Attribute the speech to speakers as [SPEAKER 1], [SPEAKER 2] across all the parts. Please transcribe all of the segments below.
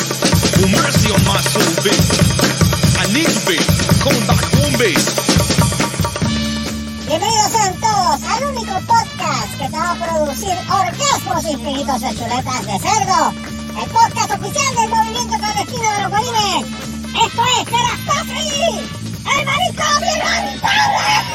[SPEAKER 1] the mercy on my soul, baby. I need you, baby. Come back home, baby.
[SPEAKER 2] Bienvenidos sean todos al único podcast que te va a producir orgasmos infinitos de chuletas de cerdo. El podcast oficial del movimiento clandestino de los bolines. Esto es Teras Patri. ¡El maricón de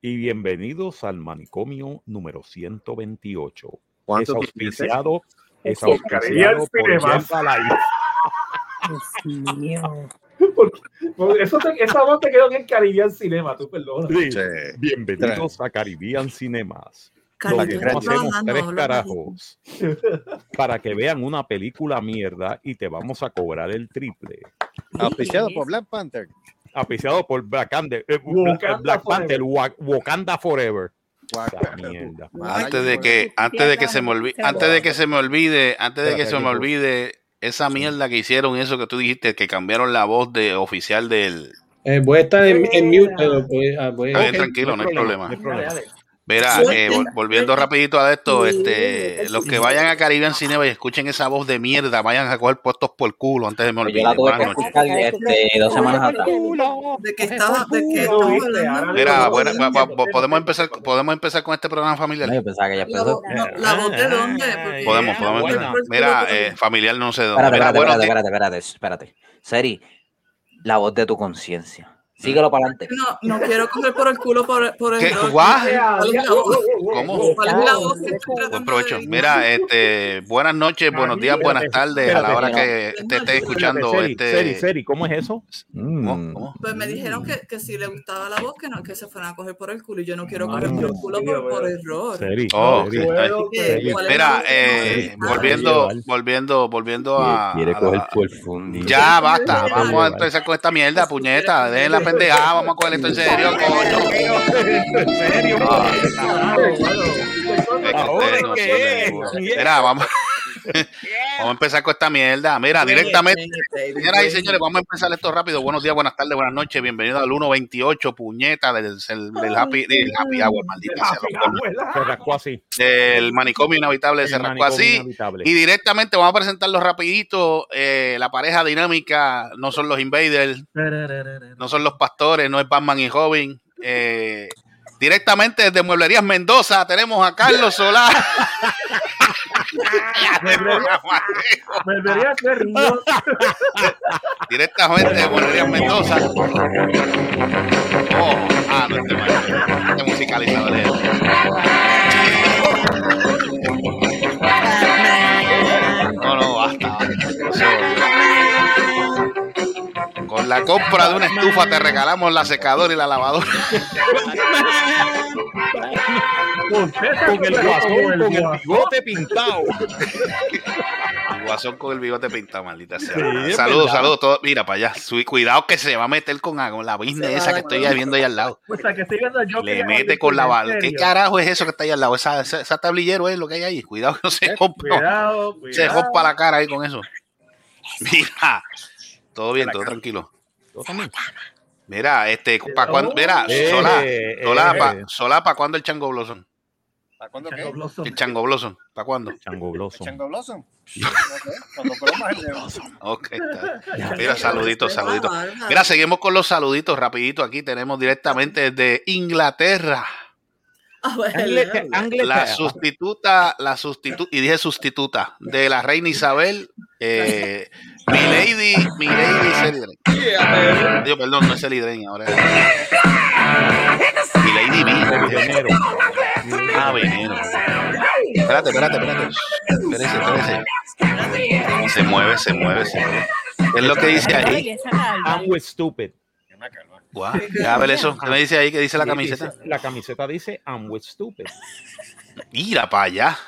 [SPEAKER 3] y bienvenidos al manicomio número 128. Es
[SPEAKER 4] ¿Cuánto tienes?
[SPEAKER 3] auspiciado, es
[SPEAKER 5] Por Caribbean
[SPEAKER 3] auspiciado por
[SPEAKER 5] Cinemas.
[SPEAKER 3] Herbalife.
[SPEAKER 5] Eso te- esa voz te quedó en el Caribbean Cinema, tú perdona.
[SPEAKER 3] Sí,
[SPEAKER 4] Sí.
[SPEAKER 3] Bienvenidos a Caribbean Cinemas,
[SPEAKER 4] Caribbean
[SPEAKER 3] donde no
[SPEAKER 4] Cinemas.
[SPEAKER 3] hacemos tres carajos para que vean una película mierda y te vamos a cobrar el triple.
[SPEAKER 4] Auspiciado por Black Panther.
[SPEAKER 3] Auspiciado por Black, Panther, eh, Black,
[SPEAKER 5] Wakanda
[SPEAKER 3] Black
[SPEAKER 5] Forever.
[SPEAKER 3] Panther, Wa- Wakanda Forever. Esa
[SPEAKER 4] Guaca.
[SPEAKER 3] mierda.
[SPEAKER 4] Mala
[SPEAKER 6] Antes de
[SPEAKER 4] yo,
[SPEAKER 6] que, antes de que se me olvide, antes de que se me olvide, antes de que se me olvide esa mierda que hicieron, eso que tú dijiste, que cambiaron la voz de oficial del.
[SPEAKER 7] Eh, voy a estar en, en mute, pero pues, ah, voy a- voy
[SPEAKER 6] Está
[SPEAKER 7] a-
[SPEAKER 6] bien, tranquilo, no hay problema.
[SPEAKER 3] hay problema.
[SPEAKER 6] Verá, eh, vol- volviendo rapidito a esto, este, los que vayan a Caribbean Cinema y escuchen esa voz de mierda, vayan a coger puestos por culo antes de me
[SPEAKER 8] Yo la
[SPEAKER 6] olvide.
[SPEAKER 8] tuve que
[SPEAKER 6] Buenas noches.
[SPEAKER 8] escuchar este, dos semanas atrás.
[SPEAKER 9] ¿De qué estaba, de qué
[SPEAKER 5] No,
[SPEAKER 9] estaba
[SPEAKER 5] viste, ahora
[SPEAKER 9] hablando?
[SPEAKER 6] Verá,
[SPEAKER 5] mismo-
[SPEAKER 6] buena- va- va- va- podemos empezar, podemos empezar con este programa familiar.
[SPEAKER 8] No, yo pensaba que ya
[SPEAKER 9] La
[SPEAKER 8] empezó.
[SPEAKER 9] voz- no, ¿La voz
[SPEAKER 8] ah,
[SPEAKER 9] de dónde? Porque-
[SPEAKER 6] Podemos, podemos
[SPEAKER 3] Buena.
[SPEAKER 6] empezar. Mira, eh, familiar no sé dónde.
[SPEAKER 8] Espérate,
[SPEAKER 6] Mira,
[SPEAKER 8] espérate,
[SPEAKER 6] buenos
[SPEAKER 8] espérate,
[SPEAKER 6] días.
[SPEAKER 8] espérate, espérate, espérate. Seri, la voz de tu conciencia. Síguelo para adelante.
[SPEAKER 9] No, no quiero coger por el culo por, por el
[SPEAKER 6] ¿Qué?
[SPEAKER 9] dron.
[SPEAKER 6] ¿What?
[SPEAKER 9] ¿Cuál es la voz?
[SPEAKER 6] ¿Cómo?
[SPEAKER 9] ¿Cuál es la voz que estoy tratando
[SPEAKER 6] Buen
[SPEAKER 9] de
[SPEAKER 6] provecho.
[SPEAKER 9] adivinar?
[SPEAKER 6] Mira, este, buenas noches, buenos días, buenas tardes, a la hora que te estés escuchando
[SPEAKER 3] Seri, Seri,
[SPEAKER 6] este.
[SPEAKER 3] Seri, ¿cómo es eso?
[SPEAKER 6] ¿Cómo? ¿Cómo?
[SPEAKER 9] Pues me dijeron que, que si le gustaba la voz, que no, que se fueran a coger por el culo. Y yo no quiero
[SPEAKER 3] Ah,
[SPEAKER 9] coger por el culo
[SPEAKER 5] mira,
[SPEAKER 9] por, por
[SPEAKER 5] mira.
[SPEAKER 9] error.
[SPEAKER 3] Seri,
[SPEAKER 6] Oh,
[SPEAKER 3] Seri.
[SPEAKER 6] sí.
[SPEAKER 9] Eh,
[SPEAKER 3] Seri.
[SPEAKER 9] ¿cuál es la
[SPEAKER 6] Mira,
[SPEAKER 9] voz que
[SPEAKER 6] eh,
[SPEAKER 9] no me gustaba?
[SPEAKER 6] volviendo, volviendo, volviendo a.
[SPEAKER 8] Quiere
[SPEAKER 6] a
[SPEAKER 8] coger
[SPEAKER 6] la- Mm,
[SPEAKER 8] por el fundillo.
[SPEAKER 6] Ya, basta, vamos a empezar con esta mierda, puñeta, dejen la pendejada, vamos a coger esto en serio, coño. Es que ustedes no entienden ninguno. Mira, vamos. Vamos a empezar con esta mierda. Mira, Ah, directamente Señoras y señores, vamos a empezar esto rápido. Buenos días, buenas tardes, buenas noches. Bienvenidos al 128, puñeta del, del, del happy, del happy hour, maldita sea, los colmos.
[SPEAKER 3] Se rascó así.
[SPEAKER 6] Del manicomio inhabitable
[SPEAKER 3] el
[SPEAKER 6] se rascó
[SPEAKER 3] manicomio
[SPEAKER 6] así.
[SPEAKER 3] inhabitable.
[SPEAKER 6] Y directamente vamos a presentarlos rapidito. eh, la pareja dinámica no son los invaders, no son los pastores, no es Batman y Robin. Eh, directamente desde Mueblerías Mendoza tenemos a Carlos Solá. Ya tenemos a Juan.
[SPEAKER 5] Me debería hacer río.
[SPEAKER 6] Directamente de Bolívar Mendoza. Oh, ah, no este mal. Este musicalizador es. No, no, basta. basta. Eso- Con la compra de una estufa te regalamos la secadora y la lavadora.
[SPEAKER 3] Con el guasón, con el bigote pintado.
[SPEAKER 6] El guasón con el bigote pintado, maldita sea.
[SPEAKER 3] Sí, es
[SPEAKER 6] saludos,
[SPEAKER 3] verdad.
[SPEAKER 6] saludos. Todo, mira para allá. Su- Cuidado que se va a meter con, la- con la business
[SPEAKER 5] Se va
[SPEAKER 6] esa
[SPEAKER 5] a
[SPEAKER 6] que estoy
[SPEAKER 5] meter.
[SPEAKER 6] viendo ahí al lado.
[SPEAKER 5] O sea, que estoy viendo yo
[SPEAKER 6] Le mete con la bala. ¿Qué carajo es eso que está ahí al lado? Esa, esa, esa tablillero es lo que hay ahí. Cuidado que no se rompa.
[SPEAKER 5] Eh, Cuidado,
[SPEAKER 6] Se
[SPEAKER 5] cuidado.
[SPEAKER 6] rompa la cara ahí con eso. Mira. Todo bien, todo tranquilo. Mira, este, pa' cuándo, mira,
[SPEAKER 3] Eh,
[SPEAKER 6] Solá,
[SPEAKER 3] eh,
[SPEAKER 6] Solá, pa,
[SPEAKER 3] eh.
[SPEAKER 6] Solá, ¿pa' cuándo el Chango Blossom?
[SPEAKER 4] ¿Para cuándo qué?
[SPEAKER 5] Chango Blossom.
[SPEAKER 6] El Chango Blossom, ¿pa' cuándo?
[SPEAKER 3] Chango Blossom.
[SPEAKER 4] Chango Blossom. Ok, Cuando coloma el de-
[SPEAKER 6] Ok, está bien. Mira, saluditos,
[SPEAKER 9] Ah,
[SPEAKER 6] saluditos.
[SPEAKER 9] bárbaro.
[SPEAKER 6] Mira, seguimos con los saluditos rapidito aquí. Tenemos directamente desde Inglaterra.
[SPEAKER 9] Ah, bueno.
[SPEAKER 3] Angle-
[SPEAKER 6] la
[SPEAKER 3] Angleterra.
[SPEAKER 6] sustituta, la sustituta, y dije sustituta, de la reina Isabel, eh, Milady, Milady Celidren. Digo, perdón, no es Celidren, ahora es Milady Venero. Ah, Venero. Espérate, espérate, espérate. Espérese, espérese. Se mueve, se mueve, se mueve. ¿Qué es lo que dice ahí?
[SPEAKER 3] I'm with stupid.
[SPEAKER 4] Una calva.
[SPEAKER 6] Guau, ya, a ver eso. ¿Qué me dice ahí? ¿Qué dice la
[SPEAKER 3] Y
[SPEAKER 6] camiseta?
[SPEAKER 3] dice- la camiseta dice I'm with stupid.
[SPEAKER 6] Mira para allá.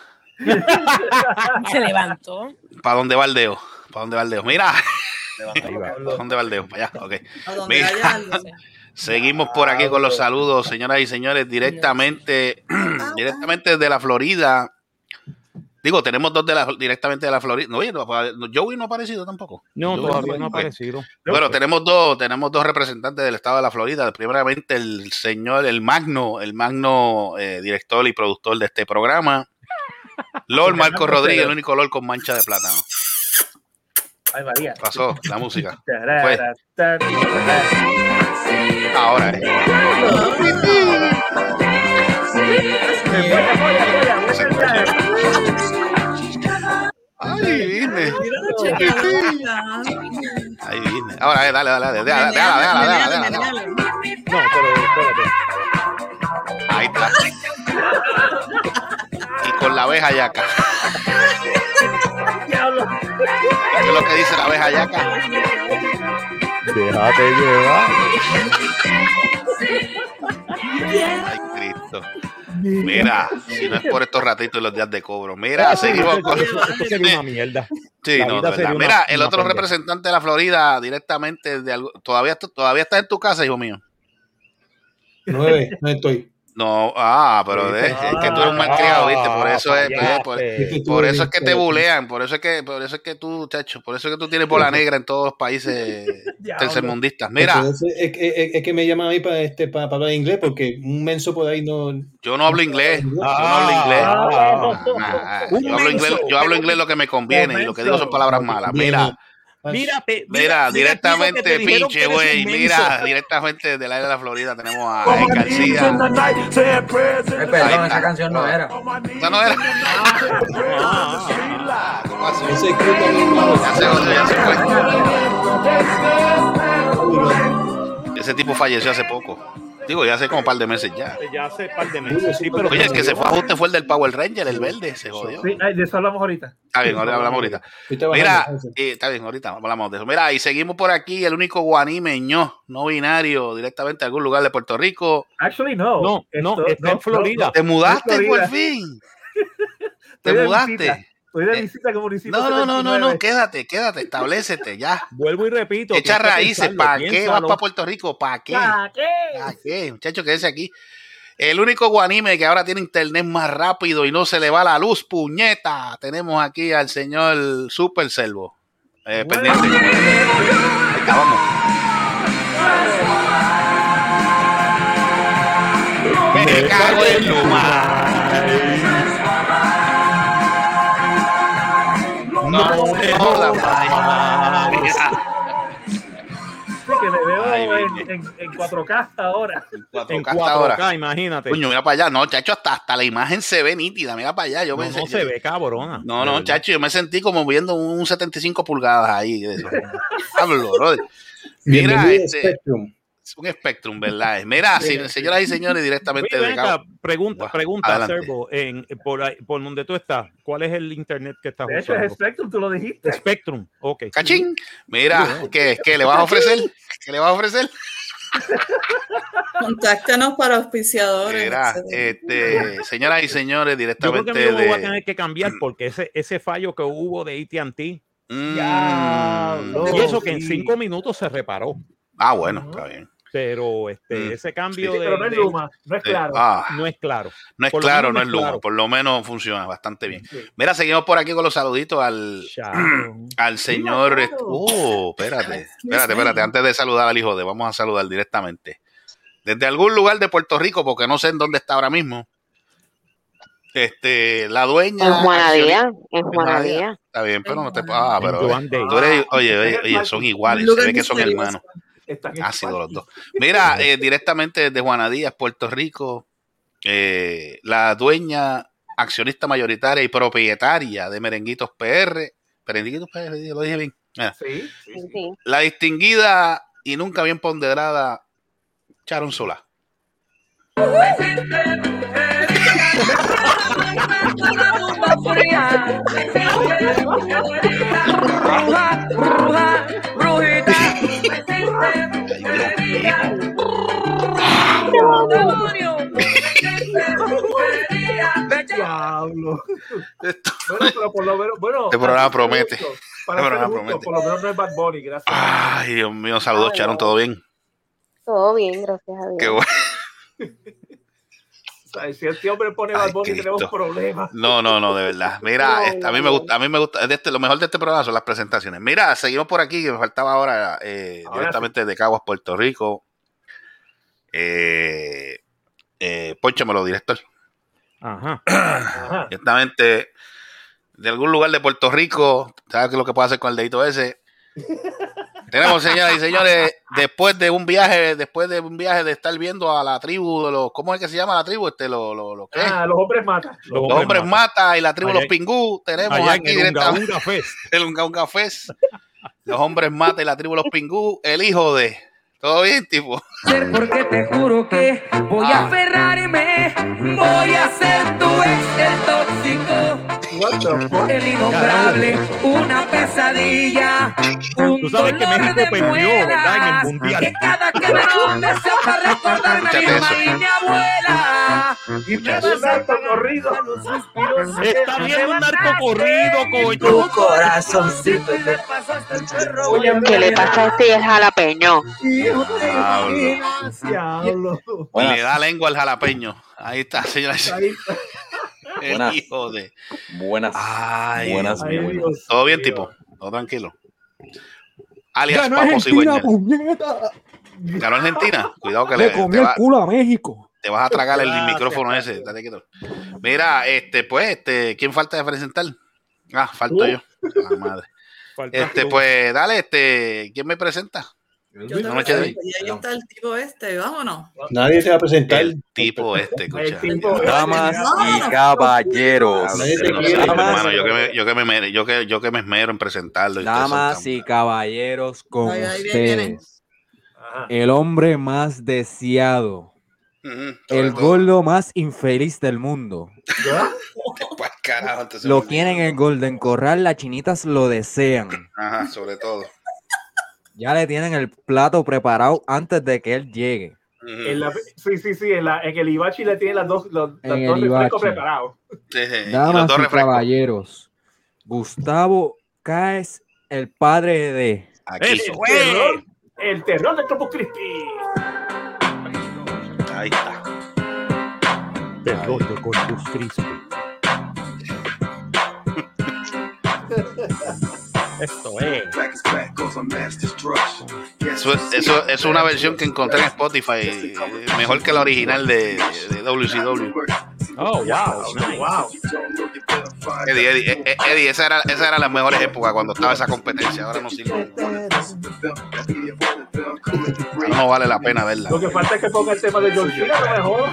[SPEAKER 10] Se levantó.
[SPEAKER 6] ¿Para dónde va el dedo? ¿Para dónde va el dedo? Mira,
[SPEAKER 3] Ahí va.
[SPEAKER 6] ¿para dónde va el dedo? Para allá, ok.
[SPEAKER 9] A donde
[SPEAKER 6] mira.
[SPEAKER 9] haya algo.
[SPEAKER 6] Seguimos por aquí con los saludos, señoras y señores, directamente, directamente de la Florida. Digo, tenemos dos de la, directamente de la Florida. No, oye, no, Joey no ha aparecido tampoco.
[SPEAKER 3] No,
[SPEAKER 6] Joey
[SPEAKER 3] todavía no ha
[SPEAKER 6] Ok.
[SPEAKER 3] aparecido.
[SPEAKER 6] Bueno, tenemos dos, tenemos dos representantes del estado de la Florida. Primeramente, el señor, el magno, el magno eh, director y productor de este programa. LOL Marco Rodríguez, el único LOL con mancha de plátano.
[SPEAKER 11] Ay, María.
[SPEAKER 6] Pasó la música.
[SPEAKER 11] Tarara, tarara.
[SPEAKER 6] Ahora eh. Ay, vine. Ahí vine. Ahora, eh, dale, dale, dale. Déjala, déjala, déjala, déjala, déjala.
[SPEAKER 3] No, pero espérate.
[SPEAKER 6] Ahí está. Y con la abeja yaca. ¿Qué es lo que dice la abeja yaca?
[SPEAKER 3] Déjate llevar.
[SPEAKER 6] Ay, Cristo. Mira, si no es por estos ratitos y los días de cobro. Mira, seguimos con.
[SPEAKER 3] Esto sería una mierda.
[SPEAKER 6] Sí,
[SPEAKER 3] La
[SPEAKER 6] no, de
[SPEAKER 3] vida
[SPEAKER 6] verdad.
[SPEAKER 3] sería una-
[SPEAKER 6] Mira, el
[SPEAKER 3] una
[SPEAKER 6] otro
[SPEAKER 3] pendeja.
[SPEAKER 6] representante de la Florida directamente de algo. Todavía, todavía estás en tu casa, hijo mío.
[SPEAKER 7] Nueve, no estoy.
[SPEAKER 6] No, ah, pero
[SPEAKER 7] Sí,
[SPEAKER 6] de- es que tú eres un malcriado, viste, por eso
[SPEAKER 3] Ah,
[SPEAKER 6] es, pues,
[SPEAKER 7] fallaste.
[SPEAKER 6] por,
[SPEAKER 7] Viste, tú
[SPEAKER 6] por
[SPEAKER 7] eres-
[SPEAKER 6] eso es que te bulean, por eso es que, por eso es que tú, chacho, por eso es que tú tienes bola negra en todos los países tercermundistas. Mira,
[SPEAKER 7] Entonces, es, que- es- es que me llaman ahí para, este, para, para hablar inglés porque un menso por ahí no.
[SPEAKER 6] yo no hablo inglés, yo no hablo inglés. Ah,
[SPEAKER 7] Un
[SPEAKER 6] yo, hablo
[SPEAKER 7] menso.
[SPEAKER 6] inglés yo hablo inglés lo que me conviene y lo que digo son palabras malas. Mira,
[SPEAKER 7] ah,
[SPEAKER 12] Mírate,
[SPEAKER 6] mira, directamente,
[SPEAKER 12] dijeron que
[SPEAKER 6] pinche
[SPEAKER 12] eres
[SPEAKER 6] güey,
[SPEAKER 12] inmenso.
[SPEAKER 6] mira, directamente del aire de la Florida tenemos a Ángel García.
[SPEAKER 13] Perdón, esa canción no era.
[SPEAKER 6] No, no era. Ah, ah. Ese tipo falleció hace poco. Digo, ya hace como un par de meses ya.
[SPEAKER 3] Ya hace par de meses. Sí, pero
[SPEAKER 6] Oye, el que se fue a ajuste fue el del Power Ranger, el verde, se jodió.
[SPEAKER 5] Sí, ay, de eso hablamos ahorita.
[SPEAKER 6] Está bien, ahora hablamos ahorita. Mira, eh, está bien, ahorita hablamos de eso. Mira, y seguimos por aquí, el único guanimeño, no binario, directamente a algún lugar de Puerto Rico.
[SPEAKER 5] Actually, no.
[SPEAKER 6] No,
[SPEAKER 5] no, está no, en Florida. no.
[SPEAKER 6] Te mudaste
[SPEAKER 5] En
[SPEAKER 6] por
[SPEAKER 5] Florida.
[SPEAKER 6] fin. Te
[SPEAKER 5] Estoy de visita,
[SPEAKER 6] mudaste.
[SPEAKER 5] Estoy de visita como municipio.
[SPEAKER 6] Eh, No, no, no, no, no,
[SPEAKER 5] 79.
[SPEAKER 6] quédate, quédate, establecete ya.
[SPEAKER 3] Vuelvo y repito.
[SPEAKER 6] Echa
[SPEAKER 3] tienes que
[SPEAKER 6] raíces,
[SPEAKER 3] pensarlo,
[SPEAKER 6] ¿para qué vas
[SPEAKER 3] piénsalo.
[SPEAKER 6] para Puerto Rico? ¿Para qué? ¿Para qué? Muchacho, quédese aquí. El único guanime que ahora tiene internet más rápido y no se le va la luz, puñeta. Tenemos aquí al señor Super Selvo. Eh, pendiente. Ahí está, vamos. Me cago en No, no, la madre.
[SPEAKER 5] Sí, que me veo
[SPEAKER 6] Ay,
[SPEAKER 5] en, en, en 4K ahora.
[SPEAKER 3] En
[SPEAKER 6] 4K hasta ahora.
[SPEAKER 3] 4K, imagínate.
[SPEAKER 6] Coño, mira para allá. No, chacho, hasta, hasta la imagen se ve nítida. Mira para allá. Yo
[SPEAKER 3] No,
[SPEAKER 6] me
[SPEAKER 3] no
[SPEAKER 6] yo-
[SPEAKER 3] se ve cabrona.
[SPEAKER 6] No, no, chacho, yo me sentí como viendo un 75 pulgadas ahí. de eso. Hablo, brother. Mira,
[SPEAKER 7] Bienvenido a
[SPEAKER 6] este,
[SPEAKER 7] Spectrum.
[SPEAKER 6] es un Spectrum, ¿verdad? Mira, si- señoras y señores, directamente
[SPEAKER 3] Oye,
[SPEAKER 6] de
[SPEAKER 3] ven acá,
[SPEAKER 6] Cabo-
[SPEAKER 3] pregunta,
[SPEAKER 6] Guau,
[SPEAKER 3] pregunta,
[SPEAKER 6] adelante.
[SPEAKER 3] Servo, en, por, ahí- por donde tú estás, ¿cuál es el internet que estás
[SPEAKER 5] De hecho,
[SPEAKER 3] usando?
[SPEAKER 5] es Spectrum, tú lo dijiste.
[SPEAKER 3] Spectrum, ok.
[SPEAKER 6] ¡Cachín! Mira, ¿qué, qué le vas a ofrecer? ¿Qué le vas a ofrecer?
[SPEAKER 9] Contáctanos para auspiciadores.
[SPEAKER 6] Mira,
[SPEAKER 9] etcétera.
[SPEAKER 6] este, señoras y señores,
[SPEAKER 3] Yo creo que
[SPEAKER 6] directamente
[SPEAKER 3] a mí me voy a
[SPEAKER 6] de.
[SPEAKER 3] tener que cambiar porque ese, ese fallo que hubo de AT&T,
[SPEAKER 6] Mm.
[SPEAKER 3] y eso que en cinco minutos se reparó,
[SPEAKER 6] Ah, bueno, está bien.
[SPEAKER 3] pero este,
[SPEAKER 6] Mm.
[SPEAKER 3] ese cambio
[SPEAKER 5] Sí,
[SPEAKER 3] de,
[SPEAKER 5] pero no es
[SPEAKER 3] de-
[SPEAKER 5] Luma, no es
[SPEAKER 6] Sí.
[SPEAKER 5] claro.
[SPEAKER 6] Ah.
[SPEAKER 3] no es claro.
[SPEAKER 6] No es
[SPEAKER 3] Por lo
[SPEAKER 6] claro,
[SPEAKER 3] menos
[SPEAKER 6] no es Luma,
[SPEAKER 3] claro.
[SPEAKER 6] por lo menos funciona bastante bien. Mira, seguimos por aquí con los saluditos al, al señor.
[SPEAKER 3] Mira, claro.
[SPEAKER 6] Oh, espérate, espérate, espérate. Antes de saludar al hijo de, vamos a saludar directamente. Desde algún lugar de Puerto Rico, porque no sé en dónde está ahora mismo. Este, la dueña.
[SPEAKER 14] En Juanadía,
[SPEAKER 6] accion-
[SPEAKER 14] en Juanadía.
[SPEAKER 6] Está bien, pero no te. Ah,
[SPEAKER 3] En Ah,
[SPEAKER 6] pero.
[SPEAKER 3] Joan Day.
[SPEAKER 6] tú eres- oye, oye, oye, son iguales, se ve que son
[SPEAKER 3] misterioso.
[SPEAKER 6] hermanos. Ácido Ah, los dos. Mira, eh, directamente desde Juanadías, Puerto Rico, eh, la dueña, accionista mayoritaria y propietaria de Merenguitos PR. Merenguitos PR, lo dije bien. Mira. La distinguida y nunca bien ponderada Charon Solá.
[SPEAKER 5] Diablo. bueno, pero por lo menos. Bueno,
[SPEAKER 6] Este programa promete.
[SPEAKER 5] Para
[SPEAKER 6] Este
[SPEAKER 5] ser
[SPEAKER 6] programa
[SPEAKER 5] justo,
[SPEAKER 6] promete. Ah.
[SPEAKER 5] Por lo menos no es Bad Bunny, gracias.
[SPEAKER 6] Ay, Dios mío, saludos, Charon, ¿todo bien?
[SPEAKER 14] Todo bien, gracias a Dios.
[SPEAKER 6] Qué bueno.
[SPEAKER 5] sea, si este hombre pone Bad Bunny, tenemos problemas.
[SPEAKER 6] No, no, no, de verdad. Mira,
[SPEAKER 5] No,
[SPEAKER 6] esta- a mí me gusta, a mí me gusta, de este- lo mejor de este programa son las presentaciones. Mira, seguimos por aquí, que me faltaba ahora eh,
[SPEAKER 5] Ahora
[SPEAKER 6] directamente de Caguas, Puerto Rico. Eh, eh, pónchamelo, director.
[SPEAKER 3] Ajá.
[SPEAKER 6] Ah, Directamente de algún lugar de Puerto Rico, ¿sabes qué es lo que puede hacer con el dedito ese? Tenemos, señoras y señores, después de un viaje, después de un viaje de estar viendo a la tribu de los, ¿cómo es que se llama la tribu? Este, lo, lo, lo que es.
[SPEAKER 5] Ah, los hombres matan.
[SPEAKER 6] Los hombres, mata. y la tribu
[SPEAKER 5] Allá
[SPEAKER 6] Los Pingú. Tenemos
[SPEAKER 5] allá en
[SPEAKER 6] aquí
[SPEAKER 5] el
[SPEAKER 6] directamente.
[SPEAKER 5] Unga Unga Fest.
[SPEAKER 6] el Unga Unga Fest. Los hombres mata y la tribu Los Pingú. El hijo de. ¿Todo bien, tipo?
[SPEAKER 13] Porque te juro que voy a aferrarme, voy a ser tu ex el tóxico, el innombrable, una pesadilla, un
[SPEAKER 3] Tú sabes que
[SPEAKER 13] dolor
[SPEAKER 3] México
[SPEAKER 13] de
[SPEAKER 3] perdió,
[SPEAKER 13] muelas,
[SPEAKER 3] ¿verdad? En el mundial.
[SPEAKER 13] que cada que me da un deseo para recordarme a mi
[SPEAKER 3] Escúchate
[SPEAKER 13] mamá y mi abuela, y me
[SPEAKER 3] Escucha
[SPEAKER 13] vas a corrido,
[SPEAKER 3] Está viendo un narco corrido,
[SPEAKER 13] tu corazoncito te pasaste el perro,
[SPEAKER 12] ¿Qué le pasa a este el jalapeño?
[SPEAKER 8] Ah,
[SPEAKER 5] Diablo.
[SPEAKER 6] Le da lengua al jalapeño. Ahí está, señoras y señores. El
[SPEAKER 8] Buenas.
[SPEAKER 6] hijo de.
[SPEAKER 8] Buenas.
[SPEAKER 6] Ay,
[SPEAKER 8] buenas,
[SPEAKER 6] Dios
[SPEAKER 8] mi
[SPEAKER 6] mío.
[SPEAKER 8] buenas.
[SPEAKER 6] Todo bien, tipo. Todo tranquilo. Alias Papo Cigüeña.
[SPEAKER 14] puñeta.
[SPEAKER 6] Ganó Argentina. Cuidado que le, te va-
[SPEAKER 14] a México.
[SPEAKER 6] Te vas a tragar el
[SPEAKER 14] Gracias,
[SPEAKER 6] micrófono ese. Date quieto. Mira, este, pues, este, ¿quién falta de presentar? Ah, falto
[SPEAKER 14] Tú.
[SPEAKER 6] yo. La madre. este, pues, dale, este, ¿quién me presenta?
[SPEAKER 9] Yo te
[SPEAKER 6] No me
[SPEAKER 9] presento,
[SPEAKER 6] quedé.
[SPEAKER 9] y ahí está el tipo este, vámonos.
[SPEAKER 7] Nadie te va a presentar.
[SPEAKER 6] Tipo este, escucha.
[SPEAKER 8] Damas y caballeros.
[SPEAKER 6] Yo no sé,
[SPEAKER 8] Damas-
[SPEAKER 6] hermano, yo que me, yo que me mere- yo que, yo que me esmero en presentarlo. y ustedes son
[SPEAKER 15] Damas y caballeros, con
[SPEAKER 6] Ay, ay, viene, viene.
[SPEAKER 15] ustedes, el hombre más deseado, el gordo más infeliz del mundo.
[SPEAKER 5] ¿Ah?
[SPEAKER 6] Pues carajo, entonces-
[SPEAKER 15] Lo quieren en el Golden Corral, las chinitas lo desean.
[SPEAKER 6] Ajá, sobre todo.
[SPEAKER 15] Ya le tienen el plato preparado antes de que él llegue.
[SPEAKER 5] En la- sí, sí, sí. En, la, en el Ibachi le tienen las dos, los, los
[SPEAKER 15] En
[SPEAKER 5] dos
[SPEAKER 15] el
[SPEAKER 5] refrescos
[SPEAKER 15] Ibachi.
[SPEAKER 5] preparados.
[SPEAKER 6] Eh,
[SPEAKER 15] Damas y caballeros, Gustavo Caes, el padre de...
[SPEAKER 5] El terror, el terror de Topo Crispy.
[SPEAKER 6] Ahí está.
[SPEAKER 3] Terror de Corpus Christi.
[SPEAKER 6] Esto es. Eso, eso es una versión que encontré en Spotify, eh, mejor que la original de, de WCW.
[SPEAKER 3] Oh, wow.
[SPEAKER 5] Wow.
[SPEAKER 6] Eddie, Eddie, eh, eh, Eddie, esa era, esa era la mejor época cuando estaba esa competencia. Ahora no sirve. Ahora no vale la pena verla.
[SPEAKER 5] Lo que falta es que ponga el tema de John Cena, a lo mejor.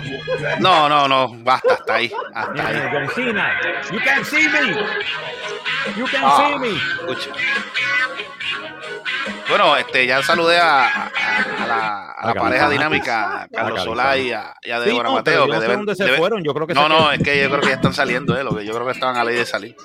[SPEAKER 6] No, no, no, basta, hasta ahí. Hasta ahí.
[SPEAKER 3] John Cena. You can see me. You can
[SPEAKER 6] Ah,
[SPEAKER 3] see me.
[SPEAKER 6] escucha. Bueno, este, ya saludé a, a- a la, a la
[SPEAKER 3] Cali
[SPEAKER 6] pareja
[SPEAKER 3] Fanatis.
[SPEAKER 6] dinámica, a Carlos
[SPEAKER 3] Cali
[SPEAKER 6] Solá y a,
[SPEAKER 3] Fanatis.
[SPEAKER 6] y a
[SPEAKER 3] Sí,
[SPEAKER 6] Débora
[SPEAKER 3] no,
[SPEAKER 6] Mateo.
[SPEAKER 3] pero yo
[SPEAKER 6] que
[SPEAKER 3] no sé
[SPEAKER 6] deben-
[SPEAKER 3] dónde se
[SPEAKER 6] deben-
[SPEAKER 3] fueron, yo creo que
[SPEAKER 6] no,
[SPEAKER 3] se
[SPEAKER 6] no,
[SPEAKER 3] fueron.
[SPEAKER 6] es que yo creo que ya están saliendo, eh, lo que yo creo que estaban a ley de salir.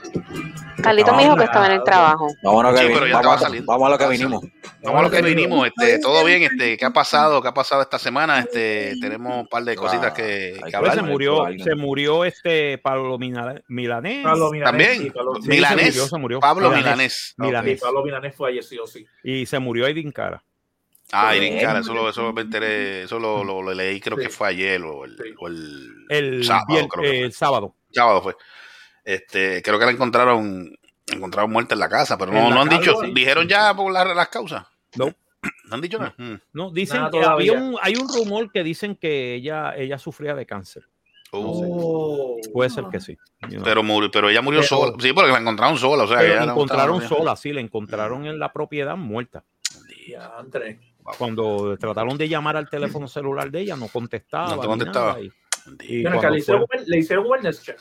[SPEAKER 12] Carlito me dijo que estaba en
[SPEAKER 3] Ah,
[SPEAKER 12] el trabajo.
[SPEAKER 8] Vamos a lo que
[SPEAKER 6] Sí,
[SPEAKER 8] vinimos,
[SPEAKER 6] pero ya
[SPEAKER 8] vamos,
[SPEAKER 6] estaba
[SPEAKER 8] a- vamos a lo que vinimos.
[SPEAKER 6] Vamos a lo que vinimos, este, todo bien, este, ¿qué ha pasado? ¿Qué ha pasado esta semana? Este, tenemos un par de cositas que, que
[SPEAKER 3] Pues
[SPEAKER 6] hablar.
[SPEAKER 3] se murió, se murió este Pablo Mina- Milanés.
[SPEAKER 5] Pablo Milanés,
[SPEAKER 6] También,
[SPEAKER 5] sí, Pablo-
[SPEAKER 3] Sí,
[SPEAKER 6] Milanés,
[SPEAKER 3] se murió, se murió.
[SPEAKER 6] Pablo Milanés.
[SPEAKER 3] Milanés. Ah,
[SPEAKER 5] Sí, Pablo Milanés fue ayer, sí o sí.
[SPEAKER 3] Y se murió Edwin Cara.
[SPEAKER 6] Ay, Irin Cara, eso, lo, eso me enteré, eso lo, lo- lo leí, creo que fue ayer o el, o el
[SPEAKER 3] El
[SPEAKER 6] sábado,
[SPEAKER 3] vier-
[SPEAKER 6] creo que
[SPEAKER 3] eh,
[SPEAKER 6] fue.
[SPEAKER 3] el sábado.
[SPEAKER 6] sábado fue. Este, creo que la encontraron, encontraron muerta en la casa, pero
[SPEAKER 3] En
[SPEAKER 6] no,
[SPEAKER 3] la
[SPEAKER 6] no han
[SPEAKER 3] casa,
[SPEAKER 6] dicho,
[SPEAKER 3] sí.
[SPEAKER 6] dijeron ya por la- las causas.
[SPEAKER 3] No.
[SPEAKER 6] No han dicho nada. Mm.
[SPEAKER 3] No, dicen
[SPEAKER 6] Nada
[SPEAKER 3] que había
[SPEAKER 6] todavía.
[SPEAKER 3] un, hay un rumor que dicen que ella, ella sufría de cáncer. No sé.
[SPEAKER 15] Oh,
[SPEAKER 3] Puede ser que sí.
[SPEAKER 6] Oh. Pero murió, pero ella murió
[SPEAKER 3] Pero-
[SPEAKER 6] sola. Sí, porque la encontraron sola. O sea,
[SPEAKER 3] Pero
[SPEAKER 6] ella
[SPEAKER 3] la
[SPEAKER 6] no
[SPEAKER 3] encontraron
[SPEAKER 6] estaba-
[SPEAKER 3] sola, sí, la encontraron en la propiedad muerta.
[SPEAKER 5] Diantre.
[SPEAKER 3] Cuando trataron de llamar al teléfono celular de ella, no contestaba.
[SPEAKER 6] No
[SPEAKER 3] ni
[SPEAKER 6] te contestaba.
[SPEAKER 3] nada, y- y
[SPEAKER 5] Ven acá,
[SPEAKER 3] cuando
[SPEAKER 5] le, hicieron,
[SPEAKER 3] fue-
[SPEAKER 5] un- le hicieron un wellness check.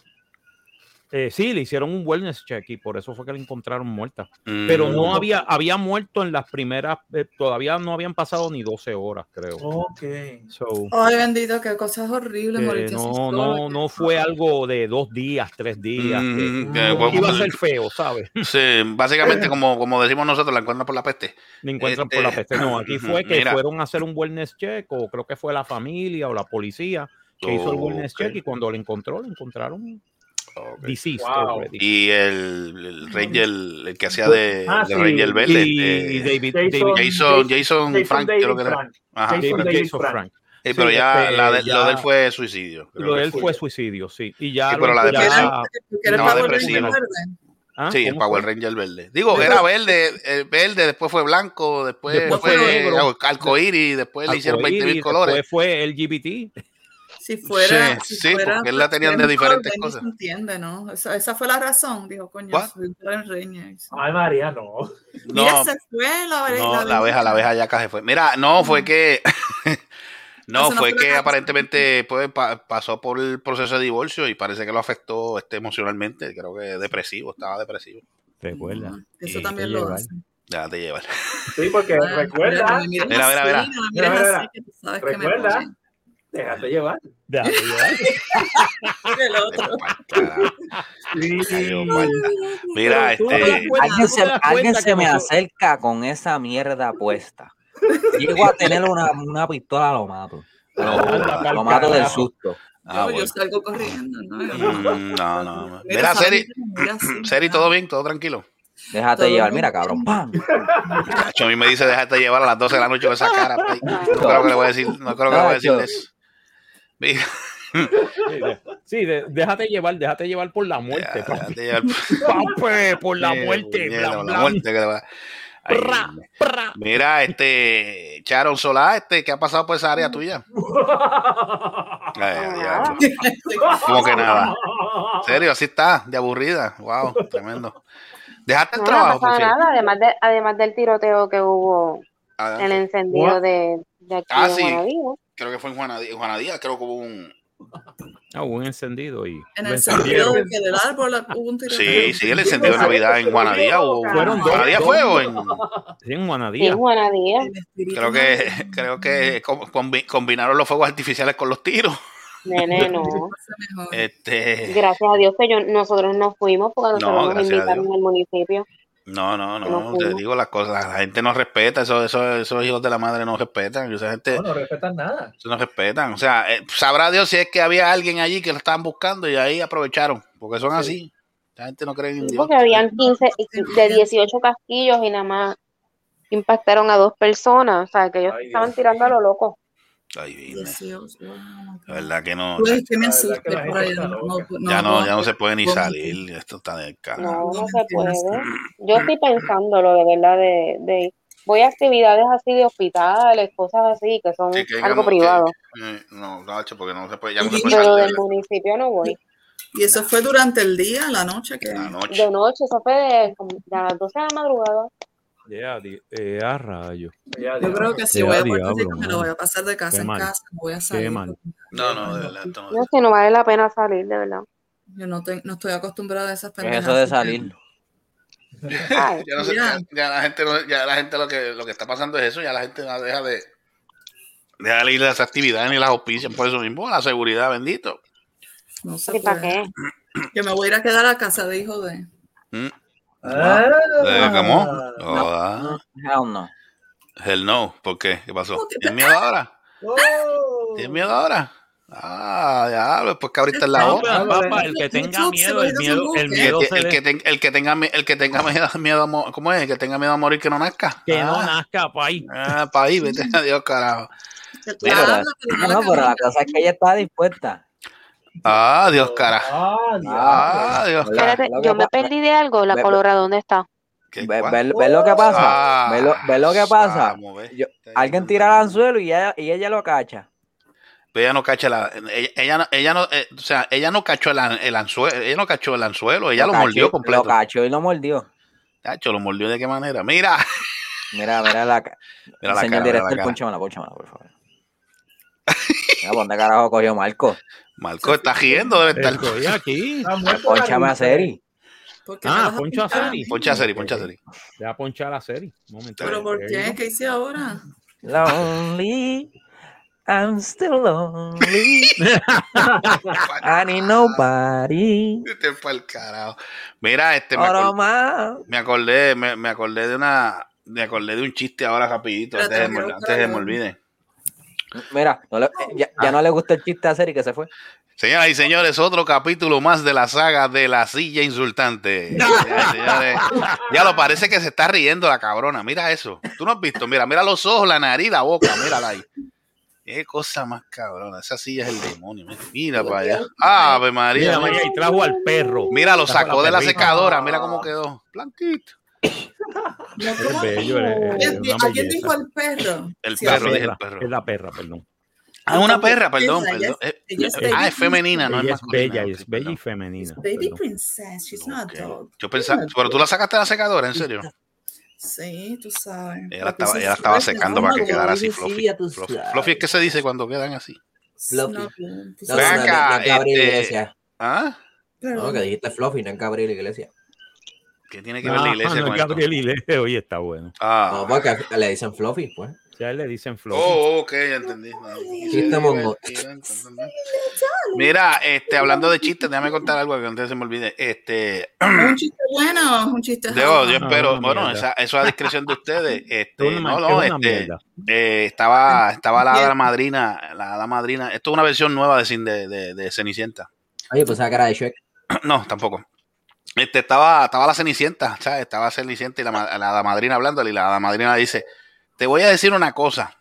[SPEAKER 3] eh, sí, le hicieron un wellness check y por eso fue que la encontraron muerta.
[SPEAKER 6] Mm.
[SPEAKER 3] Pero no había, había muerto en las primeras, eh, todavía no habían pasado ni 12 horas, creo.
[SPEAKER 5] Ok.
[SPEAKER 3] So,
[SPEAKER 9] Ay, bendito, qué cosas horribles,
[SPEAKER 3] que
[SPEAKER 9] morirse así
[SPEAKER 3] Eh, no,
[SPEAKER 9] solo.
[SPEAKER 3] no, no fue algo de dos días, tres días. que-
[SPEAKER 6] Mm,
[SPEAKER 3] que
[SPEAKER 6] que-
[SPEAKER 3] iba a ser feo, ¿sabes?
[SPEAKER 6] Sí, básicamente, como, como decimos nosotros, la encuentran por la peste.
[SPEAKER 3] Me encuentran
[SPEAKER 6] Este,
[SPEAKER 3] por la peste. No, aquí fue que
[SPEAKER 6] mira,
[SPEAKER 3] fueron a hacer un wellness check, o creo que fue la familia o la policía que hizo el wellness check y cuando lo encontró, lo encontraron deceased already.
[SPEAKER 6] Y el, el Ranger, el que hacía de,
[SPEAKER 3] Ah,
[SPEAKER 6] de
[SPEAKER 3] sí.
[SPEAKER 6] Ranger Bell,
[SPEAKER 3] Y-
[SPEAKER 6] este,
[SPEAKER 3] y David-
[SPEAKER 6] Jason,
[SPEAKER 3] David-
[SPEAKER 6] Jason, Jason
[SPEAKER 3] Jason
[SPEAKER 6] Frank,
[SPEAKER 3] David
[SPEAKER 6] creo que era.
[SPEAKER 3] Frank.
[SPEAKER 6] Ajá.
[SPEAKER 3] David Jason Frank.
[SPEAKER 6] Sí, pero
[SPEAKER 3] Sí,
[SPEAKER 6] ya,
[SPEAKER 3] este,
[SPEAKER 6] la de-
[SPEAKER 3] ya-
[SPEAKER 6] lo de él fue suicidio. creo
[SPEAKER 3] Lo
[SPEAKER 6] que
[SPEAKER 3] de él fue suicidio, sí. Y ya.
[SPEAKER 6] Sí, pero la
[SPEAKER 3] ya-
[SPEAKER 6] depresión.
[SPEAKER 3] ya-
[SPEAKER 6] Estaba depresivo.
[SPEAKER 3] Ah,
[SPEAKER 6] Sí, el
[SPEAKER 3] ¿cómo
[SPEAKER 6] Power
[SPEAKER 3] fue?
[SPEAKER 6] Ranger verde. Digo, era verde, eh, verde, después fue blanco, después,
[SPEAKER 3] Después
[SPEAKER 6] fue,
[SPEAKER 3] fue negro.
[SPEAKER 6] arcoíris, después le hicieron 20 mil
[SPEAKER 3] Arcoíris,
[SPEAKER 6] colores.
[SPEAKER 3] después fue LGBT.
[SPEAKER 9] Si fuera. si
[SPEAKER 6] Sí, sí,
[SPEAKER 9] fuera
[SPEAKER 6] porque él la tenían de
[SPEAKER 9] Ranger,
[SPEAKER 6] diferentes
[SPEAKER 9] Ranger
[SPEAKER 6] cosas.
[SPEAKER 9] se entiende, ¿no? Esa, esa fue la razón, dijo, coño.
[SPEAKER 6] ¿What?
[SPEAKER 9] soy Power Ranger.
[SPEAKER 5] Ay, María, no.
[SPEAKER 6] No,
[SPEAKER 9] Mira, se fue la abeja.
[SPEAKER 6] no, la abeja, la abeja yaca se fue. Mira, no, fue que. No,
[SPEAKER 9] Eso no
[SPEAKER 6] fue
[SPEAKER 9] fue
[SPEAKER 6] que
[SPEAKER 9] la-
[SPEAKER 6] aparentemente pues, pa- pasó por el proceso de divorcio y parece que lo afectó este, emocionalmente. Creo que depresivo, estaba depresivo.
[SPEAKER 3] Mm,
[SPEAKER 15] Recuerda.
[SPEAKER 9] Eso también lo hace.
[SPEAKER 6] Ya te llevar.
[SPEAKER 5] Sí, porque
[SPEAKER 6] Ah,
[SPEAKER 5] recuerda.
[SPEAKER 6] mira, mira, mira, mira.
[SPEAKER 5] Mira, mira, mira.
[SPEAKER 9] sabes que me
[SPEAKER 5] Recuerda.
[SPEAKER 9] ponen.
[SPEAKER 5] Déjate llevar.
[SPEAKER 3] Déjate llevar.
[SPEAKER 9] El otro.
[SPEAKER 6] Cayó mal. Mira,
[SPEAKER 8] Tú te das
[SPEAKER 6] este.
[SPEAKER 8] cuenta, Alguien
[SPEAKER 3] tú
[SPEAKER 8] se,
[SPEAKER 3] te das cuenta
[SPEAKER 8] alguien se
[SPEAKER 3] que
[SPEAKER 8] me
[SPEAKER 3] nosotros-
[SPEAKER 8] acerca con esa mierda puesta. Llego a tener una, una pistola, lo mato.
[SPEAKER 6] No,
[SPEAKER 8] Lo,
[SPEAKER 6] pa'l
[SPEAKER 8] mato del
[SPEAKER 6] carajo.
[SPEAKER 8] susto.
[SPEAKER 6] Ah,
[SPEAKER 9] yo,
[SPEAKER 6] bueno.
[SPEAKER 9] yo salgo corriendo, ¿no?
[SPEAKER 6] Mm, No, no.
[SPEAKER 9] Pero
[SPEAKER 6] Mira,
[SPEAKER 9] sabes,
[SPEAKER 6] Seri,
[SPEAKER 9] mira, sí,
[SPEAKER 6] Seri, todo bien, todo tranquilo.
[SPEAKER 8] Déjate
[SPEAKER 9] Todo
[SPEAKER 8] llevar,
[SPEAKER 9] bien.
[SPEAKER 8] mira, cabrón. ¡Pam!
[SPEAKER 6] Nacho, a mí me dice, déjate llevar a las 12 de la noche con esa cara. play. No creo que le voy a decir, no creo que le voy a decir eso. Mira,
[SPEAKER 3] Sí, de- Sí, de- déjate llevar, déjate llevar por la muerte. papi.
[SPEAKER 6] déjate llevar.
[SPEAKER 3] Papi, por la
[SPEAKER 6] Eh,
[SPEAKER 3] muerte.
[SPEAKER 6] puñeta,
[SPEAKER 3] bla,
[SPEAKER 6] por
[SPEAKER 3] bla.
[SPEAKER 6] la muerte que le va- Ay, Mira, este Charon Solá, este, ¿qué ha pasado por esa área
[SPEAKER 3] Mm.
[SPEAKER 6] tuya? Ay, ay, diablo. Como que nada. En serio, así está, de aburrida. Wow, tremendo. Dejaste el
[SPEAKER 12] No,
[SPEAKER 6] trabajo,
[SPEAKER 12] no
[SPEAKER 6] por
[SPEAKER 12] pasa
[SPEAKER 6] fin.
[SPEAKER 12] nada, además, de, además del tiroteo que hubo
[SPEAKER 6] Ah,
[SPEAKER 12] en el encendido
[SPEAKER 6] What?
[SPEAKER 12] de, de aquí
[SPEAKER 6] Ah,
[SPEAKER 12] de
[SPEAKER 6] sí.
[SPEAKER 12] Juanadía, ¿no?
[SPEAKER 6] Creo que fue en Juana, en Juana Díaz, creo que hubo un.
[SPEAKER 3] Ah, hubo un encendido y.
[SPEAKER 9] En
[SPEAKER 3] lo
[SPEAKER 9] el sentido
[SPEAKER 3] encendieron.
[SPEAKER 9] de que del árbol hubo un
[SPEAKER 6] Sí, sí, el encendido de Navidad en Juanadía hubo.
[SPEAKER 3] Fueron dos-
[SPEAKER 6] ¿Juanadía
[SPEAKER 3] dos-
[SPEAKER 6] fue o en.?
[SPEAKER 3] Sí, en
[SPEAKER 12] Sí,
[SPEAKER 3] Juanadía.
[SPEAKER 12] en Juanadía.
[SPEAKER 6] Creo que, creo que com- combi- combinaron los fuegos artificiales con los tiros.
[SPEAKER 12] Nene, no.
[SPEAKER 6] Este,
[SPEAKER 12] Gracias a Dios que yo, nosotros nos fuimos porque nosotros nos
[SPEAKER 6] gracias a
[SPEAKER 12] invitaron al municipio.
[SPEAKER 6] no, no, no,
[SPEAKER 12] No
[SPEAKER 6] te
[SPEAKER 12] fuimos.
[SPEAKER 6] digo las cosas, la gente no respeta, eso, eso, esos hijos de la madre no respetan, esa gente
[SPEAKER 5] No, no respetan nada.
[SPEAKER 6] no respetan, o sea, eh, sabrá Dios si es que había alguien allí que lo estaban buscando y ahí aprovecharon, porque son así, la gente no cree en Dios.
[SPEAKER 12] Porque habían 15, eh, de 18 casquillos y nada más impactaron a dos personas. O sea, que ellos estaban tirando a lo loco.
[SPEAKER 6] Ay, dime,
[SPEAKER 9] Dios, wow.
[SPEAKER 6] la verdad que no,
[SPEAKER 9] Pues que me
[SPEAKER 5] La verdad
[SPEAKER 9] asusté
[SPEAKER 5] que la
[SPEAKER 9] por
[SPEAKER 5] gente
[SPEAKER 9] ahí,
[SPEAKER 5] está
[SPEAKER 9] no,
[SPEAKER 5] loca.
[SPEAKER 9] no,
[SPEAKER 6] ya no,
[SPEAKER 9] no,
[SPEAKER 6] ya no se puede ni
[SPEAKER 9] no.
[SPEAKER 6] salir, esto está del carajo.
[SPEAKER 12] No, no se puede. Yo estoy pensándolo, de verdad, de, de- voy a actividades así de hospitales, cosas así, que son
[SPEAKER 6] Sí, que
[SPEAKER 12] algo
[SPEAKER 6] digamos que-
[SPEAKER 12] privado.
[SPEAKER 6] eh, no, Nacho, porque no se puede, ya no se puede
[SPEAKER 12] Pero
[SPEAKER 6] salir
[SPEAKER 12] del municipio no voy.
[SPEAKER 9] Y eso fue durante el día, la noche que.
[SPEAKER 6] la noche.
[SPEAKER 12] De noche, eso fue de, como de las 12 de la madrugada.
[SPEAKER 3] Yeah, di- eh, a rayo.
[SPEAKER 9] Yo creo que si
[SPEAKER 3] Ya,
[SPEAKER 9] voy a Puerto
[SPEAKER 3] diablo,
[SPEAKER 9] Rico me lo
[SPEAKER 3] mano.
[SPEAKER 9] voy a pasar de
[SPEAKER 3] Qué
[SPEAKER 9] casa en
[SPEAKER 3] mal.
[SPEAKER 9] casa, no voy a
[SPEAKER 3] Qué
[SPEAKER 9] salir.
[SPEAKER 3] mal.
[SPEAKER 6] No, no, de verdad, esto no.
[SPEAKER 12] No es que no vale la pena salir, de verdad.
[SPEAKER 9] Yo no, te- no estoy acostumbrada a esas
[SPEAKER 8] ¿Qué es eso de salir?
[SPEAKER 12] Ay,
[SPEAKER 6] Ya, no sé, ya- ya la gente, no- ya la gente lo, que, lo que está pasando es eso, ya la gente no deja de, deja de ir a las actividades ni las auspician por eso mismo, la seguridad, bendito.
[SPEAKER 9] No sé.
[SPEAKER 12] ¿y para qué?
[SPEAKER 9] Yo me voy a ir a quedar a casa de hijo de.
[SPEAKER 6] Mm.
[SPEAKER 5] Ah.
[SPEAKER 6] Eh, ¿Cómo? Joda.
[SPEAKER 8] Hell no.
[SPEAKER 6] ah, Hell no, ¿por qué? ¿Qué pasó? ¿Tienes miedo ahora?
[SPEAKER 5] Oh.
[SPEAKER 6] ¿Tienes miedo ahora? Ah, diablo, pues que ahorita es la
[SPEAKER 3] Papá,
[SPEAKER 6] hora.
[SPEAKER 3] papá, el que tenga miedo, el miedo, el miedo
[SPEAKER 6] El que,
[SPEAKER 3] se
[SPEAKER 6] el
[SPEAKER 3] le-
[SPEAKER 6] que ten- el que tenga, mi- el que tenga miedo, miedo a mo- ¿cómo es? El que tenga miedo a morir que no nazca.
[SPEAKER 3] Ah. que no
[SPEAKER 6] Ah,
[SPEAKER 3] nazca, país.
[SPEAKER 6] Ah, pa' ahí, vete adiós, carajo.
[SPEAKER 8] Pero,
[SPEAKER 6] Mira.
[SPEAKER 8] no, pero la cosa es que ella está dispuesta.
[SPEAKER 6] Ah, Dios, carajo.
[SPEAKER 5] Ah,
[SPEAKER 6] Ah, Dios, carajo.
[SPEAKER 12] Espérate, yo me perdí de algo. La
[SPEAKER 8] Ve-
[SPEAKER 12] Colorado,
[SPEAKER 6] pues.
[SPEAKER 12] ¿dónde está?
[SPEAKER 6] ¿Qué?
[SPEAKER 8] ¿Ves
[SPEAKER 6] ¿Cuál?
[SPEAKER 8] lo que pasa?
[SPEAKER 6] Ah,
[SPEAKER 8] ¿Ves lo, ve lo que pasa?
[SPEAKER 6] vamos, ve.
[SPEAKER 8] Yo- alguien tira el anzuelo y ella, y ella lo cacha.
[SPEAKER 6] Pero ella no cacha la, ella, ella no, ella no, eh, o sea, ella no cachó el, an- el anzuelo, ella no cachó el anzuelo, ella lo,
[SPEAKER 8] cachó-
[SPEAKER 6] mordió completo.
[SPEAKER 8] Lo cachó y lo mordió.
[SPEAKER 6] Cacho, lo mordió de qué manera. Mira,
[SPEAKER 8] Mira, mira la, ca-
[SPEAKER 6] Mira la cara,
[SPEAKER 8] Señor
[SPEAKER 6] mira la
[SPEAKER 8] director,
[SPEAKER 6] cara.
[SPEAKER 8] pónchamela, pónchamela, por favor. Mira, ¿Dónde carajo cogió Marco?
[SPEAKER 6] Marco está riendo, debe estar.
[SPEAKER 3] Estoy aquí.
[SPEAKER 8] Pónchame a Seri.
[SPEAKER 3] Ah, poncho a Seri.
[SPEAKER 6] Poncha serie, poncha serie.
[SPEAKER 3] Deja ponchar a Seri. Un momento.
[SPEAKER 9] ¿Pero por qué? ¿Qué hice ahora?
[SPEAKER 8] Lonely, I'm still lonely. I need nobody.
[SPEAKER 6] Este fue el carajo. Mira, este me,
[SPEAKER 8] Oro
[SPEAKER 6] acor-
[SPEAKER 8] más.
[SPEAKER 6] me acordé, me, me acordé de una, me acordé de un chiste ahora rapidito, antes
[SPEAKER 9] Espérate,
[SPEAKER 6] de,
[SPEAKER 9] quiero
[SPEAKER 6] me-
[SPEAKER 9] buscar
[SPEAKER 6] antes de
[SPEAKER 9] algo.
[SPEAKER 6] me olvide.
[SPEAKER 8] Mira, no le- eh, ya, ya no le gusta el chiste a Seri que se fue.
[SPEAKER 6] Señoras y señores, otro capítulo más de la saga de la silla insultante. Señoras y señores, ya lo parece que se está riendo la cabrona. Mira eso. Tú no has visto. Mira, mira los ojos, la nariz, la boca. Mírala ahí. Qué cosa más cabrona. Esa silla es el demonio. mira, Mira para allá. Ave
[SPEAKER 3] Mira,
[SPEAKER 6] María.
[SPEAKER 3] María, y trajo al perro.
[SPEAKER 6] Mira, lo
[SPEAKER 3] Trajo a la
[SPEAKER 6] sacó de la
[SPEAKER 3] perrita.
[SPEAKER 6] secadora. Mira cómo quedó. Blanquito.
[SPEAKER 3] Es bello, es- es una
[SPEAKER 9] ¿A quién
[SPEAKER 3] belleza.
[SPEAKER 9] dijo el perro?
[SPEAKER 6] El
[SPEAKER 3] Sí, la
[SPEAKER 6] perro, dije
[SPEAKER 3] perra,
[SPEAKER 6] el perro.
[SPEAKER 3] Es la perra, perdón.
[SPEAKER 6] Ah, una perra, perdón.
[SPEAKER 9] Ella es-
[SPEAKER 6] perdón. Eh,
[SPEAKER 9] ella es
[SPEAKER 6] eh,
[SPEAKER 9] baby
[SPEAKER 6] ah, es femenina, no es
[SPEAKER 3] Ella es
[SPEAKER 6] masculina.
[SPEAKER 3] bella, es bella y femenina.
[SPEAKER 9] Baby princess, she's not a dog.
[SPEAKER 6] Yo pensaba, pero tú la sacaste de la secadora, en serio.
[SPEAKER 9] Sí, tú sabes.
[SPEAKER 6] Ella la estaba, ella la estaba secando para que quedara así fluffy. Fluffy, Fluffy es que se dice cuando quedan así.
[SPEAKER 8] Fluffy. No,
[SPEAKER 6] Ven
[SPEAKER 8] no, no,
[SPEAKER 6] acá,
[SPEAKER 8] no es Gabriel
[SPEAKER 6] este-
[SPEAKER 8] Iglesias.
[SPEAKER 6] ¿Ah?
[SPEAKER 8] No, que dijiste Fluffy, no es Gabriel Iglesias.
[SPEAKER 6] ¿Qué tiene que ver la iglesia
[SPEAKER 3] Ah, no,
[SPEAKER 6] con
[SPEAKER 3] es
[SPEAKER 6] esto? Ah.
[SPEAKER 3] Gabriel Iglesias, hoy está bueno.
[SPEAKER 8] No, porque le dicen Fluffy, pues.
[SPEAKER 3] Ya le dicen Fluffy.
[SPEAKER 6] Oh, ok, ya entendí. No,
[SPEAKER 8] Chiste mongo.
[SPEAKER 6] Mira, este, hablando de chistes, déjame contar algo que antes se me olvide. Este,
[SPEAKER 9] Un chiste bueno, un chiste
[SPEAKER 6] Debo, yo
[SPEAKER 9] jabón.
[SPEAKER 6] espero, bueno, esa, eso a discreción de ustedes. Este,
[SPEAKER 3] una
[SPEAKER 6] no,
[SPEAKER 3] man-
[SPEAKER 6] no,
[SPEAKER 3] es una
[SPEAKER 6] este,
[SPEAKER 3] mierda.
[SPEAKER 6] eh, estaba, estaba la hada madrina, la hada madrina. Esto es una versión nueva de, Cin- de, de, de Cenicienta.
[SPEAKER 8] Oye, pues esa cara de Shrek.
[SPEAKER 6] No, tampoco. Este, estaba, estaba la Cenicienta, ¿sabes? Estaba Cenicienta y la, ma- la hada madrina hablándole y la hada madrina le dice, te voy a decir una cosa.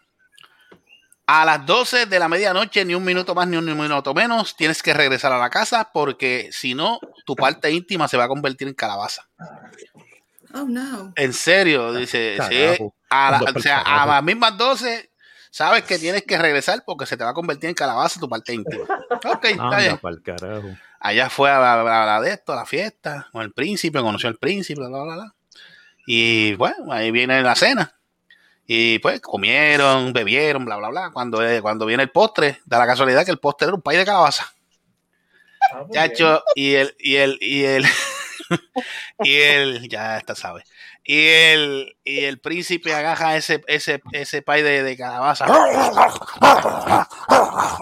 [SPEAKER 6] A las 12 de la medianoche, ni un minuto más ni un minuto menos, tienes que regresar a la casa porque si no, tu parte íntima se va a convertir en calabaza.
[SPEAKER 9] Oh, no.
[SPEAKER 6] En serio, dice,
[SPEAKER 3] Ah, Carajo.
[SPEAKER 6] eh, sí, a, la-
[SPEAKER 3] Anda
[SPEAKER 6] o
[SPEAKER 3] pa'l
[SPEAKER 6] sea, a
[SPEAKER 3] carajo.
[SPEAKER 6] las mismas 12 sabes que tienes que regresar porque se te va a convertir en calabaza tu parte íntima. Ok, está
[SPEAKER 3] Anda
[SPEAKER 6] bien.
[SPEAKER 3] pa'l carajo.
[SPEAKER 6] Allá fue a la, la- la de esto, a la fiesta, con el príncipe, conoció al príncipe, bla, bla, bla, bla. Y bueno, ahí viene la cena. Y pues comieron, bebieron, bla, bla, bla. Cuando, eh, cuando viene el postre, da la casualidad que el postre era un pay de calabaza. Chacho, y el, y el, y el, y el, ya está, sabe. Y el, y el príncipe agaja ese, ese, ese pay de, de calabaza.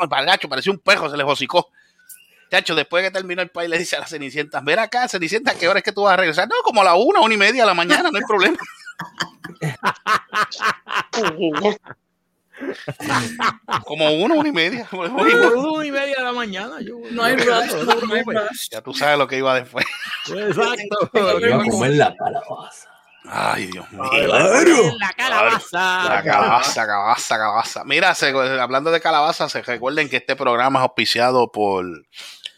[SPEAKER 6] El palacho parecía un perro, se le hocicó. Chacho, después que terminó el pay, le dice a la Cenicienta, ven acá, Cenicienta, ¿qué hora es que tú vas a regresar? No, como a la una, una y media de la mañana, no hay problema. Como una, una y media.
[SPEAKER 3] una y media de la mañana. yo-
[SPEAKER 9] No hay rush, no hay rush.
[SPEAKER 6] Ya tú sabes lo que iba después.
[SPEAKER 3] Exacto.
[SPEAKER 8] Iba a comer la calabaza.
[SPEAKER 6] Ay, Dios
[SPEAKER 5] Ah,
[SPEAKER 6] mío.
[SPEAKER 3] La calabaza.
[SPEAKER 6] Ah, La calabaza, calabaza, calabaza. Mira, se- hablando de calabaza, se recuerden que este programa es auspiciado por.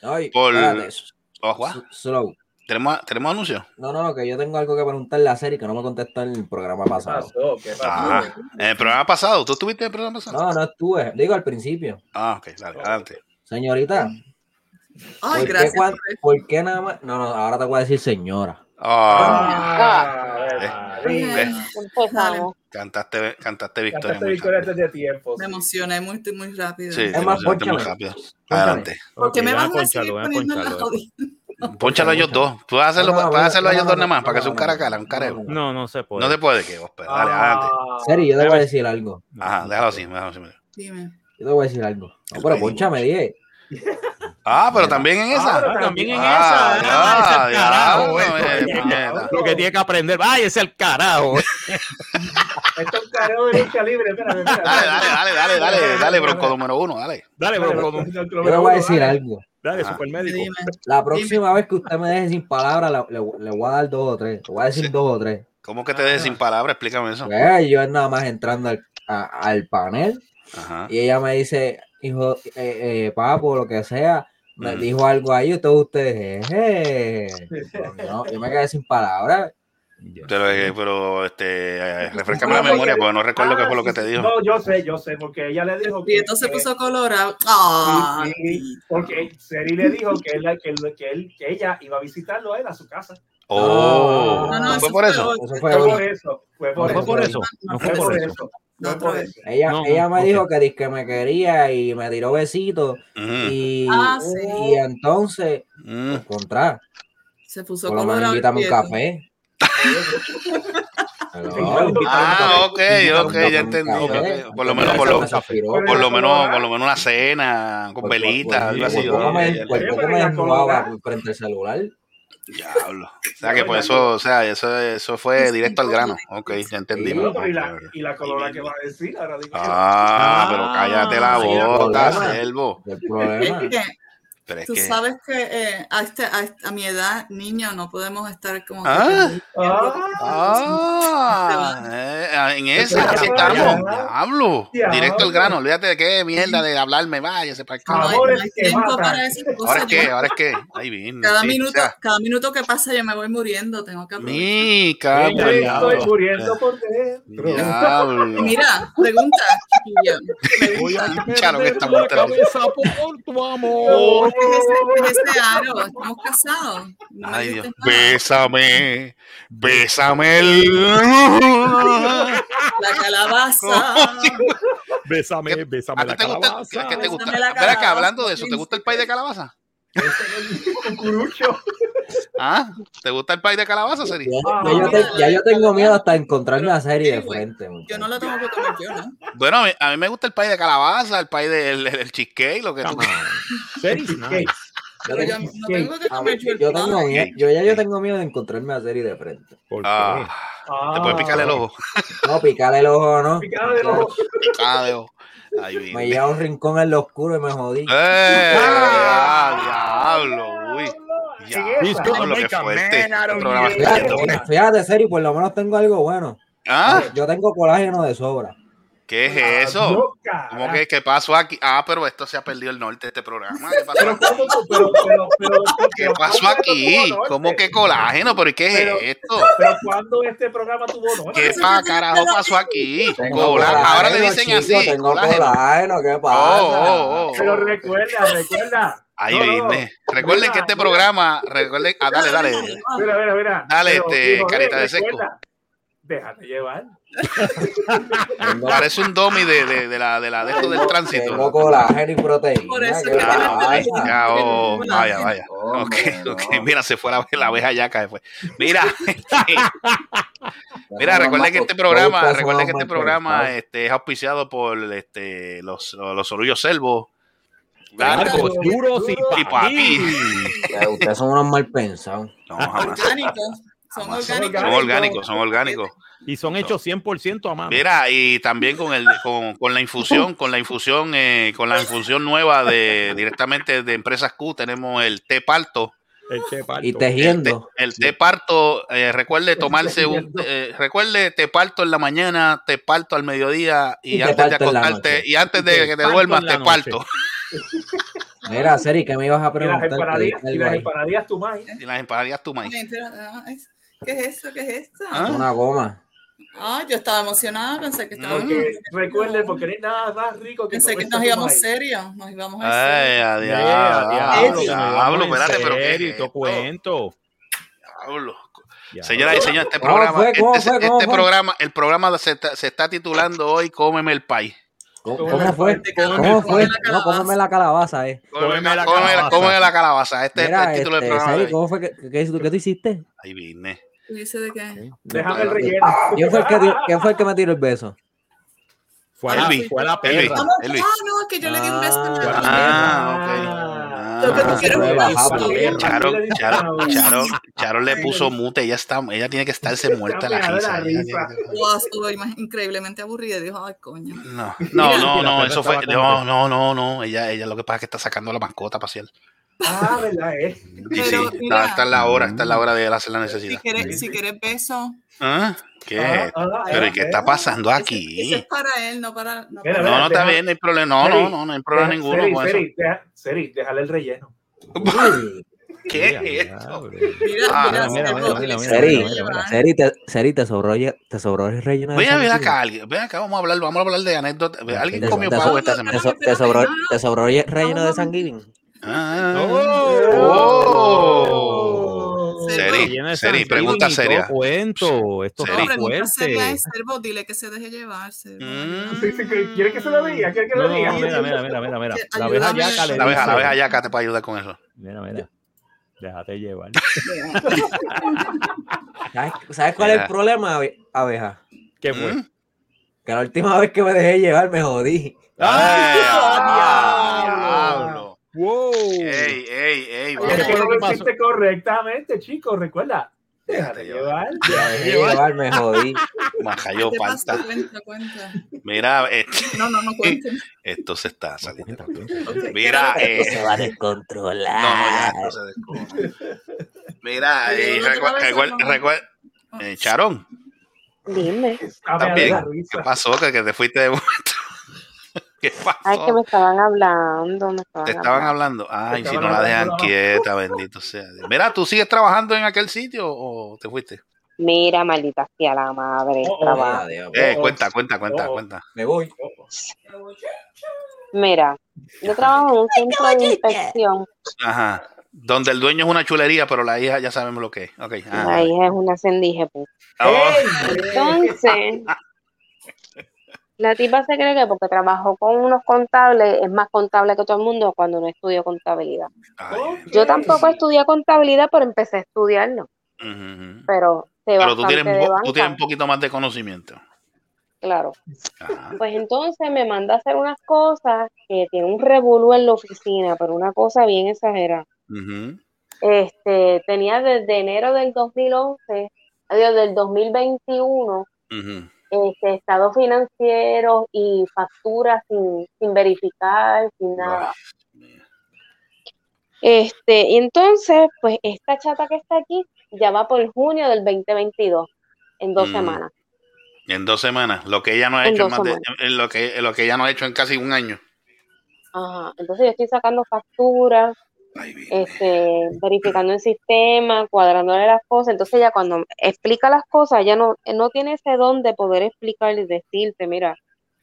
[SPEAKER 8] Ay,
[SPEAKER 6] por
[SPEAKER 8] espérate.
[SPEAKER 6] Oh, what?
[SPEAKER 8] Slow.
[SPEAKER 6] ¿Tenemos, ¿Tenemos anuncios?
[SPEAKER 8] No, no, no, que yo tengo algo que preguntarle a Seri que no me contestó en el programa pasado.
[SPEAKER 6] Ah, en el programa pasado, ¿tú estuviste en el programa pasado?
[SPEAKER 8] No, no estuve, digo al principio.
[SPEAKER 6] Ah, ok, dale, adelante.
[SPEAKER 8] Señorita.
[SPEAKER 9] Ay,
[SPEAKER 8] ¿por qué
[SPEAKER 9] gracias.
[SPEAKER 8] cuan- ¿Por qué nada más? No, no, ahora te voy a decir señora.
[SPEAKER 6] Ah, ¿ves? ¿ves?
[SPEAKER 9] Dale.
[SPEAKER 6] Cantaste, cantaste victoria.
[SPEAKER 5] Cantaste
[SPEAKER 6] muy
[SPEAKER 5] victoria antes de tiempo.
[SPEAKER 9] Me emocioné muy, muy rápido.
[SPEAKER 6] Sí,
[SPEAKER 9] Porque
[SPEAKER 6] te emocionaste muy rápido. Adelante.
[SPEAKER 9] me
[SPEAKER 3] Ok,
[SPEAKER 9] van
[SPEAKER 3] ya,
[SPEAKER 9] a seguir
[SPEAKER 3] ponchalo, ya,
[SPEAKER 9] poniendo en la
[SPEAKER 3] ponchalo.
[SPEAKER 9] jodida.
[SPEAKER 6] Pónchalo a ellos dos. Puedes hacerlo,
[SPEAKER 8] No, no,
[SPEAKER 6] puedes hacerlo a
[SPEAKER 8] no,
[SPEAKER 6] ellos
[SPEAKER 8] no,
[SPEAKER 6] dos
[SPEAKER 8] no,
[SPEAKER 6] nada más, para que
[SPEAKER 8] no,
[SPEAKER 6] sea un
[SPEAKER 8] no,
[SPEAKER 6] cara a
[SPEAKER 8] no,
[SPEAKER 6] cara, un careo.
[SPEAKER 3] No, no se puede.
[SPEAKER 6] No te puede, que vos, pero dale, adelante.
[SPEAKER 5] Ah.
[SPEAKER 8] Seri, yo te voy a decir algo.
[SPEAKER 6] Ajá, Ah, déjalo así, déjalo así. mira.
[SPEAKER 9] Dime.
[SPEAKER 8] Yo te voy a decir algo. No, pero ponchame 10.
[SPEAKER 6] Ah, pero también en esa.
[SPEAKER 3] Ah, también en
[SPEAKER 6] Ah,
[SPEAKER 3] esa.
[SPEAKER 6] ya,
[SPEAKER 3] ah,
[SPEAKER 6] diablo,
[SPEAKER 3] ese es el
[SPEAKER 6] eh,
[SPEAKER 3] carajo,
[SPEAKER 6] puñeta.
[SPEAKER 3] Lo que tiene que aprender. ¡Ay, es el carajo!
[SPEAKER 5] Esto es un careo de lucha libre. Espérame, espérame.
[SPEAKER 6] Dale, dale, dale, dale, dale, dale, bronco número uno, dale.
[SPEAKER 3] Dale, bro, bro, bro.
[SPEAKER 8] Yo te voy a decir algo.
[SPEAKER 3] Dale,
[SPEAKER 6] Ajá.
[SPEAKER 3] supermédico.
[SPEAKER 9] Dime.
[SPEAKER 8] La próxima vez que usted me deje sin palabras, la- le, le voy a dar dos o tres. Le voy a decir dos o tres.
[SPEAKER 6] ¿Cómo que te dejes sin palabras? Explícame eso.
[SPEAKER 8] Pues, yo nada más entrando al, a- al panel
[SPEAKER 3] Ah.
[SPEAKER 6] Ajá.
[SPEAKER 8] y ella me dice, hijo, eh, eh, papo, lo que sea, me
[SPEAKER 3] Mm.
[SPEAKER 6] Ujú.
[SPEAKER 8] dijo algo ahí y todos ustedes, "Eh, eh". No, yo me quedé sin palabras.
[SPEAKER 6] Pero, eh, pero, este, eh, refrescame la memoria porque no recuerdo qué fue lo que te dijo.
[SPEAKER 5] Ah, No, yo sé, yo sé, porque ella le dijo
[SPEAKER 9] Y entonces
[SPEAKER 5] que-
[SPEAKER 9] puso colorado. Ah,
[SPEAKER 5] Sí, sí, porque Seri le dijo que, él, que, él- que, él- que ella iba a visitarlo a él a su casa.
[SPEAKER 6] Oh,
[SPEAKER 9] No, no,
[SPEAKER 6] ¿no
[SPEAKER 9] eso
[SPEAKER 6] fue por
[SPEAKER 9] fue
[SPEAKER 6] eso?
[SPEAKER 9] otro.
[SPEAKER 8] Eso
[SPEAKER 5] Fue
[SPEAKER 8] fue
[SPEAKER 5] por
[SPEAKER 8] otro.
[SPEAKER 5] eso, fue por
[SPEAKER 8] No
[SPEAKER 5] eso.
[SPEAKER 3] Fue por eso.
[SPEAKER 9] No,
[SPEAKER 3] No
[SPEAKER 5] Fue
[SPEAKER 3] fue por eso.
[SPEAKER 5] No fue por eso.
[SPEAKER 8] Ella,
[SPEAKER 3] No,
[SPEAKER 8] ella me
[SPEAKER 3] ok.
[SPEAKER 8] dijo que dizque me quería y me tiró besitos
[SPEAKER 6] Mm,
[SPEAKER 8] y,
[SPEAKER 9] Ah, sí.
[SPEAKER 8] y entonces,
[SPEAKER 6] mm.
[SPEAKER 8] contra,
[SPEAKER 9] Se puso
[SPEAKER 8] por lo menos
[SPEAKER 9] colorado.
[SPEAKER 8] invítame un
[SPEAKER 9] Diego.
[SPEAKER 8] café.
[SPEAKER 5] Invítame un
[SPEAKER 6] Ah, ok,
[SPEAKER 8] Invítame un
[SPEAKER 6] ok,
[SPEAKER 8] café,
[SPEAKER 6] ya
[SPEAKER 8] un
[SPEAKER 6] entendí.
[SPEAKER 8] café.
[SPEAKER 6] Ok, por lo menos, por
[SPEAKER 8] Esa
[SPEAKER 6] lo-
[SPEAKER 8] me suspiró.
[SPEAKER 6] Por lo menos, por lo menos una cena con
[SPEAKER 8] Por- por-
[SPEAKER 6] velitas,
[SPEAKER 8] por-
[SPEAKER 6] algo así.
[SPEAKER 8] por pues. poco
[SPEAKER 6] ¿no?
[SPEAKER 8] me-
[SPEAKER 6] Ya, ya,
[SPEAKER 8] por
[SPEAKER 6] ya.
[SPEAKER 8] poco me desnudaba frente al celular.
[SPEAKER 6] Diablo. O sea que por eso, o sea, eso, eso fue directo al grano. Ok, ya entendí.
[SPEAKER 5] Bueno,
[SPEAKER 6] Ok,
[SPEAKER 5] pero y la,
[SPEAKER 6] ok.
[SPEAKER 5] y la colora que va a decir ahora. digo,
[SPEAKER 6] Ah, pero cállate la
[SPEAKER 3] Ah,
[SPEAKER 6] boca,
[SPEAKER 8] sí, la
[SPEAKER 6] selvo.
[SPEAKER 8] El
[SPEAKER 9] Es
[SPEAKER 8] problema.
[SPEAKER 9] que
[SPEAKER 6] Pero es
[SPEAKER 9] Tú
[SPEAKER 6] que-
[SPEAKER 9] sabes que eh, a, este- a, este- a mi edad, niño, no podemos estar como. que-
[SPEAKER 6] Ah, ah, eh, en esa, así estamos. Hablo.
[SPEAKER 9] Diablo.
[SPEAKER 6] Directo al grano. Olvídate de qué mierda de hablarme. Vaya, se para
[SPEAKER 9] No hay- no hay tiempo para esas cosas.
[SPEAKER 6] Ahora es que,
[SPEAKER 9] yo-
[SPEAKER 6] ahora es que. Ahí viene.
[SPEAKER 9] cada,
[SPEAKER 6] sí,
[SPEAKER 9] minuto,
[SPEAKER 6] o sea,
[SPEAKER 9] cada minuto que pasa yo me voy muriendo, tengo que aprovechar.
[SPEAKER 6] mi cabrón.
[SPEAKER 9] Yo estoy
[SPEAKER 5] muriendo por dentro.
[SPEAKER 6] Diablo.
[SPEAKER 9] Mira, pregunta. chiquillo.
[SPEAKER 6] Charo, que está muerta la vida.
[SPEAKER 9] por tu
[SPEAKER 6] Oh.
[SPEAKER 9] amor. Es ese, es ese aro, estamos casados.
[SPEAKER 6] Ay, Dios. Bésame. Bésame el.
[SPEAKER 9] La calabaza.
[SPEAKER 3] Bésame, bésame la calabaza.
[SPEAKER 6] ¿Qué te gusta?
[SPEAKER 9] Bésame la
[SPEAKER 6] Espera que
[SPEAKER 9] calabaza,
[SPEAKER 6] hablando de eso, ¿te gusta el país de calabaza? ¿Ah? ¿Te gusta el país de calabaza, Seri?
[SPEAKER 8] Ya yo, te- ya yo tengo miedo hasta encontrarme la serie de frente. man.
[SPEAKER 9] Yo no la tengo que comer yo, ¿no?
[SPEAKER 6] Bueno, a mí, a mí me gusta el país de calabaza, el país del el, el cheesecake, lo que tú
[SPEAKER 3] Seri's
[SPEAKER 6] nice.
[SPEAKER 8] Yo
[SPEAKER 9] Pero ya no tengo que
[SPEAKER 8] Ah,
[SPEAKER 9] comer yo el
[SPEAKER 8] yo tengo
[SPEAKER 9] pan.
[SPEAKER 8] miedo, yo ya yo tengo miedo de encontrarme la serie de frente.
[SPEAKER 6] Ah.
[SPEAKER 5] ah,
[SPEAKER 6] Te puede picar el ojo.
[SPEAKER 8] No, picarle el ojo, no.
[SPEAKER 6] Picarle el ojo.
[SPEAKER 9] Ah.
[SPEAKER 6] Picada de ojo. Ahí
[SPEAKER 8] Me
[SPEAKER 6] viene.
[SPEAKER 8] lleva a un rincón en lo oscuro y me jodí.
[SPEAKER 6] ¡Eh! ¡Ah, diablo! ¡Uy!
[SPEAKER 8] He's gonna
[SPEAKER 6] ¡Diablo, qué
[SPEAKER 8] make a
[SPEAKER 6] fuerte!
[SPEAKER 8] man out of
[SPEAKER 6] Este
[SPEAKER 8] you.
[SPEAKER 6] programa está yendo,
[SPEAKER 8] Fíjate, Fíjate, serio, por lo menos tengo algo bueno.
[SPEAKER 6] ¿Ah?
[SPEAKER 8] Yo tengo colágeno de sobra.
[SPEAKER 6] ¿Qué es
[SPEAKER 5] Ah,
[SPEAKER 6] eso? ¿Cómo que qué pasó aquí? Ah, pero esto se ha perdido el norte de este programa. ¿Qué pasó aquí? ¿Qué pasó aquí? ¿Cómo que colágeno? ¿Pero y qué es esto?
[SPEAKER 5] Pero cuando este programa tuvo no.
[SPEAKER 6] ¿Qué pa carajo pasó aquí?
[SPEAKER 5] Tengo
[SPEAKER 6] Colá-
[SPEAKER 5] colágeno,
[SPEAKER 6] Ahora le dicen
[SPEAKER 5] chico,
[SPEAKER 6] así.
[SPEAKER 5] tengo
[SPEAKER 8] colágeno, ¿qué
[SPEAKER 5] pasa?
[SPEAKER 6] Oh, oh,
[SPEAKER 5] Pero
[SPEAKER 6] oh.
[SPEAKER 5] recuerda, recuerda.
[SPEAKER 6] Ahí
[SPEAKER 5] No, no,
[SPEAKER 6] viene. Recuerden que este programa, recuerden, ah, dale, dale.
[SPEAKER 5] Mira, mira, mira.
[SPEAKER 6] Dale,
[SPEAKER 5] Pero,
[SPEAKER 6] este,
[SPEAKER 5] hijo,
[SPEAKER 6] carita de seco.
[SPEAKER 5] recuerda, Déjate llevar.
[SPEAKER 6] Parece un domi de, de, de la de la de esto del
[SPEAKER 8] Tengo
[SPEAKER 6] tránsito.
[SPEAKER 8] colágeno y proteína.
[SPEAKER 9] Por eso
[SPEAKER 8] ¿qué
[SPEAKER 9] es que
[SPEAKER 8] pasa?
[SPEAKER 9] tienes que
[SPEAKER 6] Ya, oh, vaya, vaya. Ok, ok. Mira, se fue la, la abeja yaca después. Mira, este, mira, recuerden que este programa, recuerden que este programa este, es auspiciado por este, los, los orullos selvos. Este,
[SPEAKER 8] Largos,
[SPEAKER 3] duros y
[SPEAKER 6] y patín.
[SPEAKER 8] Ustedes- Ustedes son unos mal pensados.
[SPEAKER 9] Orgánicos. Son orgánicos.
[SPEAKER 6] Son orgánicos, son orgánicos.
[SPEAKER 3] Y son hechos 100% a mano.
[SPEAKER 6] Mira, y también con el con, con la infusión, con la infusión, eh, con la infusión nueva de directamente de empresas Q, tenemos el té parto.
[SPEAKER 3] El té parto.
[SPEAKER 8] Y tejiendo.
[SPEAKER 6] El té parto, eh, recuerde tomarse un, eh, recuerde te parto en la mañana, te parto al mediodía
[SPEAKER 8] Y
[SPEAKER 6] y,
[SPEAKER 8] te
[SPEAKER 6] antes de
[SPEAKER 8] parto en la noche.
[SPEAKER 6] acostarte y antes de
[SPEAKER 8] Y te
[SPEAKER 6] que te
[SPEAKER 8] parto
[SPEAKER 6] duermas
[SPEAKER 8] en la
[SPEAKER 6] te
[SPEAKER 8] noche.
[SPEAKER 6] parto. Este.
[SPEAKER 8] Mira, Seri, ¿qué me ibas a
[SPEAKER 5] Y las
[SPEAKER 8] preguntar?
[SPEAKER 5] empanadillas,
[SPEAKER 8] Que
[SPEAKER 5] y
[SPEAKER 8] dije
[SPEAKER 5] las
[SPEAKER 8] algo ahí.
[SPEAKER 5] empanadillas tu maíz.
[SPEAKER 6] Y las empanadillas tu maíz.
[SPEAKER 9] Ah, es- ¿Qué es eso? ¿Qué es esto?
[SPEAKER 8] Una goma.
[SPEAKER 9] Ah, yo estaba emocionada, pensé que estaba.
[SPEAKER 5] Porque recuerden, porque no hay nada más rico que
[SPEAKER 9] Pensé que
[SPEAKER 5] comerse
[SPEAKER 9] nos
[SPEAKER 5] tu
[SPEAKER 9] íbamos
[SPEAKER 5] maíz.
[SPEAKER 9] serios, nos
[SPEAKER 6] pues
[SPEAKER 9] íbamos a
[SPEAKER 6] Ay, a diablo, diablo, diablo, espérate, pero qué es esto?
[SPEAKER 3] cuento.
[SPEAKER 6] Diablo. Señoras y
[SPEAKER 3] Diablo.
[SPEAKER 6] señores, este
[SPEAKER 3] ¿Cómo
[SPEAKER 6] programa,
[SPEAKER 3] fue? ¿Cómo
[SPEAKER 6] este,
[SPEAKER 3] fue?
[SPEAKER 6] este
[SPEAKER 3] ¿Cómo fue?
[SPEAKER 6] programa, el programa se está, se está titulando hoy Cómeme el país.
[SPEAKER 8] ¿Cómo fue? ¿Cómo fue? No, cómeme la calabaza, eh.
[SPEAKER 6] Cómeme la, cómeme la- cómeme la calabaza. Este es
[SPEAKER 8] Mira,
[SPEAKER 6] el título del
[SPEAKER 8] este,
[SPEAKER 6] programa. eh. de
[SPEAKER 8] Seri,
[SPEAKER 6] hoy.
[SPEAKER 8] ¿cómo fue que, que- que- que tú hiciste? Este,
[SPEAKER 6] Ahí vine.
[SPEAKER 9] ¿Tú dices de qué?
[SPEAKER 5] Déjame el relleno.
[SPEAKER 8] ¿Quién fue el que, dio- quién fue el que me tiró el beso?
[SPEAKER 3] Fue
[SPEAKER 8] la,
[SPEAKER 3] fue la perra.
[SPEAKER 9] Ah, no, ah, no, es que yo le di un beso en la
[SPEAKER 6] Ah,
[SPEAKER 9] Lo que
[SPEAKER 6] ok.
[SPEAKER 9] tú quieres es
[SPEAKER 6] Ah,
[SPEAKER 9] un beso.
[SPEAKER 6] Charo, Charo, Charo, Charo le puso mute. Ella, está, ella tiene que estarse muerta la risa. Ella tiene que-
[SPEAKER 9] Guau, estuve ima- increíblemente aburrida y dijo, ay, coño.
[SPEAKER 6] No, no,
[SPEAKER 3] La
[SPEAKER 6] no, no,
[SPEAKER 3] perra
[SPEAKER 6] eso fue.
[SPEAKER 3] estaba
[SPEAKER 6] No,
[SPEAKER 3] contenta.
[SPEAKER 6] no, no, no. Ella, ella lo que pasa es que está sacando la mascota pasear.
[SPEAKER 5] Ah, verdad, eh.
[SPEAKER 6] Sí, sí.
[SPEAKER 9] Pero,
[SPEAKER 6] Está,
[SPEAKER 9] mira.
[SPEAKER 6] está en la hora, está en la hora de hacer la
[SPEAKER 9] Si
[SPEAKER 6] necesidad.
[SPEAKER 9] quieres, si quieres beso,
[SPEAKER 6] ¿Ah? ¿Qué?
[SPEAKER 9] Ah, ah,
[SPEAKER 6] ¿Pero y
[SPEAKER 9] ah,
[SPEAKER 6] qué
[SPEAKER 5] eh.
[SPEAKER 9] ah.
[SPEAKER 6] está pasando
[SPEAKER 9] eso es
[SPEAKER 6] aquí?
[SPEAKER 9] para él, no para. No,
[SPEAKER 5] Mira,
[SPEAKER 9] para-
[SPEAKER 6] No, no está
[SPEAKER 5] deja-
[SPEAKER 6] bien, no hay problema. No,
[SPEAKER 5] Seri,
[SPEAKER 6] no, no, no hay problema
[SPEAKER 5] deja-
[SPEAKER 6] ninguno
[SPEAKER 5] Seri,
[SPEAKER 6] con eso.
[SPEAKER 5] Seri, deja- Seri, déjale el relleno.
[SPEAKER 6] ¿Qué es esto?
[SPEAKER 9] Mira,
[SPEAKER 6] mira, Ah, mira, mira,
[SPEAKER 8] Seri, Seri, te, Seri, te sobró, ye- te sobró el relleno. de
[SPEAKER 6] Voy a ver
[SPEAKER 8] chanchullo.
[SPEAKER 6] acá, alguien. Ven acá, vamos a hablar, vamos a hablar de anécdotas. Alguien
[SPEAKER 8] Te-
[SPEAKER 6] comió
[SPEAKER 8] te-
[SPEAKER 6] pavo
[SPEAKER 8] te-
[SPEAKER 6] esta
[SPEAKER 8] te
[SPEAKER 6] semana.
[SPEAKER 8] so- Te sobró, te sobró el relleno de sanguíneo.
[SPEAKER 6] Ah, Oh. Seri,
[SPEAKER 3] Llena de
[SPEAKER 6] Seri,
[SPEAKER 3] San
[SPEAKER 6] pregunta
[SPEAKER 3] Giving y
[SPEAKER 6] seria.
[SPEAKER 3] todo Cuento, esto
[SPEAKER 6] Seri.
[SPEAKER 3] está
[SPEAKER 9] No, pregunta seria
[SPEAKER 3] fuerte.
[SPEAKER 9] es, Servo, dile que se deje llevar. Servo.
[SPEAKER 5] Sí, sí, que- ¿Quiere que se lo diga? ¿Quiere que
[SPEAKER 3] No,
[SPEAKER 5] lo
[SPEAKER 3] no,
[SPEAKER 5] diga?
[SPEAKER 3] mira, mira, mira, mira, mira. La
[SPEAKER 5] Ayúdame.
[SPEAKER 3] abeja yaca le
[SPEAKER 6] La abeja, la
[SPEAKER 3] dice-
[SPEAKER 6] abeja yaca te puede ayudar con eso.
[SPEAKER 3] Mira, mira. Déjate llevar.
[SPEAKER 6] Mm.
[SPEAKER 8] ¿Sabes, sabes cuál es el
[SPEAKER 3] Mira.
[SPEAKER 8] problema, abe- abeja?
[SPEAKER 3] ¿Qué fue?
[SPEAKER 6] Mm,
[SPEAKER 8] Que la última vez que me dejé llevar me jodí.
[SPEAKER 6] Ah, ¡Diablo!
[SPEAKER 3] ¡Wow!
[SPEAKER 6] ¡Ey, ey, ey!
[SPEAKER 5] Es que no lo hiciste correctamente, chicos, recuerda. Déjate llevar.
[SPEAKER 8] Déjate llevar, me jodí.
[SPEAKER 6] Me cayó
[SPEAKER 9] ¿Qué
[SPEAKER 6] panta.
[SPEAKER 9] pasa? Cuenta, cuenta.
[SPEAKER 6] Mira, este-
[SPEAKER 9] No, no, no cuenten.
[SPEAKER 6] esto se está saliendo.
[SPEAKER 9] Ok.
[SPEAKER 6] Mira, eh,
[SPEAKER 8] Esto se va a descontrolar.
[SPEAKER 6] No, no, ya, esto se descontrola. Mira,
[SPEAKER 9] Pero
[SPEAKER 6] eh,
[SPEAKER 9] yo no te voy a
[SPEAKER 6] recuer-
[SPEAKER 9] besar,
[SPEAKER 6] recuer-
[SPEAKER 9] mamá.
[SPEAKER 6] recuer- eh, Charón,
[SPEAKER 12] Dime.
[SPEAKER 6] también. ¿Qué pasó? Que que te fuiste de momento. ¿Qué
[SPEAKER 12] Ay, que
[SPEAKER 6] pasó?
[SPEAKER 12] me estaban hablando, me estaban
[SPEAKER 6] Te estaban
[SPEAKER 12] hablando.
[SPEAKER 6] hablando. Ay,
[SPEAKER 12] Te
[SPEAKER 6] si no
[SPEAKER 12] estaban
[SPEAKER 6] la dejan
[SPEAKER 12] hablando, mamá.
[SPEAKER 6] quieta, bendito sea. Dios. Mira, ¿tú sigues trabajando en aquel sitio o te fuiste?
[SPEAKER 12] Mira, maldita sea la madre.
[SPEAKER 8] Oh,
[SPEAKER 12] trabajo.
[SPEAKER 6] Eh, cuenta, cuenta, cuenta, cuenta.
[SPEAKER 8] Me voy.
[SPEAKER 12] Mira, yo trabajo en un centro de inspección.
[SPEAKER 6] Ajá. Donde el dueño es una chulería, pero la hija ya sabemos lo que es. Ok. ajá.
[SPEAKER 12] La hija es una sendije, pues.
[SPEAKER 6] Oh.
[SPEAKER 12] Entonces, la tipa se cree que porque trabajó con unos contables es más contable que todo el mundo cuando no estudió contabilidad.
[SPEAKER 5] oh.
[SPEAKER 12] Yo tampoco
[SPEAKER 7] oh.
[SPEAKER 12] estudié contabilidad, pero empecé a estudiarlo.
[SPEAKER 6] Ujú, ujú.
[SPEAKER 12] Pero sé
[SPEAKER 6] Pero tú
[SPEAKER 12] bastante
[SPEAKER 6] tienes,
[SPEAKER 12] de
[SPEAKER 6] un po-
[SPEAKER 12] banca,
[SPEAKER 6] tú tienes un poquito más de conocimiento.
[SPEAKER 12] claro. Pues entonces me manda a hacer unas cosas que tiene un revolú en la oficina, pero una cosa bien exagerada.
[SPEAKER 6] Ujú.
[SPEAKER 12] Este, tenía desde enero del 2011, adiós, del 2021,
[SPEAKER 6] Ujú.
[SPEAKER 12] este, estados financieros y facturas sin, sin verificar, sin nada. Este, y entonces, pues esta chata que está aquí ya va por junio del 2022, en dos
[SPEAKER 6] Mm.
[SPEAKER 12] semanas.
[SPEAKER 6] En dos semanas, lo que ella no ha
[SPEAKER 12] En
[SPEAKER 6] hecho en
[SPEAKER 12] dos
[SPEAKER 6] más de-
[SPEAKER 12] semanas.
[SPEAKER 6] en lo que en lo que ella no ha hecho en casi un año.
[SPEAKER 12] Ajá. Entonces yo estoy sacando facturas, este, verificando el sistema, cuadrándole las cosas. Entonces ella cuando explica las cosas, ya no, no tiene ese don de poder explicar y decirte, mira,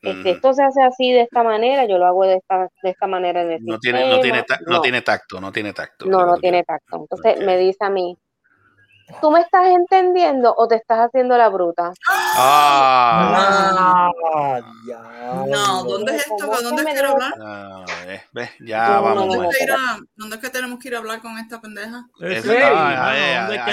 [SPEAKER 12] este,
[SPEAKER 6] Ujú.
[SPEAKER 12] esto se hace así de esta manera, yo lo hago de esta, de esta manera en el
[SPEAKER 6] No
[SPEAKER 12] sistema.
[SPEAKER 6] tiene no tiene ta- no tiene tacto, no tiene tacto.
[SPEAKER 12] eh, No, no tiene tacto. Entonces me dice a mí, ¿tú me estás entendiendo o te estás haciendo la bruta?
[SPEAKER 6] Ah.
[SPEAKER 9] No, ¿dónde es esto? ¿A dónde quiero hablar?
[SPEAKER 6] Ah, ¿ves? ¿Ves? Ya vamos.
[SPEAKER 9] ¿Dónde,
[SPEAKER 6] mal.
[SPEAKER 9] es que ir a- dónde es que tenemos que ir a hablar con esta pendeja?
[SPEAKER 6] Eso- ah, ahí, ahí está.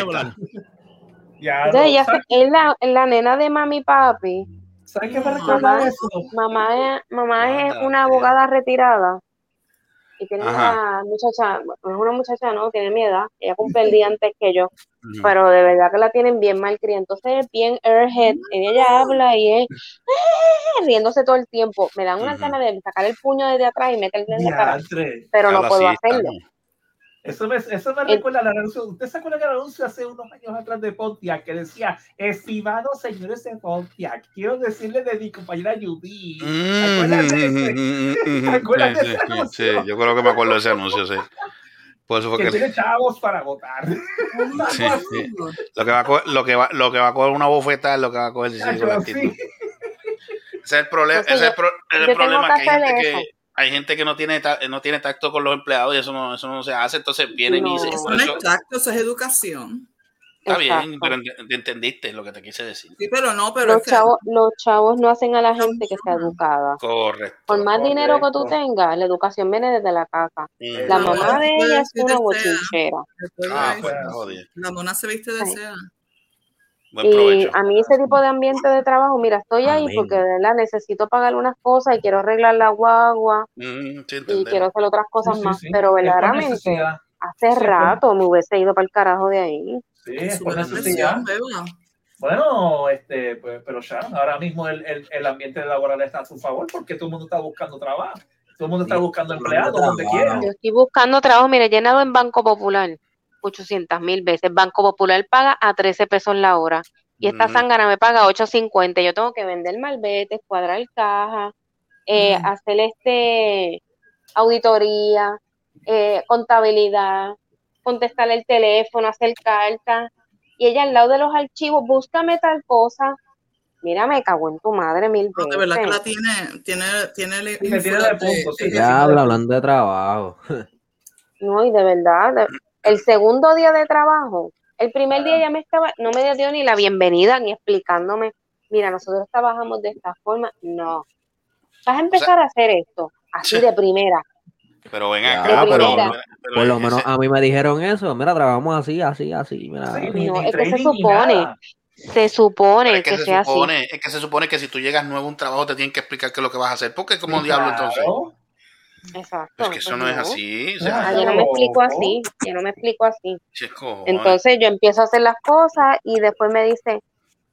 [SPEAKER 12] Entonces ella se- es la, es la nena de mami y papi.
[SPEAKER 5] ¿Sabes qué me
[SPEAKER 12] mamá,
[SPEAKER 5] recuerda eso?
[SPEAKER 12] mamá es, mamá es una abogada retirada y tiene
[SPEAKER 13] Ajá.
[SPEAKER 12] una muchacha, no es una muchacha, no, tiene mi edad, ella cumple el día antes que yo, pero de verdad que la tienen bien mal criada, entonces es bien airhead, y ella habla y es "Ah", riéndose todo el tiempo, me dan una gana de sacar el puño desde atrás y meterle en la cara,
[SPEAKER 5] Diantre.
[SPEAKER 12] pero no
[SPEAKER 5] Habla
[SPEAKER 12] puedo
[SPEAKER 5] así,
[SPEAKER 12] hacerlo.
[SPEAKER 5] Eso me, eso me recuerda al anuncio. ¿Usted se acuerda que el anuncio hace unos años atrás de Pontiac que decía, estimados señores de Pontiac, quiero decirle de mi compañera Yubi.
[SPEAKER 6] Mm,
[SPEAKER 5] Acuérdate de ese-
[SPEAKER 6] ¿Te
[SPEAKER 5] acuerdas de
[SPEAKER 6] Sí,
[SPEAKER 5] ese
[SPEAKER 6] sí,
[SPEAKER 5] anuncio?
[SPEAKER 6] sí, yo creo que me acuerdo de ese anuncio, sí. Por eso fue
[SPEAKER 5] que
[SPEAKER 6] que-
[SPEAKER 5] tiene chavos para votar.
[SPEAKER 6] sí, sí. Lo que va a co- lo que va lo que va a coger una bofetada es lo que va a coger si sigue con la
[SPEAKER 5] Chacho, sí.
[SPEAKER 6] actitud. Ese es el problema,
[SPEAKER 5] Entonces,
[SPEAKER 6] ese es el,
[SPEAKER 5] yo-
[SPEAKER 6] pro-
[SPEAKER 5] yo
[SPEAKER 6] ese es el
[SPEAKER 5] tengo
[SPEAKER 6] problema
[SPEAKER 5] que
[SPEAKER 6] que hay gente
[SPEAKER 5] hacerle
[SPEAKER 6] que
[SPEAKER 5] eso.
[SPEAKER 6] hay gente que no tiene ta- no tiene tacto con los empleados y eso no eso no se hace, entonces vienen y dicen,
[SPEAKER 9] Eso
[SPEAKER 6] por
[SPEAKER 9] no
[SPEAKER 6] eso-
[SPEAKER 9] es tacto, eso es educación.
[SPEAKER 6] está
[SPEAKER 9] Exacto.
[SPEAKER 6] bien, pero ent- entendiste lo que te quise decir.
[SPEAKER 9] Sí, pero no, pero
[SPEAKER 12] Los
[SPEAKER 9] es que-
[SPEAKER 12] chavos, los chavos no hacen a la gente que sea educada.
[SPEAKER 6] Correcto.
[SPEAKER 12] Por más dinero que tú
[SPEAKER 6] Correcto.
[SPEAKER 12] tengas, la educación viene desde la casa.
[SPEAKER 6] Mm.
[SPEAKER 12] La
[SPEAKER 9] No,
[SPEAKER 12] mamá de
[SPEAKER 9] puede
[SPEAKER 12] ella es
[SPEAKER 9] decir
[SPEAKER 12] una
[SPEAKER 9] que sea.
[SPEAKER 12] bochinchera.
[SPEAKER 6] Ah, pues, joder.
[SPEAKER 9] La mona se viste de seda.
[SPEAKER 6] Buen
[SPEAKER 12] Y
[SPEAKER 6] provecho.
[SPEAKER 12] a mí ese tipo de ambiente de trabajo, mira, estoy ahí
[SPEAKER 6] Amén.
[SPEAKER 12] porque de verdad necesito pagar unas cosas y quiero arreglar la guagua
[SPEAKER 6] Mm, sí,
[SPEAKER 12] y
[SPEAKER 6] entendemos.
[SPEAKER 12] quiero hacer otras cosas
[SPEAKER 6] Sí, sí,
[SPEAKER 12] más,
[SPEAKER 6] sí.
[SPEAKER 12] pero
[SPEAKER 6] Es por
[SPEAKER 12] verdaderamente
[SPEAKER 6] necesidad.
[SPEAKER 12] hace
[SPEAKER 5] Sí, es por-
[SPEAKER 12] rato me hubiese ido para el carajo de ahí.
[SPEAKER 5] Sí, es por
[SPEAKER 9] Buena
[SPEAKER 5] necesidad.
[SPEAKER 9] presión, beba.
[SPEAKER 5] Bueno, este, pues, pero Sharon, ahora mismo el, el, el ambiente laboral está a su favor porque todo el mundo está buscando trabajo. Todo el mundo está buscando empleados donde quiera.
[SPEAKER 12] Yo estoy buscando trabajo, mire, llenado en Banco Popular 800 mil veces. Banco Popular paga a 13 pesos la hora y esta
[SPEAKER 6] Mm,
[SPEAKER 13] Ujú.
[SPEAKER 12] zángana me paga 8.50. Yo tengo que vender malvete, cuadrar caja, eh, hacer este auditoría, eh, contabilidad, contestar el teléfono, hacer cartas. Y ella al lado de los archivos, búscame tal cosa. Mira, me cago en tu madre mil veces.
[SPEAKER 9] No, de verdad que la tiene, tiene, tiene el
[SPEAKER 5] que tiene de punto, sí,
[SPEAKER 15] Ya habla hablando de trabajo.
[SPEAKER 12] No, y de verdad, de- el segundo día de trabajo, el primer día ya me estaba, no me dio ni la bienvenida ni explicándome, mira, nosotros trabajamos de esta forma, no. Vas a empezar a hacer esto, así de primera.
[SPEAKER 6] Pero ven
[SPEAKER 15] Ya,
[SPEAKER 6] acá,
[SPEAKER 15] pero-
[SPEAKER 6] pero, pero-
[SPEAKER 15] Por lo menos a mí me dijeron eso. Mira, trabajamos así, así, así. Mira.
[SPEAKER 12] No, es que se supone, se supone
[SPEAKER 6] es
[SPEAKER 12] que,
[SPEAKER 6] que, se
[SPEAKER 12] sea
[SPEAKER 6] supone,
[SPEAKER 12] así.
[SPEAKER 6] es que se supone que si tú llegas nuevo a un trabajo te tienen que explicar qué es lo que vas a hacer, porque como
[SPEAKER 12] Sí,
[SPEAKER 6] diablo
[SPEAKER 12] claro.
[SPEAKER 6] entonces.
[SPEAKER 12] Exacto.
[SPEAKER 6] Es que eso no es así. o sea,
[SPEAKER 12] Ah, yo no me explico así, yo no me explico así.
[SPEAKER 6] chico,
[SPEAKER 12] Entonces yo empiezo a hacer las cosas y después me dice,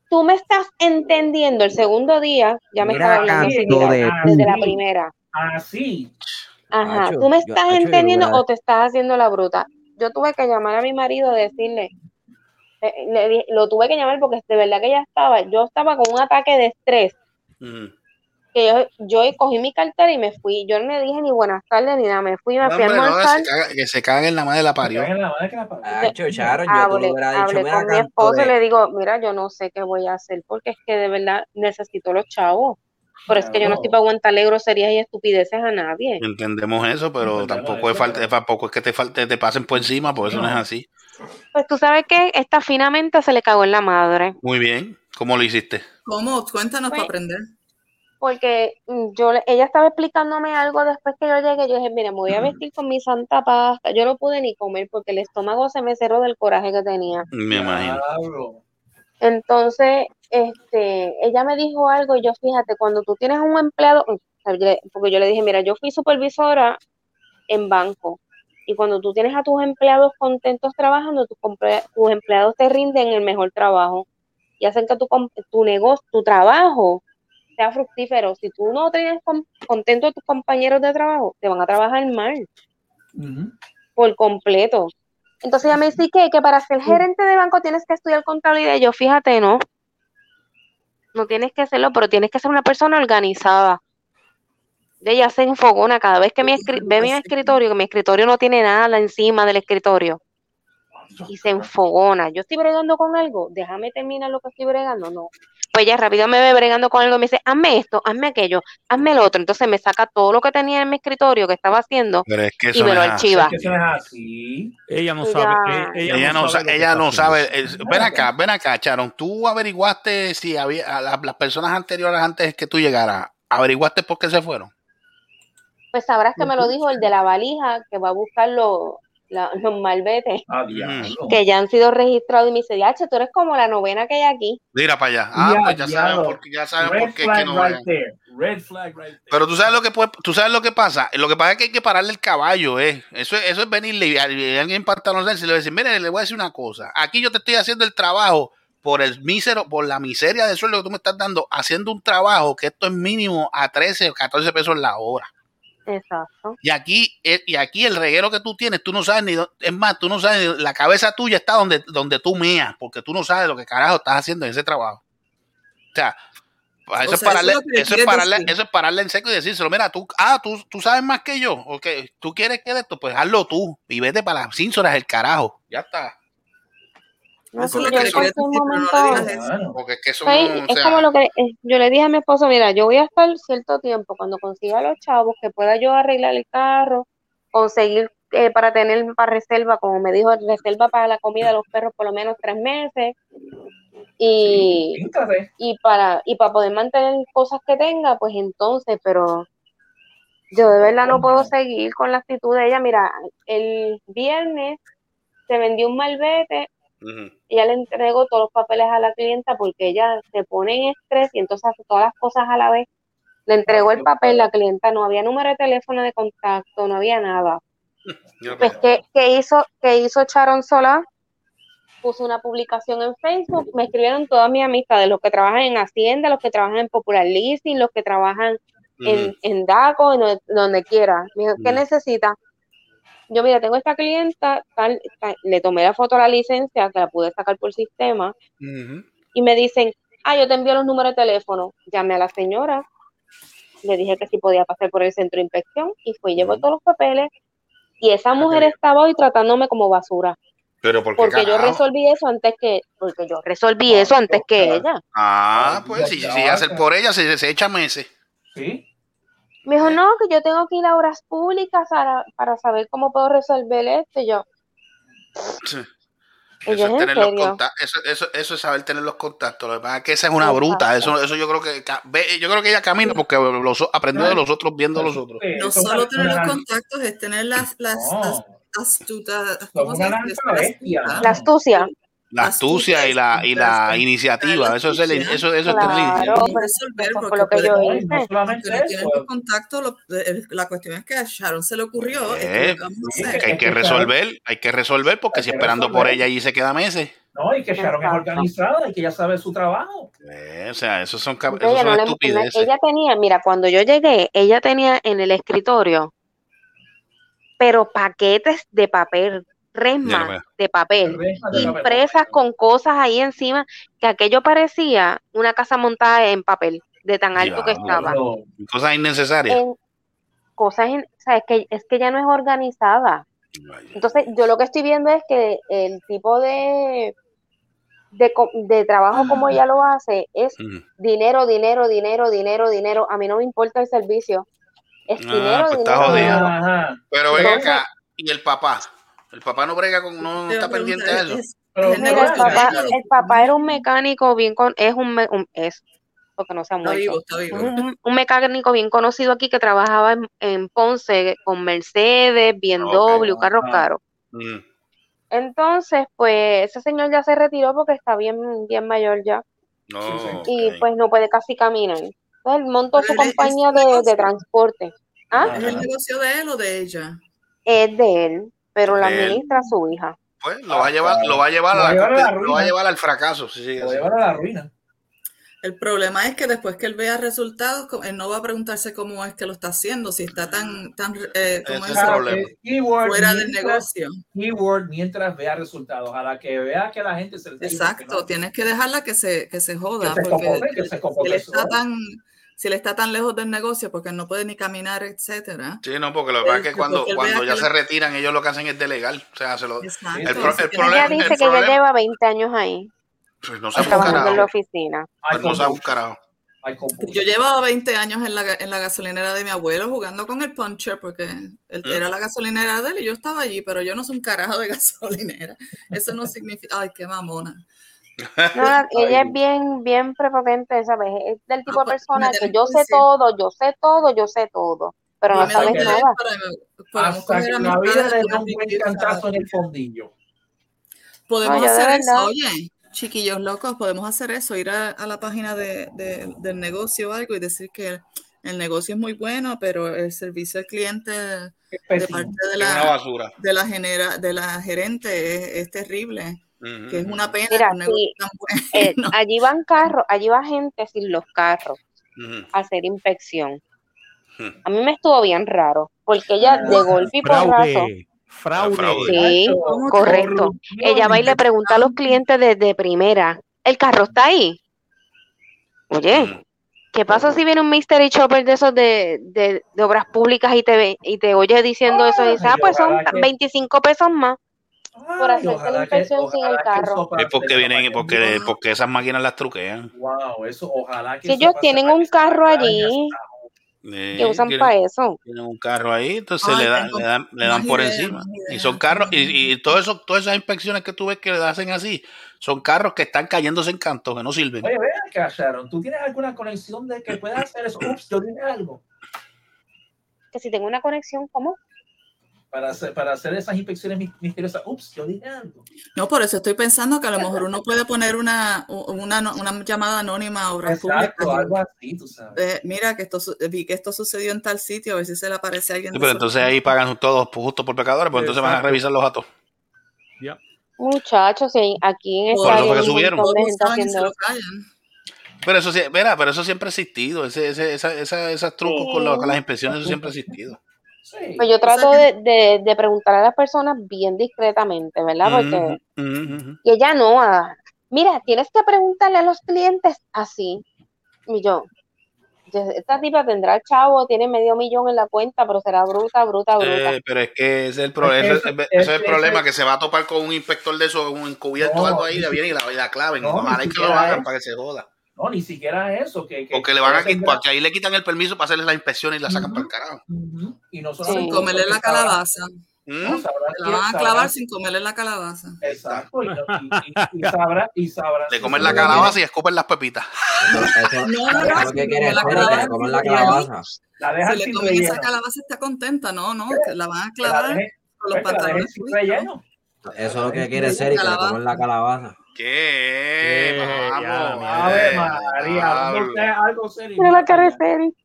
[SPEAKER 12] tú me estás entendiendo el segundo día, ya me
[SPEAKER 5] Mira,
[SPEAKER 12] estaba hablando
[SPEAKER 5] canto
[SPEAKER 12] enseguida,
[SPEAKER 5] de
[SPEAKER 12] desde la
[SPEAKER 5] pu-
[SPEAKER 12] primera.
[SPEAKER 5] ah, Así.
[SPEAKER 12] Ajá,
[SPEAKER 5] Nacho,
[SPEAKER 12] Ah, tú me
[SPEAKER 5] yo-
[SPEAKER 12] estás
[SPEAKER 5] Nacho, yo
[SPEAKER 12] entendiendo
[SPEAKER 5] voy a-
[SPEAKER 12] o te estás haciendo la bruta. Yo tuve que llamar a mi marido, decirle, eh, le di- lo tuve que llamar porque de verdad que ya estaba, yo estaba con un ataque de estrés
[SPEAKER 6] Mm.
[SPEAKER 12] que yo, yo cogí mi cartera y me fui. Yo no le dije ni buenas tardes ni nada, me fui, me fui a
[SPEAKER 6] hombre, no,
[SPEAKER 12] almorzar.
[SPEAKER 6] se caga- que se cague en la madre de la parió.
[SPEAKER 8] Nacho, Sharon, yo te
[SPEAKER 12] hablé,
[SPEAKER 8] lo hubiera dicho,
[SPEAKER 12] hablé
[SPEAKER 8] "Ven
[SPEAKER 12] con mi
[SPEAKER 8] acá,
[SPEAKER 12] esposo y
[SPEAKER 8] Antonio".
[SPEAKER 12] le digo, mira, yo no sé qué voy a hacer porque es que de verdad necesito los chavos. Pero es que yo no estoy para aguantarle groserías y estupideces a nadie.
[SPEAKER 6] Entendemos eso, pero tampoco es, falta, tampoco es que te, falte, te pasen por encima, por eso no es así.
[SPEAKER 12] Pues tú sabes que esta finamente se le cagó en la madre.
[SPEAKER 6] Muy bien. ¿Cómo lo hiciste?
[SPEAKER 9] ¿Cómo? Cuéntanos
[SPEAKER 12] Pues-
[SPEAKER 9] para aprender.
[SPEAKER 12] Porque mm, yo, le- ella estaba explicándome algo después que yo llegué. Yo dije, mira, me voy a vestir con mi santa pasta. Yo no pude ni comer porque el estómago se me cerró del coraje que tenía.
[SPEAKER 6] Me imagino.
[SPEAKER 12] Entonces, este, ella me dijo algo y yo, fíjate, cuando tú tienes un empleado, o sea, yo le- porque yo le dije, mira, yo fui supervisora en banco y cuando tú tienes a tus empleados contentos trabajando, tus, comple- tus empleados te rinden el mejor trabajo y hacen que tu, com- tu negocio, tu trabajo sea fructífero. Si tú no tienes con- contento a tus compañeros de trabajo, te van a trabajar mal por completo. Entonces ella me dice que, que para ser gerente de banco tienes que estudiar contabilidad. Y yo, fíjate, no. No tienes que hacerlo, pero tienes que ser una persona organizada. Y Ella se enfogona cada vez que mi escri- ve mi escritorio, que mi escritorio no tiene nada encima del escritorio. Y se enfogona. Yo estoy bregando con algo, déjame terminar lo que estoy bregando. No. Pues ella rápido me ve bregando con algo y me dice, hazme esto, hazme aquello, hazme lo otro. Entonces me saca todo lo que tenía en mi escritorio que estaba haciendo
[SPEAKER 6] Pero es que
[SPEAKER 12] y
[SPEAKER 6] eso
[SPEAKER 12] me
[SPEAKER 6] no
[SPEAKER 12] lo
[SPEAKER 6] es así.
[SPEAKER 12] archiva.
[SPEAKER 5] Eso no es así.
[SPEAKER 3] Ella no
[SPEAKER 12] Ya.
[SPEAKER 3] sabe. eh, Ella,
[SPEAKER 6] Ella no, sa-
[SPEAKER 3] sabe.
[SPEAKER 6] ella no sabe. es- ven acá, ven acá, Charon. Tú averiguaste si había a la- las personas anteriores antes que tú llegaras, averiguaste por qué se fueron.
[SPEAKER 12] Pues sabrás que me lo dijo el de la valija que va a buscar los, la- los malbetes
[SPEAKER 5] Ah,
[SPEAKER 6] Mm.
[SPEAKER 12] que ya han sido registrados y me dice, Yache, tú eres como la novena que hay aquí.
[SPEAKER 6] Mira para allá. Ah,
[SPEAKER 12] Ya,
[SPEAKER 6] pues ya saben
[SPEAKER 12] diablo.
[SPEAKER 6] por qué, ya saben
[SPEAKER 12] Red
[SPEAKER 6] por qué es que
[SPEAKER 12] flag
[SPEAKER 6] no
[SPEAKER 12] right
[SPEAKER 6] vayan. Pero tú sabes lo que puede- tú sabes lo que pasa. Lo que pasa es que hay que pararle el caballo, eh. Eso, es- eso es venirle y a- y alguien en pantalón se le va a decir, mire, le voy a decir una cosa. Aquí yo te estoy haciendo el trabajo por el mísero, por la miseria de sueldo que tú me estás dando, haciendo un trabajo que esto es mínimo a 13 o 14 pesos la hora.
[SPEAKER 12] Exacto.
[SPEAKER 6] Y aquí, eh, y aquí el reguero que tú tienes, tú no sabes ni, dó- es más, tú no sabes, ni- la cabeza tuya está donde, donde tú meas, porque tú no sabes lo que carajo estás haciendo en ese trabajo. O sea,
[SPEAKER 13] O sea,
[SPEAKER 6] pa- eso,
[SPEAKER 13] eso
[SPEAKER 6] es pararle,
[SPEAKER 13] es lo que le
[SPEAKER 6] eso, es
[SPEAKER 13] quieres
[SPEAKER 6] pararle,
[SPEAKER 13] decir.
[SPEAKER 6] eso es pararle en seco y decírselo, mira, tú, ah, tú, tú sabes más que yo, o que tú quieres que de esto, pues hazlo tú y vete para las cínsoras el carajo. Ya está.
[SPEAKER 12] No, sí,
[SPEAKER 6] Porque
[SPEAKER 12] yo
[SPEAKER 6] es que
[SPEAKER 12] le
[SPEAKER 6] eso-
[SPEAKER 12] conté un momento.
[SPEAKER 6] Porque es que eso
[SPEAKER 12] Fue-
[SPEAKER 6] no, o
[SPEAKER 12] Pues, es
[SPEAKER 6] sea,
[SPEAKER 12] como lo que eh, yo le dije a mi esposo, mira, yo voy a estar cierto tiempo cuando consiga los chavos, que pueda yo arreglar el carro, conseguir eh, para tener para reserva, como me dijo, reserva para la comida de los perros por lo menos tres meses. Y, y para y para poder mantener cosas que tenga, pues entonces, pero yo de verdad no puedo seguir con la actitud de ella. Mira, el viernes se vendió un malvete, ella le entregó todos los papeles a la clienta porque ella se pone en estrés y entonces hace todas las cosas a la vez. Le entregó el papel, la clienta no había número de teléfono de contacto, no había nada. Pues, ¿qué, qué hizo, qué hizo Sharon Solá? Puso una publicación en Facebook, me escribieron todas mis amistades, los que trabajan en Hacienda, los que trabajan en Popular Leasing, los que trabajan en,
[SPEAKER 13] Ujú.
[SPEAKER 12] en DACO, en donde, donde quiera. Me dijo, ¿qué
[SPEAKER 13] Ujú.
[SPEAKER 12] necesita? Yo, mira, tengo esta clienta, tal, tal, le tomé la foto a la licencia, que la pude sacar por sistema, y me dicen, ah, yo te envío los números de teléfono. Llamé a la señora, le dije que si podía pasar por el centro de inspección y fue y llevó todos los papeles. Y esa mujer estaba hoy tratándome como basura.
[SPEAKER 6] pero porque,
[SPEAKER 12] Porque yo resolví eso antes que, porque yo resolví eso antes que ella.
[SPEAKER 6] Ah, pues si, si hacer por ella se, se echa meses.
[SPEAKER 5] Sí.
[SPEAKER 12] Me dijo, no, que yo tengo que ir a obras públicas para, para saber cómo puedo resolver esto. Y yo, y yo,
[SPEAKER 6] Eso es,
[SPEAKER 12] "¿Es en
[SPEAKER 6] tener los
[SPEAKER 12] serio?
[SPEAKER 6] conta- eso, eso, eso es saber tener los contactos. Lo que pasa es que esa es una
[SPEAKER 12] Exacto.
[SPEAKER 6] bruta. Eso, eso yo creo que ca- ve- yo creo que ella camina porque los, aprendió de los otros viendo a los otros.
[SPEAKER 5] Eh,
[SPEAKER 9] No solo tener los contactos, es tener las, las as- astutas. ¿cómo
[SPEAKER 12] Son
[SPEAKER 9] se
[SPEAKER 12] una
[SPEAKER 9] dice? Las
[SPEAKER 12] La astucia.
[SPEAKER 6] La astucia y la, y la iniciativa, eso es, el, eso, eso es tener
[SPEAKER 12] Claro,
[SPEAKER 6] iniciativa.
[SPEAKER 12] pero
[SPEAKER 9] resolver,
[SPEAKER 12] Eso fue
[SPEAKER 9] porque
[SPEAKER 12] lo que
[SPEAKER 9] puede-
[SPEAKER 12] yo
[SPEAKER 9] no,
[SPEAKER 12] hice.
[SPEAKER 9] no solamente
[SPEAKER 12] Pero
[SPEAKER 9] eso.
[SPEAKER 12] tienes
[SPEAKER 9] contacto, lo- eh, la cuestión es que a Sharon se le ocurrió. esto es
[SPEAKER 6] Eh,
[SPEAKER 9] lo que vamos a hacer.
[SPEAKER 6] que hay que resolver, hay que resolver porque si esperando por ella allí se queda meses.
[SPEAKER 5] No, y que Sharon es organizada y que ya sabe su trabajo.
[SPEAKER 6] Eh, o sea, esos son, cap- esos
[SPEAKER 12] Ella,
[SPEAKER 6] son
[SPEAKER 12] no le-
[SPEAKER 6] estupideces.
[SPEAKER 12] ella tenía, mira, cuando yo llegué, ella tenía en el escritorio, pero paquetes de papel,
[SPEAKER 6] Ya lo veo.
[SPEAKER 12] resmas de papel,
[SPEAKER 6] Resmas de papel.
[SPEAKER 12] impresas con cosas ahí encima, que aquello parecía una casa montada en papel, de tan alto que estaba.
[SPEAKER 6] Diablo. Cosas innecesarias.
[SPEAKER 12] En cosas, in- o sea, es que, es que ya no es organizada. Entonces, yo lo que estoy viendo es que el tipo de, de, co- de trabajo como ella lo hace es dinero, dinero, dinero, dinero, dinero. A mí no me importa el servicio. Es
[SPEAKER 6] Ah,
[SPEAKER 12] dinero,
[SPEAKER 6] pues está
[SPEAKER 12] dinero, dinero.
[SPEAKER 6] jodido. Pero ven
[SPEAKER 12] Entonces-
[SPEAKER 6] acá, y el papá. El papá no brega con, no
[SPEAKER 12] Te iba
[SPEAKER 6] está
[SPEAKER 12] a
[SPEAKER 6] pendiente
[SPEAKER 12] preguntar,
[SPEAKER 6] de
[SPEAKER 12] es-
[SPEAKER 6] eso.
[SPEAKER 12] Mira, el
[SPEAKER 9] ¿eh?
[SPEAKER 12] papá, el papá era un mecánico bien con, es un, me- un- es porque no se ha
[SPEAKER 9] Está vivo,
[SPEAKER 12] muerto.
[SPEAKER 9] está vivo.
[SPEAKER 12] Un, un mecánico bien conocido aquí que trabajaba en, en Ponce con Mercedes, BMW, carros caros.
[SPEAKER 6] Mm.
[SPEAKER 12] Entonces, pues ese señor ya se retiró porque está bien, bien mayor ya
[SPEAKER 6] No,
[SPEAKER 12] y pues no puede casi caminar. Entonces él montó su compañía de, de transporte. ¿Ah?
[SPEAKER 9] ¿Es el negocio de él o de ella?
[SPEAKER 12] Es de él, pero la
[SPEAKER 6] De él.
[SPEAKER 12] administra su hija.
[SPEAKER 6] Pues lo va a llevar, lo va a llevar,
[SPEAKER 9] Lo
[SPEAKER 6] a
[SPEAKER 9] llevaron a la
[SPEAKER 6] la, lo va a
[SPEAKER 9] ruina.
[SPEAKER 6] llevar al fracaso. si sigue así.
[SPEAKER 5] ruina.
[SPEAKER 9] El problema es que después que él vea resultados, co- él no va a preguntarse cómo es que lo está haciendo, si está tan, tan eh, ¿cómo
[SPEAKER 5] Ese
[SPEAKER 9] es?
[SPEAKER 5] es el problema. Keyword,
[SPEAKER 9] fuera del
[SPEAKER 5] mientras-
[SPEAKER 9] negocio.
[SPEAKER 5] Keyword mientras vea resultados, a la que vea que la gente se le está yendo, que
[SPEAKER 9] Exacto, tienes que dejarla que se, que se joda,
[SPEAKER 5] Que se
[SPEAKER 9] porque
[SPEAKER 5] cojote, que se cojote
[SPEAKER 9] si él está
[SPEAKER 5] sola.
[SPEAKER 9] tan, si él está tan lejos del negocio, porque no puede ni caminar, etcétera.
[SPEAKER 6] Sí, no, porque lo que pasa es que
[SPEAKER 9] Porque
[SPEAKER 6] cuando,
[SPEAKER 9] él vea
[SPEAKER 6] cuando
[SPEAKER 9] que
[SPEAKER 6] ya
[SPEAKER 9] lo-
[SPEAKER 6] se retiran, ellos lo que hacen es delegar. O sea, se lo, el, pro- el
[SPEAKER 12] Entonces,
[SPEAKER 6] problema,
[SPEAKER 12] ella dice
[SPEAKER 6] el
[SPEAKER 12] que
[SPEAKER 6] problema-
[SPEAKER 12] ya lleva 20 años ahí,
[SPEAKER 6] pues no se
[SPEAKER 12] trabajando en la
[SPEAKER 6] buscará.
[SPEAKER 12] oficina.
[SPEAKER 6] Pues no se buscará.
[SPEAKER 9] Yo llevaba 20 años en la, ga- en la gasolinera de mi abuelo jugando con el puncher porque él
[SPEAKER 6] Mm.
[SPEAKER 9] era la gasolinera de él y yo estaba allí, pero yo no soy un carajo de gasolinera. Eso no significa, ay, qué mamona.
[SPEAKER 12] No, la- ella es bien, bien prepotente, ¿sabes? Es del tipo de persona que yo sé todo, yo sé todo, yo sé todo, pero no
[SPEAKER 5] Hasta
[SPEAKER 12] sabes
[SPEAKER 5] que-
[SPEAKER 12] nada.
[SPEAKER 9] Podemos
[SPEAKER 5] Hasta
[SPEAKER 9] coger
[SPEAKER 5] que la
[SPEAKER 9] amistades
[SPEAKER 5] vida le
[SPEAKER 9] de
[SPEAKER 5] da un buen cantazo en el fondillo.
[SPEAKER 9] Podemos
[SPEAKER 12] No, yo de
[SPEAKER 9] hacer eso,
[SPEAKER 12] verdad.
[SPEAKER 9] oye, chiquillos locos, podemos hacer eso, ir a, a la página de, de- del negocio o algo y decir que el negocio es muy bueno, pero el servicio al cliente de
[SPEAKER 6] pésimo.
[SPEAKER 9] parte de
[SPEAKER 6] Pues Es
[SPEAKER 9] la,
[SPEAKER 6] una basura.
[SPEAKER 9] de la, genera, de la gerente es, es terrible, que es una pena
[SPEAKER 12] Mira,
[SPEAKER 9] que un negocio
[SPEAKER 12] sí, eh, allí van carros, allí va gente sin los carros a hacer inspección. A mí me estuvo bien raro, porque ella de golpe y porrazo.
[SPEAKER 3] Fraude. Fraude.
[SPEAKER 12] Sí, correcto. Ella va y le pregunta a los clientes desde primera, ¿el carro está ahí?
[SPEAKER 6] Mm.
[SPEAKER 12] Oye, ¿qué pasa si viene un mystery shopper de esos de, de- de obras públicas y te ve, y te oye diciendo eso? Y dice, ah, pues son 25 pesos más por hacerte la inspección sin el carro.
[SPEAKER 6] Es porque vienen, porque, porque esas máquinas las truquean.
[SPEAKER 5] Wow, eso, ojalá que
[SPEAKER 12] Si
[SPEAKER 5] eso
[SPEAKER 12] ellos
[SPEAKER 5] pase.
[SPEAKER 12] tienen un carro allí
[SPEAKER 6] Eh,
[SPEAKER 12] que usan
[SPEAKER 6] tienen-
[SPEAKER 12] para eso.
[SPEAKER 6] tienen un carro ahí, entonces
[SPEAKER 12] Ay,
[SPEAKER 6] le, dan,
[SPEAKER 12] tengo
[SPEAKER 6] le dan, le
[SPEAKER 12] más
[SPEAKER 6] dan por
[SPEAKER 12] ideas,
[SPEAKER 6] encima.
[SPEAKER 12] más
[SPEAKER 6] Y son carros, y, y todo eso, todas esas inspecciones que tú ves que le hacen así, son carros que están cayéndose en cantos, que no sirven.
[SPEAKER 5] Oye, vean que Sharon, ¿tú tienes alguna conexión de que puedas hacer eso? Ups, yo dije algo.
[SPEAKER 12] Que si tengo una conexión, ¿cómo?
[SPEAKER 5] Para hacer, para hacer esas inspecciones mis- misteriosas. Ups, yo dije algo.
[SPEAKER 9] No, por eso estoy pensando que a lo mejor uno puede poner una, una, una llamada anónima a obras públicas.
[SPEAKER 5] Exacto, algo así, tú sabes.
[SPEAKER 9] Eh, mira, que esto, su- vi que esto sucedió en tal sitio, a ver si se le aparece a alguien.
[SPEAKER 6] Sí,
[SPEAKER 9] de
[SPEAKER 6] pero
[SPEAKER 9] esos-
[SPEAKER 6] entonces ahí pagan todos pues, justo por pecadores, pues entonces van a
[SPEAKER 9] Exacto.
[SPEAKER 6] revisar los datos.
[SPEAKER 12] Muchachos, sí, aquí en
[SPEAKER 6] Por
[SPEAKER 12] esta área
[SPEAKER 6] eso fue que
[SPEAKER 12] hay un
[SPEAKER 6] subieron.
[SPEAKER 12] montón de gente
[SPEAKER 9] Todos saben y se
[SPEAKER 12] haciendo
[SPEAKER 9] lo
[SPEAKER 12] eso.
[SPEAKER 6] Pero eso, sí- mira, pero eso siempre ha existido, ese, ese, esa, esa- esos trucos con, lo- con las inspecciones, eso siempre ha existido.
[SPEAKER 12] Pues yo trato de, de- de preguntar a las personas bien discretamente, ¿verdad? Porque
[SPEAKER 6] Ujú, ujú.
[SPEAKER 12] y ella no, ah, mira, tienes que preguntarle a los clientes así. Y yo, esta tipa tendrá chavo, tiene medio millón en la cuenta, pero será bruta, bruta, bruta.
[SPEAKER 6] Eh, pero es que ese es el, pro-
[SPEAKER 5] Es que
[SPEAKER 6] ese-
[SPEAKER 5] eso-
[SPEAKER 6] ese-
[SPEAKER 5] es
[SPEAKER 6] ese es el
[SPEAKER 5] que
[SPEAKER 6] problema,
[SPEAKER 5] ese-
[SPEAKER 6] que se va a topar con un inspector de esos, un encubierto
[SPEAKER 5] No,
[SPEAKER 6] o algo ahí,
[SPEAKER 5] ni
[SPEAKER 6] la
[SPEAKER 5] si-
[SPEAKER 6] vienen y la, y la claven.
[SPEAKER 5] No, ni
[SPEAKER 6] Ojalá y que lo
[SPEAKER 5] siquiera
[SPEAKER 6] hagan
[SPEAKER 5] es.
[SPEAKER 6] para que se joda.
[SPEAKER 5] No, ni siquiera eso. Que, que,
[SPEAKER 6] Porque le van a
[SPEAKER 5] que-
[SPEAKER 6] quitar, porque ahí le quitan el permiso para hacerles la inspección y la sacan para el carajo.
[SPEAKER 5] Y no
[SPEAKER 9] Sin
[SPEAKER 5] solamente.
[SPEAKER 9] comerle la calabaza.
[SPEAKER 5] No, sabrá
[SPEAKER 9] Se la
[SPEAKER 5] quién,
[SPEAKER 9] van a
[SPEAKER 5] sabrá-
[SPEAKER 9] clavar sin comerle la calabaza.
[SPEAKER 5] Exacto. Y, y- y sabrá, y sabrá.
[SPEAKER 6] Le
[SPEAKER 5] si
[SPEAKER 6] comen
[SPEAKER 5] se
[SPEAKER 6] la
[SPEAKER 5] lo
[SPEAKER 6] calabaza y escupen las pepitas.
[SPEAKER 9] No, no, no,
[SPEAKER 8] Lo que
[SPEAKER 9] sin
[SPEAKER 8] quiere
[SPEAKER 9] comer
[SPEAKER 8] es
[SPEAKER 9] la
[SPEAKER 8] comer,
[SPEAKER 9] calabaza.
[SPEAKER 8] te comen la
[SPEAKER 9] sin relleno.
[SPEAKER 8] calabaza.
[SPEAKER 5] La
[SPEAKER 9] Si
[SPEAKER 5] dejan
[SPEAKER 9] le
[SPEAKER 5] sin
[SPEAKER 9] comen esa
[SPEAKER 5] relleno.
[SPEAKER 9] calabaza está contenta, no, no, que la van a
[SPEAKER 5] la
[SPEAKER 9] clavar
[SPEAKER 5] dejen-
[SPEAKER 9] con los
[SPEAKER 5] que la dejen
[SPEAKER 9] pantalones.
[SPEAKER 5] sin relleno.
[SPEAKER 8] Eso es lo que quiere ser y que le comen la calabaza.
[SPEAKER 6] ¿Qué? Vamos.
[SPEAKER 5] Ave María,
[SPEAKER 6] Pablo.
[SPEAKER 5] no sea algo serio.
[SPEAKER 12] Mira la cara de Félix.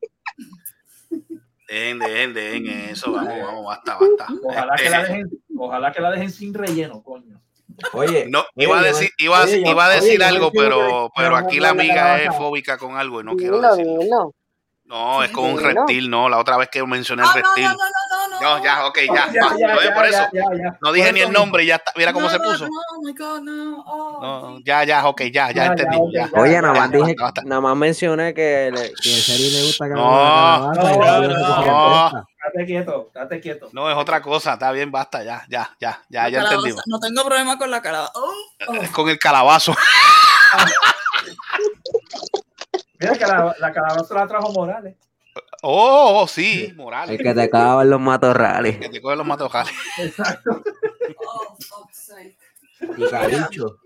[SPEAKER 6] Dejen, dejen, dejen eso. Vamos, vamos, basta, basta.
[SPEAKER 5] Ojalá que, la
[SPEAKER 6] Este,
[SPEAKER 5] dejen, ojalá que la dejen sin relleno, coño.
[SPEAKER 8] Oye,
[SPEAKER 6] no, iba a
[SPEAKER 5] oye,
[SPEAKER 6] decir, iba, a-
[SPEAKER 5] oye,
[SPEAKER 6] iba a
[SPEAKER 5] oye,
[SPEAKER 6] decir
[SPEAKER 5] yo
[SPEAKER 6] algo,
[SPEAKER 5] quiero
[SPEAKER 6] pero,
[SPEAKER 5] que-
[SPEAKER 6] pero aquí la
[SPEAKER 5] vamos a
[SPEAKER 6] amiga
[SPEAKER 5] hablar.
[SPEAKER 6] es fóbica con algo y no quiero
[SPEAKER 12] Dilo,
[SPEAKER 6] decir.
[SPEAKER 12] dilo.
[SPEAKER 6] No, es con un
[SPEAKER 12] dilo.
[SPEAKER 6] reptil, no. La otra vez que mencioné el
[SPEAKER 12] Ah, no,
[SPEAKER 6] reptil.
[SPEAKER 12] no,
[SPEAKER 6] no, ya, ok, ya.
[SPEAKER 12] Ya,
[SPEAKER 6] basta,
[SPEAKER 12] ya,
[SPEAKER 6] oye,
[SPEAKER 12] ya,
[SPEAKER 6] por
[SPEAKER 12] ya,
[SPEAKER 6] eso.
[SPEAKER 12] ya,
[SPEAKER 6] No dije ni el nombre y ya está. Mira cómo se puso.
[SPEAKER 9] Oh my god, no. Oh.
[SPEAKER 6] No, ya, ya, ok, ya, ya
[SPEAKER 9] Ya,
[SPEAKER 6] entendí.
[SPEAKER 9] ya,
[SPEAKER 6] ya.
[SPEAKER 14] Oye,
[SPEAKER 6] Ya,
[SPEAKER 14] nada más
[SPEAKER 6] ya,
[SPEAKER 14] dije,
[SPEAKER 6] basta, basta.
[SPEAKER 14] nada más mencioné que, le, que a Sherry le gusta que
[SPEAKER 6] No,
[SPEAKER 14] haga la calabaza y
[SPEAKER 6] no,
[SPEAKER 14] le gusta
[SPEAKER 6] no,
[SPEAKER 14] que
[SPEAKER 6] no.
[SPEAKER 14] apesta.
[SPEAKER 5] Date quieto, date quieto.
[SPEAKER 6] No, es otra cosa. Está bien, basta, ya, ya, ya, ya, ya
[SPEAKER 9] Calabaza.
[SPEAKER 6] entendimos.
[SPEAKER 9] No tengo problema con la calabaza. Oh, oh.
[SPEAKER 6] Es con el calabazo.
[SPEAKER 5] Mira que la, la calabaza la trajo Morales.
[SPEAKER 6] Oh, oh, sí, Morales.
[SPEAKER 14] El que te cagaba en los matorrales.
[SPEAKER 6] Que te coge los matojales.
[SPEAKER 5] Exacto.
[SPEAKER 9] oh,
[SPEAKER 14] Picadicho.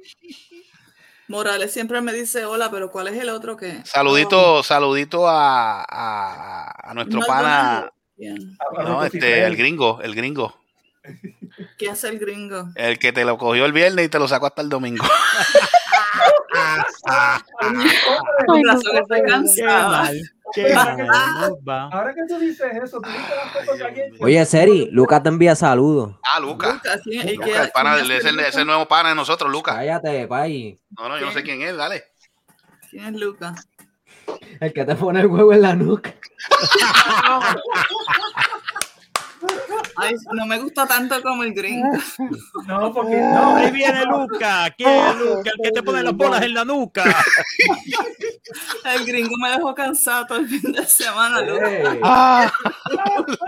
[SPEAKER 9] Morales siempre me dice hola, pero ¿cuál es el otro que? Oh,
[SPEAKER 6] Saludito, saludito a, a, a nuestro pana.
[SPEAKER 9] Maldonado. Bien.
[SPEAKER 5] Ah,
[SPEAKER 6] No, este, el gringo, el gringo.
[SPEAKER 9] ¿Qué hace el gringo?
[SPEAKER 6] El que te lo cogió el viernes y te lo sacó hasta el domingo.
[SPEAKER 9] Con razón estoy cansada.
[SPEAKER 5] Qué Ahora que tú dices eso, tú dices las cosas calientes.
[SPEAKER 14] Oye, Seri, Lucas te envía saludos.
[SPEAKER 6] Ah, Lucas.
[SPEAKER 9] Lucas,
[SPEAKER 6] el pana, del- es el, es el nuevo pana de nosotros, Lucas.
[SPEAKER 14] Cállate, pay.
[SPEAKER 6] No, no, yo no sé quién es, dale.
[SPEAKER 9] ¿Quién es Lucas?
[SPEAKER 14] El que te pone el huevo en la nuca.
[SPEAKER 9] Ay, no me gusta tanto como el gringo.
[SPEAKER 5] No, porque
[SPEAKER 3] oh.
[SPEAKER 9] no.
[SPEAKER 16] Ahí viene Luca. ¿Quién es Luca? El que te pone las bolas en la nuca.
[SPEAKER 9] El gringo me dejó cansado todo el fin de semana, Lucas.
[SPEAKER 16] Ah.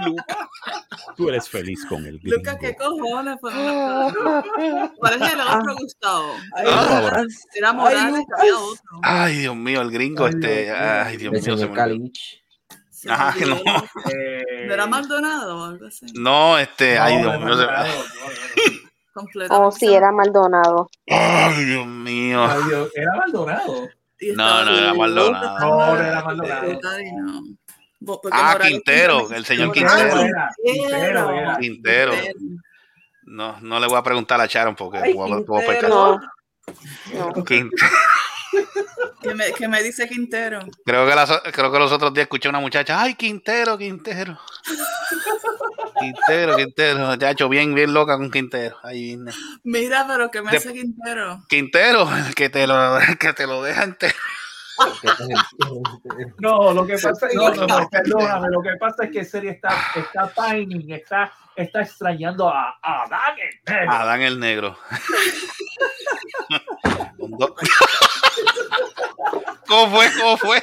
[SPEAKER 6] Lucas.
[SPEAKER 16] Tú eres feliz con el gringo.
[SPEAKER 9] Lucas, ¿qué cojones? Pues, ¿Cuál es el otro, Gustavo?
[SPEAKER 6] Ah. favor.
[SPEAKER 9] Era Morales, había otro.
[SPEAKER 6] Ay, Dios mío, el gringo, este. Ay, Dios
[SPEAKER 14] El
[SPEAKER 6] mío, se
[SPEAKER 14] señor
[SPEAKER 6] me olvidó. Ajá, Ah, que no.
[SPEAKER 5] eh,
[SPEAKER 9] ¿No era Maldonado o algo así?
[SPEAKER 6] No, este, ay, Dios mío. se-
[SPEAKER 9] Completo.
[SPEAKER 12] Oh, sí, era Maldonado.
[SPEAKER 6] Ay, Dios mío.
[SPEAKER 5] Ay, Dios, Era Maldonado.
[SPEAKER 6] No, no, era Maldonado.
[SPEAKER 5] No, no era Maldonado.
[SPEAKER 9] Bo- porque
[SPEAKER 6] Ah,
[SPEAKER 9] Morales-
[SPEAKER 6] Quintero, el señor
[SPEAKER 9] Quintero.
[SPEAKER 6] Quintero.
[SPEAKER 9] Ah, Quintero, era.
[SPEAKER 6] Quintero.
[SPEAKER 9] Quintero.
[SPEAKER 6] No, no le voy a preguntar a Sharon porque
[SPEAKER 9] Ay,
[SPEAKER 6] voy a- voy a
[SPEAKER 9] Quintero.
[SPEAKER 6] percar. Quintero.
[SPEAKER 9] ¿Qué me, qué me dice Quintero?
[SPEAKER 6] Creo que, las- creo que los otros días escuché a una muchacha, ay, Quintero, Quintero, Quintero, Quintero, ya hecho bien, bien loca con Quintero. Ahí viene.
[SPEAKER 9] Mira, pero ¿qué me
[SPEAKER 6] De-
[SPEAKER 9] hace Quintero?
[SPEAKER 6] Quintero, el que te lo, el que te lo deja entero.
[SPEAKER 5] No, lo que pasa es,
[SPEAKER 6] No,
[SPEAKER 5] no,
[SPEAKER 6] no,
[SPEAKER 5] no,
[SPEAKER 6] no.
[SPEAKER 5] perdóname, lo que pasa es que Seri está, está pining, está, está extrañando a, a Dagen.
[SPEAKER 6] Adán el negro. Con dos- ¿Cómo fue? ¿Cómo fue?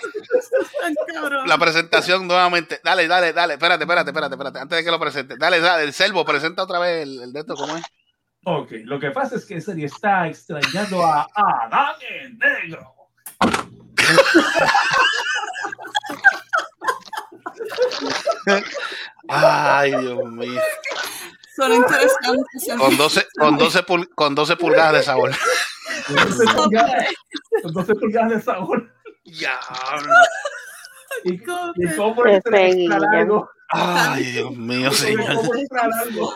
[SPEAKER 6] La presentación nuevamente. Dale, dale, dale. Espérate, espérate, espérate, espérate. Antes de que lo presente. Dale, dale. El servo, presenta otra vez el, el de esto. ¿Cómo es?
[SPEAKER 5] Ok, lo que pasa es que Seri está extrañando a Adán el negro.
[SPEAKER 6] Ay, Dios mío.
[SPEAKER 9] Son interesantes. son-
[SPEAKER 6] Con 12, con 12, pul- con 12 pulgadas de sabor.
[SPEAKER 5] Entonces pulgadas, entonces pulgadas de sabor.
[SPEAKER 6] Diablo.
[SPEAKER 5] Y, y cómo es
[SPEAKER 6] Qué
[SPEAKER 5] extra
[SPEAKER 6] peguilla.
[SPEAKER 5] largo.
[SPEAKER 6] Ay, Dios mío, señor.
[SPEAKER 5] ¿Cómo es extra largo?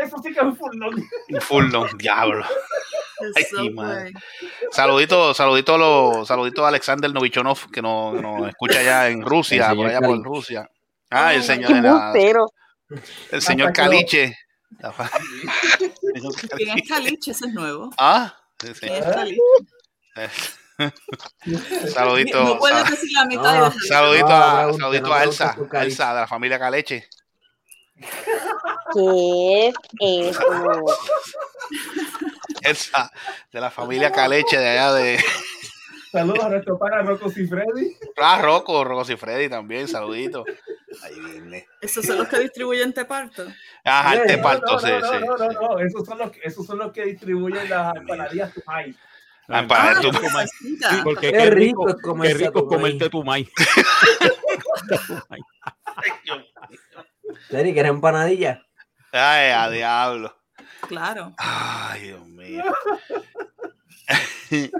[SPEAKER 5] Eso sí que es un furlón.
[SPEAKER 6] Full long, diablo. Ay, madre. Saludito, saludito a los, saludito a Alexander Novichonov, que nos, que nos escucha allá en
[SPEAKER 14] El
[SPEAKER 6] Rusia,
[SPEAKER 14] señor
[SPEAKER 6] por allá por
[SPEAKER 14] Kalich.
[SPEAKER 6] Rusia. Ah, el señor,
[SPEAKER 12] Qué
[SPEAKER 6] el,
[SPEAKER 12] bustero.
[SPEAKER 6] el señor
[SPEAKER 9] Hasta que lo-
[SPEAKER 6] Caliche.
[SPEAKER 5] Ah,
[SPEAKER 9] ¿Quién es Caliche? este Ese es nuevo. este
[SPEAKER 6] Ah, sí, sí.
[SPEAKER 9] ¿Quién es Caliche?
[SPEAKER 5] Eh.
[SPEAKER 6] Saludito.
[SPEAKER 9] No puedes
[SPEAKER 6] sal-
[SPEAKER 9] decir la
[SPEAKER 14] Ah.
[SPEAKER 9] mitad de-
[SPEAKER 6] Saludito
[SPEAKER 9] No,
[SPEAKER 6] a,
[SPEAKER 9] pregunta,
[SPEAKER 6] saludito
[SPEAKER 9] no
[SPEAKER 6] a
[SPEAKER 9] pregunta
[SPEAKER 6] Elsa,
[SPEAKER 9] por Caliche.
[SPEAKER 6] Elsa de la familia Caleche.
[SPEAKER 12] ¿Qué es eso?
[SPEAKER 6] Elsa de la familia Caleche de allá de
[SPEAKER 5] Saludos a nuestro pana Rocco Cifredi.
[SPEAKER 6] Ah, Rocco, Rocco y Freddy también, saludito.
[SPEAKER 9] Esos son los que distribuyen Te Parto.
[SPEAKER 6] Ajá, el
[SPEAKER 5] No,
[SPEAKER 6] te
[SPEAKER 5] no,
[SPEAKER 6] parto,
[SPEAKER 5] no,
[SPEAKER 6] sí,
[SPEAKER 5] no,
[SPEAKER 6] sí.
[SPEAKER 5] No, no, no, esos son los que, esos son los que distribuyen las empanadillas Tumay.
[SPEAKER 3] Ah,
[SPEAKER 6] La
[SPEAKER 9] Ah,
[SPEAKER 6] empanada de tu-
[SPEAKER 5] Sí,
[SPEAKER 16] Porque
[SPEAKER 5] Qué
[SPEAKER 16] qué
[SPEAKER 5] rico
[SPEAKER 16] rico,
[SPEAKER 5] es comerse
[SPEAKER 16] qué rico
[SPEAKER 5] a
[SPEAKER 16] es
[SPEAKER 5] tu maíz.
[SPEAKER 16] comerte tu maíz.
[SPEAKER 14] Seri, ¿quieres empanadilla?
[SPEAKER 6] Ay, a diablo.
[SPEAKER 9] Claro.
[SPEAKER 6] Ay, Dios mío.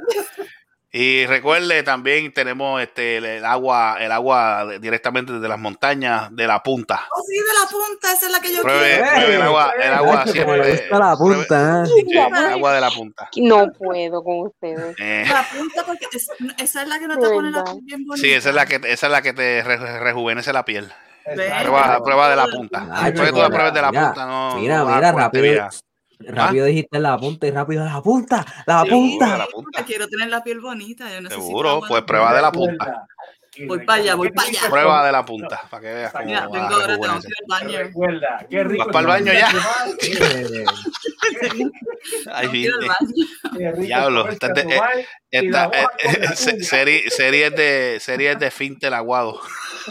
[SPEAKER 6] Y recuerde, también tenemos este el, el agua, el agua de- directamente de las montañas, de la punta.
[SPEAKER 9] Oh, sí, de la punta, esa es la que yo
[SPEAKER 6] Pruebe,
[SPEAKER 9] quiero.
[SPEAKER 6] pruebe el agua, el agua
[SPEAKER 14] Nacho, como
[SPEAKER 6] siempre.
[SPEAKER 14] le gusta la punta, ¿eh?
[SPEAKER 6] Sí, el agua de la punta.
[SPEAKER 12] No puedo con ustedes.
[SPEAKER 6] Eh,
[SPEAKER 9] La punta, porque es- esa es la que no te pone la piel bien bonita.
[SPEAKER 6] sí, esa es la que esa es la que te re- re- rejuvenece la piel.
[SPEAKER 9] Exacto.
[SPEAKER 6] Prueba, prueba de la punta.
[SPEAKER 14] Nacho,
[SPEAKER 6] Después que tú la pruebes de la
[SPEAKER 14] mira,
[SPEAKER 6] punta, no.
[SPEAKER 14] Mira,
[SPEAKER 6] no vas a
[SPEAKER 14] mira,
[SPEAKER 6] curarte,
[SPEAKER 14] rápido.
[SPEAKER 6] mira. ¿Ah?
[SPEAKER 14] Rápido dijiste la punta y rápido la punta, la
[SPEAKER 6] Sí,
[SPEAKER 14] punta.
[SPEAKER 6] la
[SPEAKER 9] Porque quiero tener la piel bonita. Yo necesito
[SPEAKER 6] Seguro,
[SPEAKER 9] agua
[SPEAKER 6] pues
[SPEAKER 9] de-
[SPEAKER 6] prueba de la punta.
[SPEAKER 9] Voy para allá, voy para allá.
[SPEAKER 6] Prueba de la punta, para que veas
[SPEAKER 9] Mira,
[SPEAKER 6] cómo
[SPEAKER 9] vengo
[SPEAKER 6] va a
[SPEAKER 9] ahora, tengo que
[SPEAKER 6] rejuvenecer.
[SPEAKER 9] ir al baño.
[SPEAKER 5] Recuerda, qué rico.
[SPEAKER 6] ¿Vas pa'l baño ya? Ay,
[SPEAKER 9] Tengo que ir al
[SPEAKER 6] viste.
[SPEAKER 9] baño.
[SPEAKER 6] Diablo, estas de- eh, esta- eh, eh, se- seri- series de series de Fintel aguado.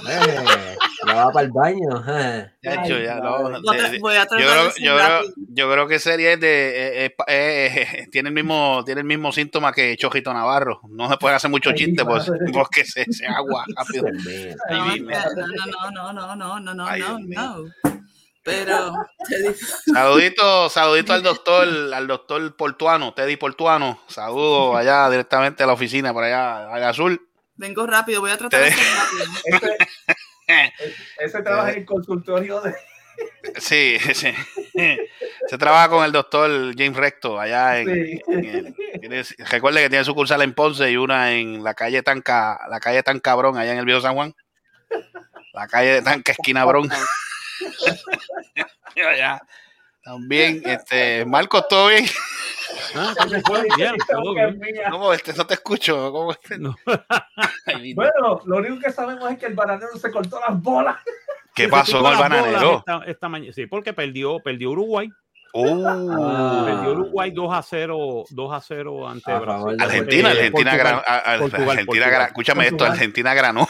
[SPEAKER 14] Eh, ya va para el baño. eh.
[SPEAKER 6] Ya, hecho, ya, no, de-
[SPEAKER 9] Voy a tra-
[SPEAKER 6] de-
[SPEAKER 9] voy a
[SPEAKER 6] yo
[SPEAKER 9] tratar
[SPEAKER 6] creo-
[SPEAKER 9] de ser
[SPEAKER 6] yo creo-
[SPEAKER 9] rápido.
[SPEAKER 6] yo creo que series de eh, eh, pa- eh, eh, tiene el mismo tiene el mismo síntoma que Chojito Navarro. No se puede hacer mucho
[SPEAKER 9] Ay,
[SPEAKER 6] chiste pues,
[SPEAKER 9] madre.
[SPEAKER 6] porque se, se agua rápido.
[SPEAKER 9] No,
[SPEAKER 6] Ay, dime.
[SPEAKER 9] no, no, no, no, no, no, no, no, no. Pero te digo,
[SPEAKER 6] Saludito, saludito al doctor, al doctor Portuano, Teddy Portuano. Saludos allá directamente a la oficina, para allá, al azul.
[SPEAKER 9] vengo rápido, voy a tratar de
[SPEAKER 6] Te-
[SPEAKER 9] ser rápido.
[SPEAKER 5] Ese Este, trabaja en el consultorio de.
[SPEAKER 6] Sí, sí. Se trabaja con el doctor James Recto allá en,
[SPEAKER 5] Sí.
[SPEAKER 6] en el- tiene- recuerde que tiene sucursal en Ponce y una en la calle Tanca, la calle Tan Cabrón, allá en el Viejo San Juan. La calle de Tanca, esquina Brón. allá. También, este, Marcos, ¿todo bien?
[SPEAKER 3] Ah,
[SPEAKER 6] ¿Cómo este? No te escucho. ¿Cómo este? Ay, mi-
[SPEAKER 5] Bueno, lo único que sabemos es que el bananero se cortó las bolas.
[SPEAKER 6] ¿Qué pasó con el bananero?
[SPEAKER 3] Esta, esta mañana, sí, porque perdió, perdió Uruguay.
[SPEAKER 6] Uh.
[SPEAKER 5] Ah.
[SPEAKER 3] Perdió Uruguay 2 a 0, 2 a 0 ante Brasil.
[SPEAKER 6] Argentina,
[SPEAKER 3] Eh,
[SPEAKER 6] Argentina,
[SPEAKER 3] Portugal,
[SPEAKER 6] gran- a- a-
[SPEAKER 3] Portugal,
[SPEAKER 6] Argentina,
[SPEAKER 3] Portugal.
[SPEAKER 6] gran- escúchame esto,
[SPEAKER 3] Portugal.
[SPEAKER 6] Argentina granó.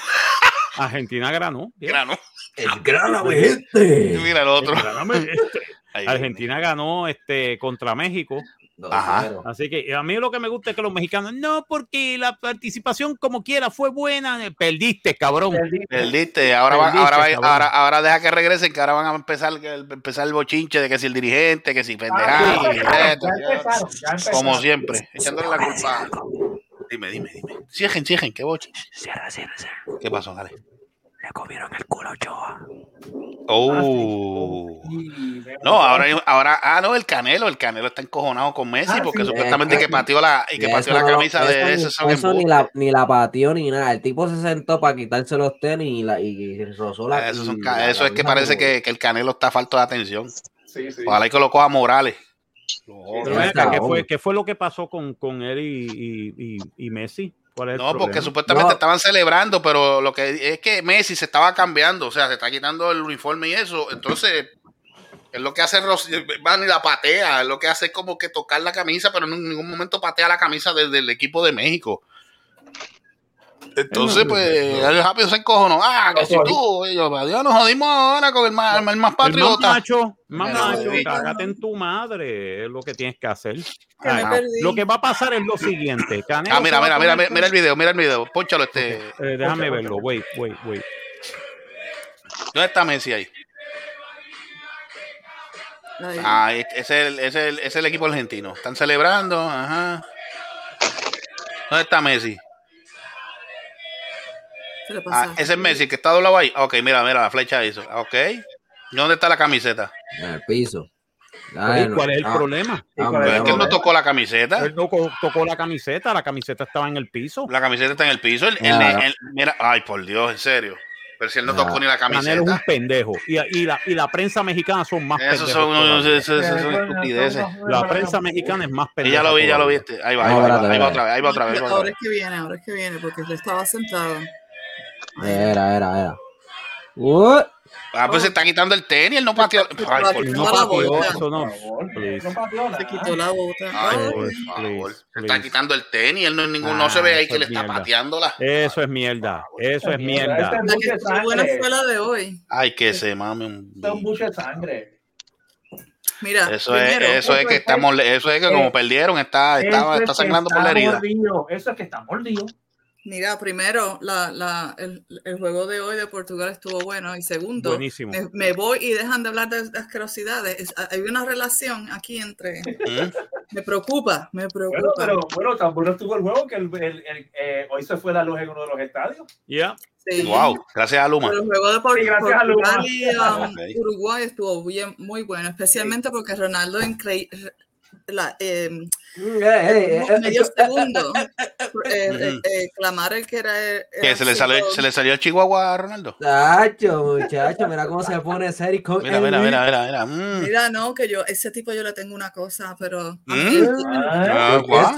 [SPEAKER 3] Argentina granó.
[SPEAKER 6] Granó.
[SPEAKER 3] El
[SPEAKER 6] gráname este. Mira el otro. Ahí viene.
[SPEAKER 3] este, Argentina ganó este contra México.
[SPEAKER 6] Ajá.
[SPEAKER 3] Así que a mí lo que me gusta es que los mexicanos, no, porque la participación como quiera fue buena, Eh, perdiste, cabrón.
[SPEAKER 6] Perdiste, ahora, va-
[SPEAKER 3] Perdiste,
[SPEAKER 6] ahora, va-
[SPEAKER 3] cabrón.
[SPEAKER 6] ahora, ahora deja que regresen, que ahora van a empezar, que el- empezar el bochinche de que si el dirigente, que si pendejadas,
[SPEAKER 5] Ah, sí.
[SPEAKER 6] que esto,
[SPEAKER 5] Ya
[SPEAKER 6] que
[SPEAKER 5] empezaron,
[SPEAKER 6] otro.
[SPEAKER 5] ya empezaron. Ah,
[SPEAKER 6] como siempre, echándole la culpa. Dime, dime, dime. Cierren, cierren, qué boche. Cierra, cierra, cierra. ¿Qué pasó? Dale. Le comieron el culo Choa. Oh. No, ahora, ahora, ah, no, el Canelo, el Canelo está encojonado con Messi
[SPEAKER 3] Ah,
[SPEAKER 6] porque
[SPEAKER 3] sí.
[SPEAKER 6] supuestamente que pateó la, y que
[SPEAKER 8] eh,
[SPEAKER 14] Eso
[SPEAKER 6] pateó la
[SPEAKER 14] no lo-
[SPEAKER 6] camisa
[SPEAKER 14] eso
[SPEAKER 6] de
[SPEAKER 14] ni-
[SPEAKER 6] ese son
[SPEAKER 14] eso ni la, ni la pateó ni nada. El tipo se sentó para quitarse los tenis y, la, y rozó la.
[SPEAKER 6] Ah, Eso, es un
[SPEAKER 14] y
[SPEAKER 6] ca-
[SPEAKER 14] la
[SPEAKER 6] eso es que
[SPEAKER 14] camisa
[SPEAKER 6] parece
[SPEAKER 14] como-
[SPEAKER 6] que, que el Canelo está falto de atención.
[SPEAKER 5] Sí, sí.
[SPEAKER 6] Ojalá y que lo coja Morales.
[SPEAKER 3] Pero ven acá, ¿qué, fue, qué fue lo que pasó con, con él y, y- y- y Messi? ¿Cuál es el
[SPEAKER 6] No, porque
[SPEAKER 3] problema?
[SPEAKER 6] supuestamente estaban celebrando, pero lo que es que Messi se estaba cambiando, o sea, se está quitando el uniforme y eso. Entonces, es lo que hace Ros- van y la patea, es lo que hace es como que tocar la camisa, pero en ningún momento patea la camisa del, del equipo de México. Entonces, pues, el rápido se encojonó. Ah, que si tú, y yo, adiós, nos jodimos ahora con el más, el más
[SPEAKER 3] El más
[SPEAKER 6] patriota.
[SPEAKER 3] macho, más
[SPEAKER 6] Me lo
[SPEAKER 3] macho,
[SPEAKER 6] jodí.
[SPEAKER 3] cágate en tu madre, es lo que tienes que hacer.
[SPEAKER 6] Que me
[SPEAKER 3] Ah,
[SPEAKER 6] perdí.
[SPEAKER 3] lo que va a pasar es lo siguiente. Canelo
[SPEAKER 6] Ah,
[SPEAKER 3] se
[SPEAKER 6] mira,
[SPEAKER 3] va a tomar
[SPEAKER 6] mira, mira, mira,
[SPEAKER 3] con-
[SPEAKER 6] mira el video, mira el video. Pónchalo este.
[SPEAKER 3] Eh, déjame verlo, wait, wait, wait.
[SPEAKER 6] ¿Dónde está Messi ahí? Ah, es- es el, es, el, es el equipo argentino. Están celebrando, ajá. ¿Dónde está Messi?
[SPEAKER 9] Se le pasa.
[SPEAKER 6] Ah, ese es Messi, el que está doblado ahí. Ah, Ok, mira, mira, la flecha hizo. Ah, Ok. ¿Dónde está la camiseta?
[SPEAKER 14] En el piso.
[SPEAKER 3] Oye, ¿Cuál es el
[SPEAKER 14] ah,
[SPEAKER 3] problema?
[SPEAKER 14] ah,
[SPEAKER 6] Pero es que él no tocó la camiseta.
[SPEAKER 3] Él no co- tocó la camiseta, la camiseta estaba en el piso.
[SPEAKER 6] La camiseta está en el piso. Él- él-
[SPEAKER 3] Claro.
[SPEAKER 6] él- mira, ay, por Dios, en serio. Pero si él no tocó ni la
[SPEAKER 3] Canelo es un
[SPEAKER 6] camiseta.
[SPEAKER 3] pendejo. Y, y la, y la prensa mexicana son más
[SPEAKER 6] Esos
[SPEAKER 3] pendejos
[SPEAKER 6] son unos-
[SPEAKER 3] todavía.
[SPEAKER 6] esos- esos son estupideces.
[SPEAKER 3] La prensa mexicana es más
[SPEAKER 6] Y
[SPEAKER 3] pendeja.
[SPEAKER 6] ya lo vi, ya lo
[SPEAKER 3] todavía.
[SPEAKER 6] viste. Ahí va, ahí va, ahí va, ahí va otra vez, ahí va otra vez. ahí va otra
[SPEAKER 9] Ahora
[SPEAKER 6] vez.
[SPEAKER 9] es que viene, ahora es que viene, porque yo estaba sentado.
[SPEAKER 14] Era, era, era. Uh, What?
[SPEAKER 6] Ah, pues se está quitando el tenis, él no pateó. Ay, por
[SPEAKER 9] Él
[SPEAKER 3] No
[SPEAKER 6] favor.
[SPEAKER 3] pateó, eso no. Please.
[SPEAKER 9] Se quitó la bota.
[SPEAKER 6] Ay,
[SPEAKER 9] Ay,
[SPEAKER 6] por
[SPEAKER 3] Please,
[SPEAKER 6] favor. Se está
[SPEAKER 3] please.
[SPEAKER 6] quitando el tenis, él no, ninguno,
[SPEAKER 3] Ah,
[SPEAKER 6] no se ve ahí
[SPEAKER 3] eso
[SPEAKER 6] que le
[SPEAKER 3] es
[SPEAKER 6] está
[SPEAKER 3] mierda.
[SPEAKER 6] pateándola.
[SPEAKER 9] Eh,
[SPEAKER 3] Eso es mierda. Eso es mierda.
[SPEAKER 9] Ah, la que estuvo buena fue la de hoy.
[SPEAKER 6] Ay, que se mame un
[SPEAKER 5] Son mucha sangre.
[SPEAKER 9] Mira,
[SPEAKER 6] Eso es, eso es que
[SPEAKER 9] Eh,
[SPEAKER 6] estamos, eso es que como perdieron, está, estaba, está sangrando por la herida.
[SPEAKER 5] Eso es que está mordido.
[SPEAKER 9] Mira, primero, la, la, el, el juego de hoy de Portugal estuvo bueno. Y segundo,
[SPEAKER 3] Buenísimo.
[SPEAKER 9] me, me voy y dejan de hablar de, de asquerosidades. Es- hay una relación aquí entre.
[SPEAKER 6] ¿Mm?
[SPEAKER 9] Me preocupa, me preocupa.
[SPEAKER 5] Bueno, pero bueno, tan bueno estuvo el juego que el, el- el- eh, hoy se fue la luz en uno de los estadios.
[SPEAKER 16] Ya.
[SPEAKER 9] Sí.
[SPEAKER 6] Wow, gracias a Luma.
[SPEAKER 9] Pero el juego de Por-
[SPEAKER 5] Sí, gracias a Luma.
[SPEAKER 9] Portugal y um,
[SPEAKER 6] Ok.
[SPEAKER 9] Uruguay estuvo bien, muy bueno, especialmente porque Ronaldo incre- la, eh,
[SPEAKER 14] eh, eh,
[SPEAKER 9] medio
[SPEAKER 14] eh,
[SPEAKER 9] segundo eh, eh,
[SPEAKER 6] Ujú.
[SPEAKER 9] eh, clamar el que era eh, el-
[SPEAKER 6] Que se le salió, se le salió el chihuahua a Ronaldo.
[SPEAKER 14] Chacho, muchacho, mira cómo se pone serio con
[SPEAKER 6] Mira,
[SPEAKER 14] el
[SPEAKER 6] mira,
[SPEAKER 14] Luis.
[SPEAKER 6] mira, mira, mira. mm.
[SPEAKER 9] Mira, no, que yo, ese tipo yo le tengo una cosa, pero a mí
[SPEAKER 6] Mm.
[SPEAKER 9] él-
[SPEAKER 6] Ah, guau.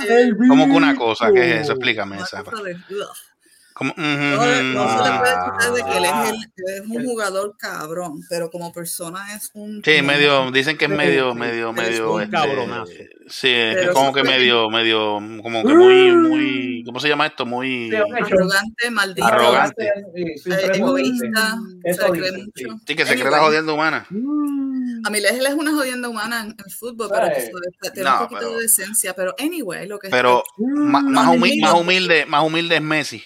[SPEAKER 6] ¿Cómo que una cosa? ¿Qué es eso? Explícame esa.
[SPEAKER 9] cosa de- ugh.
[SPEAKER 6] ¿Cómo? Ujú,
[SPEAKER 9] No se le puede
[SPEAKER 6] ujú.
[SPEAKER 9] quitar de que él es, el- es un jugador cabrón, pero como persona es un.
[SPEAKER 6] Sí, medio, dicen que es medio, medio,
[SPEAKER 9] Él es
[SPEAKER 6] medio.
[SPEAKER 9] un
[SPEAKER 6] este,
[SPEAKER 9] cabronazo.
[SPEAKER 6] Sí, es
[SPEAKER 9] Pero
[SPEAKER 6] como
[SPEAKER 9] eso
[SPEAKER 6] que
[SPEAKER 9] fue-
[SPEAKER 6] medio, medio, como que muy, muy, ¿cómo se llama esto? Muy
[SPEAKER 9] Arrogante, maldito.
[SPEAKER 6] arrogante.
[SPEAKER 5] Eh, sí,
[SPEAKER 9] eh,
[SPEAKER 5] eso dice.
[SPEAKER 9] egoísta.
[SPEAKER 5] Eso
[SPEAKER 9] se cree
[SPEAKER 5] dice,
[SPEAKER 9] mucho.
[SPEAKER 6] Sí, que se cree
[SPEAKER 9] Anyway,
[SPEAKER 6] la jodienda humana.
[SPEAKER 9] A mí él es una jodienda humana en el fútbol, pero
[SPEAKER 6] Ay.
[SPEAKER 9] tú sabes, tiene
[SPEAKER 6] No,
[SPEAKER 9] un poquito
[SPEAKER 6] pero-
[SPEAKER 9] de decencia. Pero anyway, lo que
[SPEAKER 6] Pero ma- más,
[SPEAKER 9] Los
[SPEAKER 6] humilde,
[SPEAKER 9] enemigos.
[SPEAKER 6] más humilde, más humilde es Messi.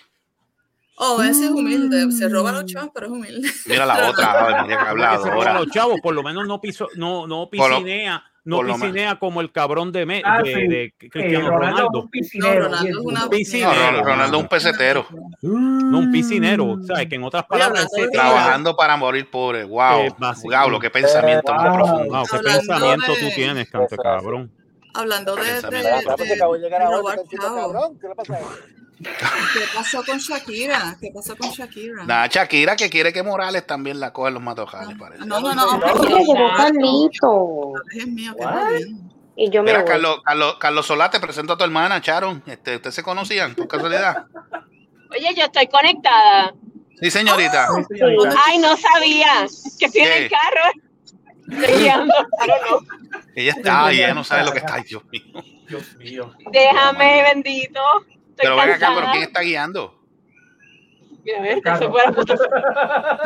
[SPEAKER 9] Oh, ese es humilde. Se roba
[SPEAKER 6] Mm.
[SPEAKER 9] los chavos, pero es humilde.
[SPEAKER 6] Mira la otra, ay, mira
[SPEAKER 16] Porque
[SPEAKER 6] que
[SPEAKER 16] se roba
[SPEAKER 6] habladora.
[SPEAKER 16] los chavos, por lo menos no piso, no, no
[SPEAKER 6] Por lo-
[SPEAKER 16] piscinea, no
[SPEAKER 6] por lo
[SPEAKER 16] piscinea como el cabrón de, me,
[SPEAKER 5] Ah,
[SPEAKER 16] de,
[SPEAKER 5] sí.
[SPEAKER 16] de Cristiano
[SPEAKER 5] Eh, Ronaldo es
[SPEAKER 16] Ronaldo.
[SPEAKER 5] un piscinero,
[SPEAKER 9] No, Ronaldo es
[SPEAKER 5] bien.
[SPEAKER 9] una-
[SPEAKER 6] No, Ron- Ronaldo es un pesetero.
[SPEAKER 16] No un piscinero, ¿sabes? Que en otras palabras, él se tira.
[SPEAKER 6] Trabajando para morir pobre. Wow.
[SPEAKER 16] Eh, básico.
[SPEAKER 6] Diablo, qué pensamiento más
[SPEAKER 16] Wow,
[SPEAKER 6] profundo.
[SPEAKER 16] wow, Ah, qué
[SPEAKER 9] Hablando
[SPEAKER 16] pensamiento
[SPEAKER 9] de-
[SPEAKER 16] tú tienes, canto cabrón.
[SPEAKER 9] Hablando de. de,
[SPEAKER 6] Pensamiento.
[SPEAKER 9] de-
[SPEAKER 6] Espérate, acabo de llegar
[SPEAKER 9] de
[SPEAKER 6] ahora,
[SPEAKER 9] robar
[SPEAKER 6] tantito,
[SPEAKER 9] chavos.
[SPEAKER 6] cabrón,
[SPEAKER 9] ¿Qué pasó con Shakira? ¿Qué pasó con Shakira?
[SPEAKER 6] Nah, Shakira que quiere que Morales también la coja en los matojales, parece.
[SPEAKER 9] Ah, No, no, no.
[SPEAKER 12] Oye, llegó Carlito. Y yo me
[SPEAKER 6] Mira,
[SPEAKER 12] voy.
[SPEAKER 6] Carlos, Carlos, Carlos Solá, te presento a tu hermana, Charon. Este, ¿Ustedes se conocían por casualidad?
[SPEAKER 12] Oye, yo estoy conectada.
[SPEAKER 6] Sí, señorita.
[SPEAKER 12] Ah, Ay, no sabía que estoy en el
[SPEAKER 6] ¿Qué?
[SPEAKER 12] carro. Estoy guiando, pero no.
[SPEAKER 6] Ella está, ay, ella no sabe lo que está. Ay, Dios mío.
[SPEAKER 12] Déjame, bendito. Estoy
[SPEAKER 6] Pero ven acá,
[SPEAKER 12] cansada.
[SPEAKER 6] pero ¿quién está guiando?
[SPEAKER 12] Mira, a ver, se fue la puta.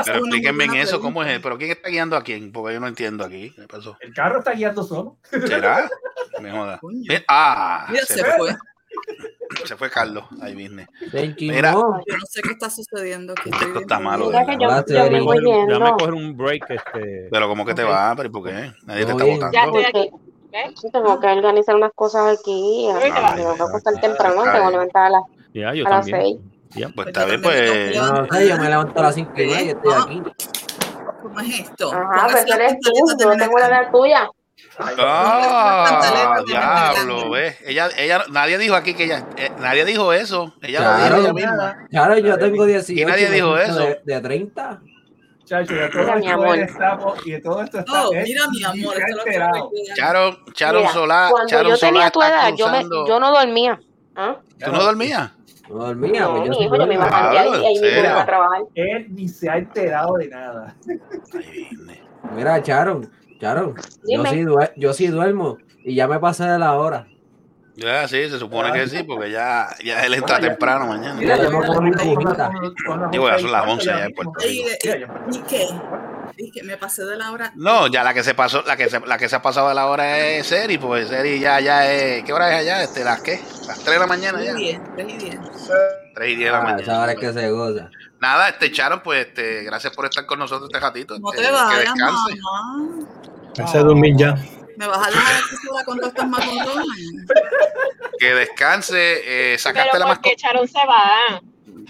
[SPEAKER 6] Pero explíquenme en eso, ¿cómo es? ¿Pero quién está guiando a quién? Porque yo no entiendo aquí. ¿Qué pasó?
[SPEAKER 5] El carro está guiando solo.
[SPEAKER 6] ¿Será? Me joda. Ve- Ah,
[SPEAKER 9] Mira, se fue.
[SPEAKER 6] Se fue Carlos. Ahí viene.
[SPEAKER 9] Ay,
[SPEAKER 6] Mira,
[SPEAKER 9] Yo no sé qué está sucediendo. aquí, estoy
[SPEAKER 6] esto
[SPEAKER 9] bien
[SPEAKER 6] está malo. de
[SPEAKER 9] perdida.
[SPEAKER 6] verdad.
[SPEAKER 16] Déjame coger un break. Este...
[SPEAKER 6] Pero ¿cómo que te va? ¿Pero y por qué? Nadie te
[SPEAKER 16] No,
[SPEAKER 6] está
[SPEAKER 16] bien.
[SPEAKER 12] Ya
[SPEAKER 6] votando. Pues
[SPEAKER 12] estoy aquí. Yo Tengo que organizar unas cosas aquí.
[SPEAKER 6] Ay,
[SPEAKER 12] Me tengo que acostar temprano,
[SPEAKER 6] ay.
[SPEAKER 12] tengo que levantar a las,
[SPEAKER 16] Ya,
[SPEAKER 12] a las seis.
[SPEAKER 6] Pues está bien,
[SPEAKER 14] Pues,
[SPEAKER 6] pues.
[SPEAKER 14] no sé, yo me levanto a las 5 y media y estoy aquí.
[SPEAKER 9] ¿Cómo es esto?
[SPEAKER 12] Ajá, pero esa eres tú, yo tengo la edad tuya.
[SPEAKER 6] Ah, diablo, ¿ves? Ella, ella, nadie dijo aquí que ella, eh, nadie dijo eso. Ella lo dijo
[SPEAKER 14] Claro,
[SPEAKER 6] ella misma.
[SPEAKER 14] claro, yo tengo 18.
[SPEAKER 6] Y nadie
[SPEAKER 14] me
[SPEAKER 6] dijo
[SPEAKER 14] siento
[SPEAKER 6] eso.
[SPEAKER 14] De, de 30.
[SPEAKER 5] Chacho, de todo
[SPEAKER 14] Mira, mi
[SPEAKER 5] esto
[SPEAKER 14] amor.
[SPEAKER 5] estamos- y de todo esto está.
[SPEAKER 9] Oh, mira, mi
[SPEAKER 5] está
[SPEAKER 9] amor, esto es lo que
[SPEAKER 5] enterado.
[SPEAKER 6] Charon, Charon
[SPEAKER 12] Mira,
[SPEAKER 6] Solá,
[SPEAKER 12] cuando
[SPEAKER 6] Ah, Charon
[SPEAKER 12] yo tenía
[SPEAKER 6] Solá
[SPEAKER 12] tu
[SPEAKER 6] está
[SPEAKER 12] edad, yo, me,
[SPEAKER 6] cruzando.
[SPEAKER 12] yo no dormía. ¿Ah?
[SPEAKER 6] ¿Tú no dormías?
[SPEAKER 14] No dormía,
[SPEAKER 12] No,
[SPEAKER 14] pues yo
[SPEAKER 12] mi
[SPEAKER 14] sí
[SPEAKER 12] hijo, yo me
[SPEAKER 14] duermo.
[SPEAKER 12] bajaba de ahí
[SPEAKER 6] Pablo,
[SPEAKER 12] y ahí
[SPEAKER 6] Ah, ¿en
[SPEAKER 12] mismo
[SPEAKER 6] serio?
[SPEAKER 12] iba a trabajar.
[SPEAKER 5] Él ni se ha enterado de nada.
[SPEAKER 14] Mira, Charon, Charon, yo
[SPEAKER 12] Dime.
[SPEAKER 14] sí, due- yo sí duermo y ya me pasé de la hora.
[SPEAKER 6] Ya, sí, se supone que sí, porque ya, ya él entra
[SPEAKER 14] Mira,
[SPEAKER 6] temprano
[SPEAKER 14] Mira, yo me
[SPEAKER 6] mañana.
[SPEAKER 14] pongo mi cubita.
[SPEAKER 6] Digo, ya son las 11 ya pues. en Puerto
[SPEAKER 9] Y,
[SPEAKER 6] Rico.
[SPEAKER 9] de- y, y qué? Y que me pasé de la hora.
[SPEAKER 6] No, ya la que se pasó, la que se, la que se ha pasado de la hora es Seri, pues Seri ya, ya es, ¿qué hora es allá? Este, ¿Las qué? Las 3 de la mañana ya.
[SPEAKER 9] 3 y 10, 3 y 10.
[SPEAKER 6] 3 y 10 de la
[SPEAKER 14] Ah,
[SPEAKER 6] mañana.
[SPEAKER 14] esa hora es que se goza.
[SPEAKER 6] Nada, este Charon, pues este, gracias por estar con nosotros este ratito.
[SPEAKER 9] No
[SPEAKER 6] este,
[SPEAKER 9] te
[SPEAKER 6] que
[SPEAKER 9] vayas,
[SPEAKER 6] descanse.
[SPEAKER 9] mamá.
[SPEAKER 7] Empecé a dormir ya.
[SPEAKER 9] Me vas a dejar aquí sola con todas estas macondonas.
[SPEAKER 6] Que descanse. eh, sacaste la
[SPEAKER 12] Pero
[SPEAKER 6] mascota.
[SPEAKER 12] porque Charon se va.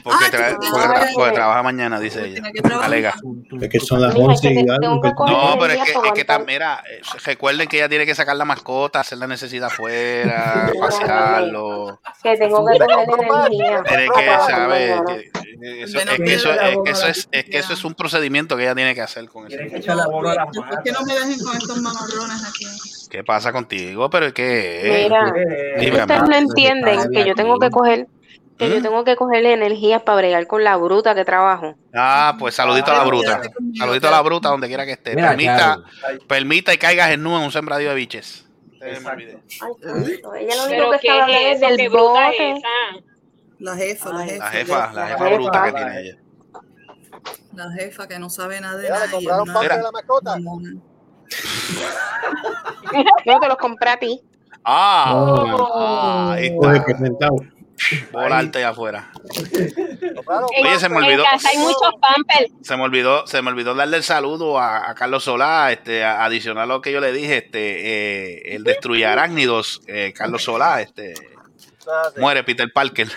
[SPEAKER 6] Porque,
[SPEAKER 12] Ah,
[SPEAKER 6] tra-
[SPEAKER 12] tú te
[SPEAKER 6] porque tra-
[SPEAKER 12] vas.
[SPEAKER 6] porque trabaja mañana, dice ella.
[SPEAKER 12] Tiene que trabajar.
[SPEAKER 6] Alega.
[SPEAKER 7] Es que son las
[SPEAKER 12] Mira,
[SPEAKER 7] 11
[SPEAKER 12] es que
[SPEAKER 7] y
[SPEAKER 12] te-
[SPEAKER 7] algo.
[SPEAKER 12] tengo
[SPEAKER 7] pues,
[SPEAKER 12] que coger
[SPEAKER 6] No,
[SPEAKER 12] el
[SPEAKER 6] pero es
[SPEAKER 12] día
[SPEAKER 6] que,
[SPEAKER 12] para
[SPEAKER 6] es que tam-
[SPEAKER 12] aguantar.
[SPEAKER 6] mira, eh, recuerden que ella tiene que sacar la mascota, hacer la necesidad afuera,
[SPEAKER 12] Mira,
[SPEAKER 6] pasearlo.
[SPEAKER 12] Que tengo que coger energía.
[SPEAKER 6] Tiene que saber. que- eh, eso-
[SPEAKER 9] Menos
[SPEAKER 6] es que eso-
[SPEAKER 9] piedra,
[SPEAKER 6] es
[SPEAKER 9] bobo,
[SPEAKER 6] que eso
[SPEAKER 9] la
[SPEAKER 6] es- es que eso es un procedimiento que ella tiene que hacer con eso.
[SPEAKER 9] Después que no me dejen con estos mamarrones aquí.
[SPEAKER 6] ¿Qué pasa contigo? Pero ¿qué?
[SPEAKER 12] Mira,
[SPEAKER 5] Eh,
[SPEAKER 6] Dime,
[SPEAKER 12] ustedes no
[SPEAKER 6] amor.
[SPEAKER 12] entienden que yo tengo que coger,
[SPEAKER 6] ¿Mm?
[SPEAKER 12] que yo tengo que coger energías para bregar con la bruta que trabajo.
[SPEAKER 6] Ah, pues saludito a la
[SPEAKER 12] Ay,
[SPEAKER 6] bruta.
[SPEAKER 12] quédate
[SPEAKER 6] Saludito a la bruta donde quiera que esté.
[SPEAKER 14] Mira,
[SPEAKER 6] Permita,
[SPEAKER 14] claro.
[SPEAKER 6] permita y caigas en nube en un sembradío de biches.
[SPEAKER 12] Ay, Cristo, ella lo
[SPEAKER 9] Pero
[SPEAKER 12] único que
[SPEAKER 9] ¿qué
[SPEAKER 12] estaba hablando
[SPEAKER 9] es
[SPEAKER 12] es
[SPEAKER 9] eso? ¿Qué
[SPEAKER 12] del
[SPEAKER 9] bruta
[SPEAKER 12] bote.
[SPEAKER 9] es La jefa, la jefa.
[SPEAKER 6] La jefa, la jefa
[SPEAKER 12] jefa.
[SPEAKER 6] bruta que tiene ella.
[SPEAKER 9] La jefa que no sabe nada de
[SPEAKER 12] Mira, le
[SPEAKER 9] nada.
[SPEAKER 12] compraron
[SPEAKER 9] una-
[SPEAKER 12] parte de la Yo te los compré a ti.
[SPEAKER 6] Ah,
[SPEAKER 7] Oh.
[SPEAKER 6] ah, ahí
[SPEAKER 7] Coge
[SPEAKER 6] está.
[SPEAKER 14] Oh.
[SPEAKER 7] presentado.
[SPEAKER 6] volarte allá afuera.
[SPEAKER 12] En-
[SPEAKER 6] Oye, se me olvidó.
[SPEAKER 12] En casa hay muchos pampers.
[SPEAKER 6] Se me olvidó, se me olvidó darle el saludo a, a Carlos Solá, este, a- adicional a lo que yo le dije, este, eh, el destruye arácnidos, eh, Carlos Solá, este, muere Peter Parker.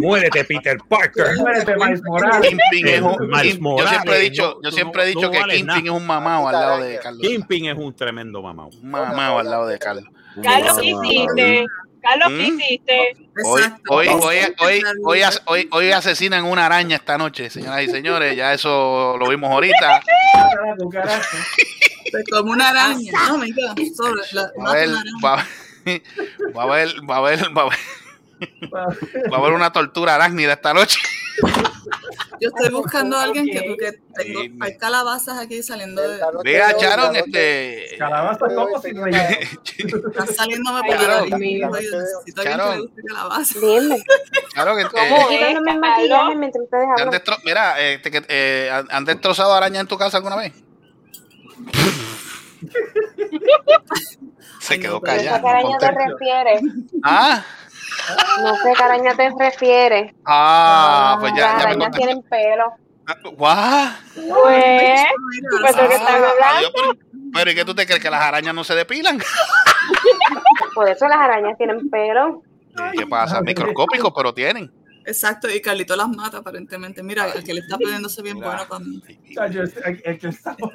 [SPEAKER 3] Muérete, Peter Parker.
[SPEAKER 5] Muérete, Miles Morales.
[SPEAKER 6] Kingpin es un-
[SPEAKER 3] Miles
[SPEAKER 6] Kim- yo
[SPEAKER 3] Morales,
[SPEAKER 6] siempre he dicho,
[SPEAKER 3] no,
[SPEAKER 6] yo
[SPEAKER 3] tú
[SPEAKER 6] siempre he
[SPEAKER 3] no-
[SPEAKER 6] dicho
[SPEAKER 3] no
[SPEAKER 6] que
[SPEAKER 3] vales
[SPEAKER 6] Kingpin es
[SPEAKER 3] nada.
[SPEAKER 6] un mamao al lado de Carlos.
[SPEAKER 3] Kingpin es un tremendo mamao.
[SPEAKER 6] Un mamao al lado de Carlos.
[SPEAKER 12] Carlos, ¿qué hiciste? Carlos, ¿qué
[SPEAKER 6] ¿Mm?
[SPEAKER 12] hiciste?
[SPEAKER 6] Hoy, hoy, hoy,
[SPEAKER 3] Este
[SPEAKER 6] hoy, hoy, as- hoy- hoy asesinan una araña esta noche, señoras y señores. Ya eso lo vimos ahorita.
[SPEAKER 9] Como una araña. No, me quedo. Sobre la-
[SPEAKER 6] Va a haber, va a haber, va a haber, va a haber, va a haber- va a haber una tortura arácnida esta noche.
[SPEAKER 9] Yo estoy buscando a alguien que porque tengo, hay calabazas aquí saliendo de.
[SPEAKER 6] Vea, Charon, este.
[SPEAKER 5] Calabazas como sin rellenos.
[SPEAKER 9] Están saliéndome
[SPEAKER 12] Ay,
[SPEAKER 9] por la
[SPEAKER 12] Dios mío.
[SPEAKER 9] nariz. Yo necesito a alguien que le guste calabaza.
[SPEAKER 12] Dime.
[SPEAKER 6] Claro que
[SPEAKER 12] ¿Cómo
[SPEAKER 6] eh,
[SPEAKER 12] es?
[SPEAKER 9] Quitándome el
[SPEAKER 12] Carlos,
[SPEAKER 9] maquillaje
[SPEAKER 12] mientras ustedes
[SPEAKER 6] ¿te han
[SPEAKER 12] hablan.
[SPEAKER 6] destro- mira, eh, te- que- eh, ¿han- ¿han destrozado araña en tu casa alguna vez? Se quedó
[SPEAKER 12] No sé a
[SPEAKER 6] callado.
[SPEAKER 12] qué araña te refieres.
[SPEAKER 6] Ah,
[SPEAKER 12] No sé a qué araña te refieres.
[SPEAKER 6] ah, pues ya,
[SPEAKER 12] Las
[SPEAKER 6] ya me
[SPEAKER 12] arañas
[SPEAKER 6] contaste. Ah,
[SPEAKER 12] tienen pelo.
[SPEAKER 6] Guau.
[SPEAKER 12] Pues, pues de qué
[SPEAKER 6] Ah,
[SPEAKER 12] están hablando.
[SPEAKER 6] adiós, pero, pero ¿y qué tú te crees que las arañas no se depilan?
[SPEAKER 12] Por eso las arañas tienen pelo.
[SPEAKER 6] ¿Qué pasa? Microscópicos, pero tienen.
[SPEAKER 9] Exacto, y Carlito las mata aparentemente. Mira, el que le está poniéndose bien bueno también.
[SPEAKER 5] Está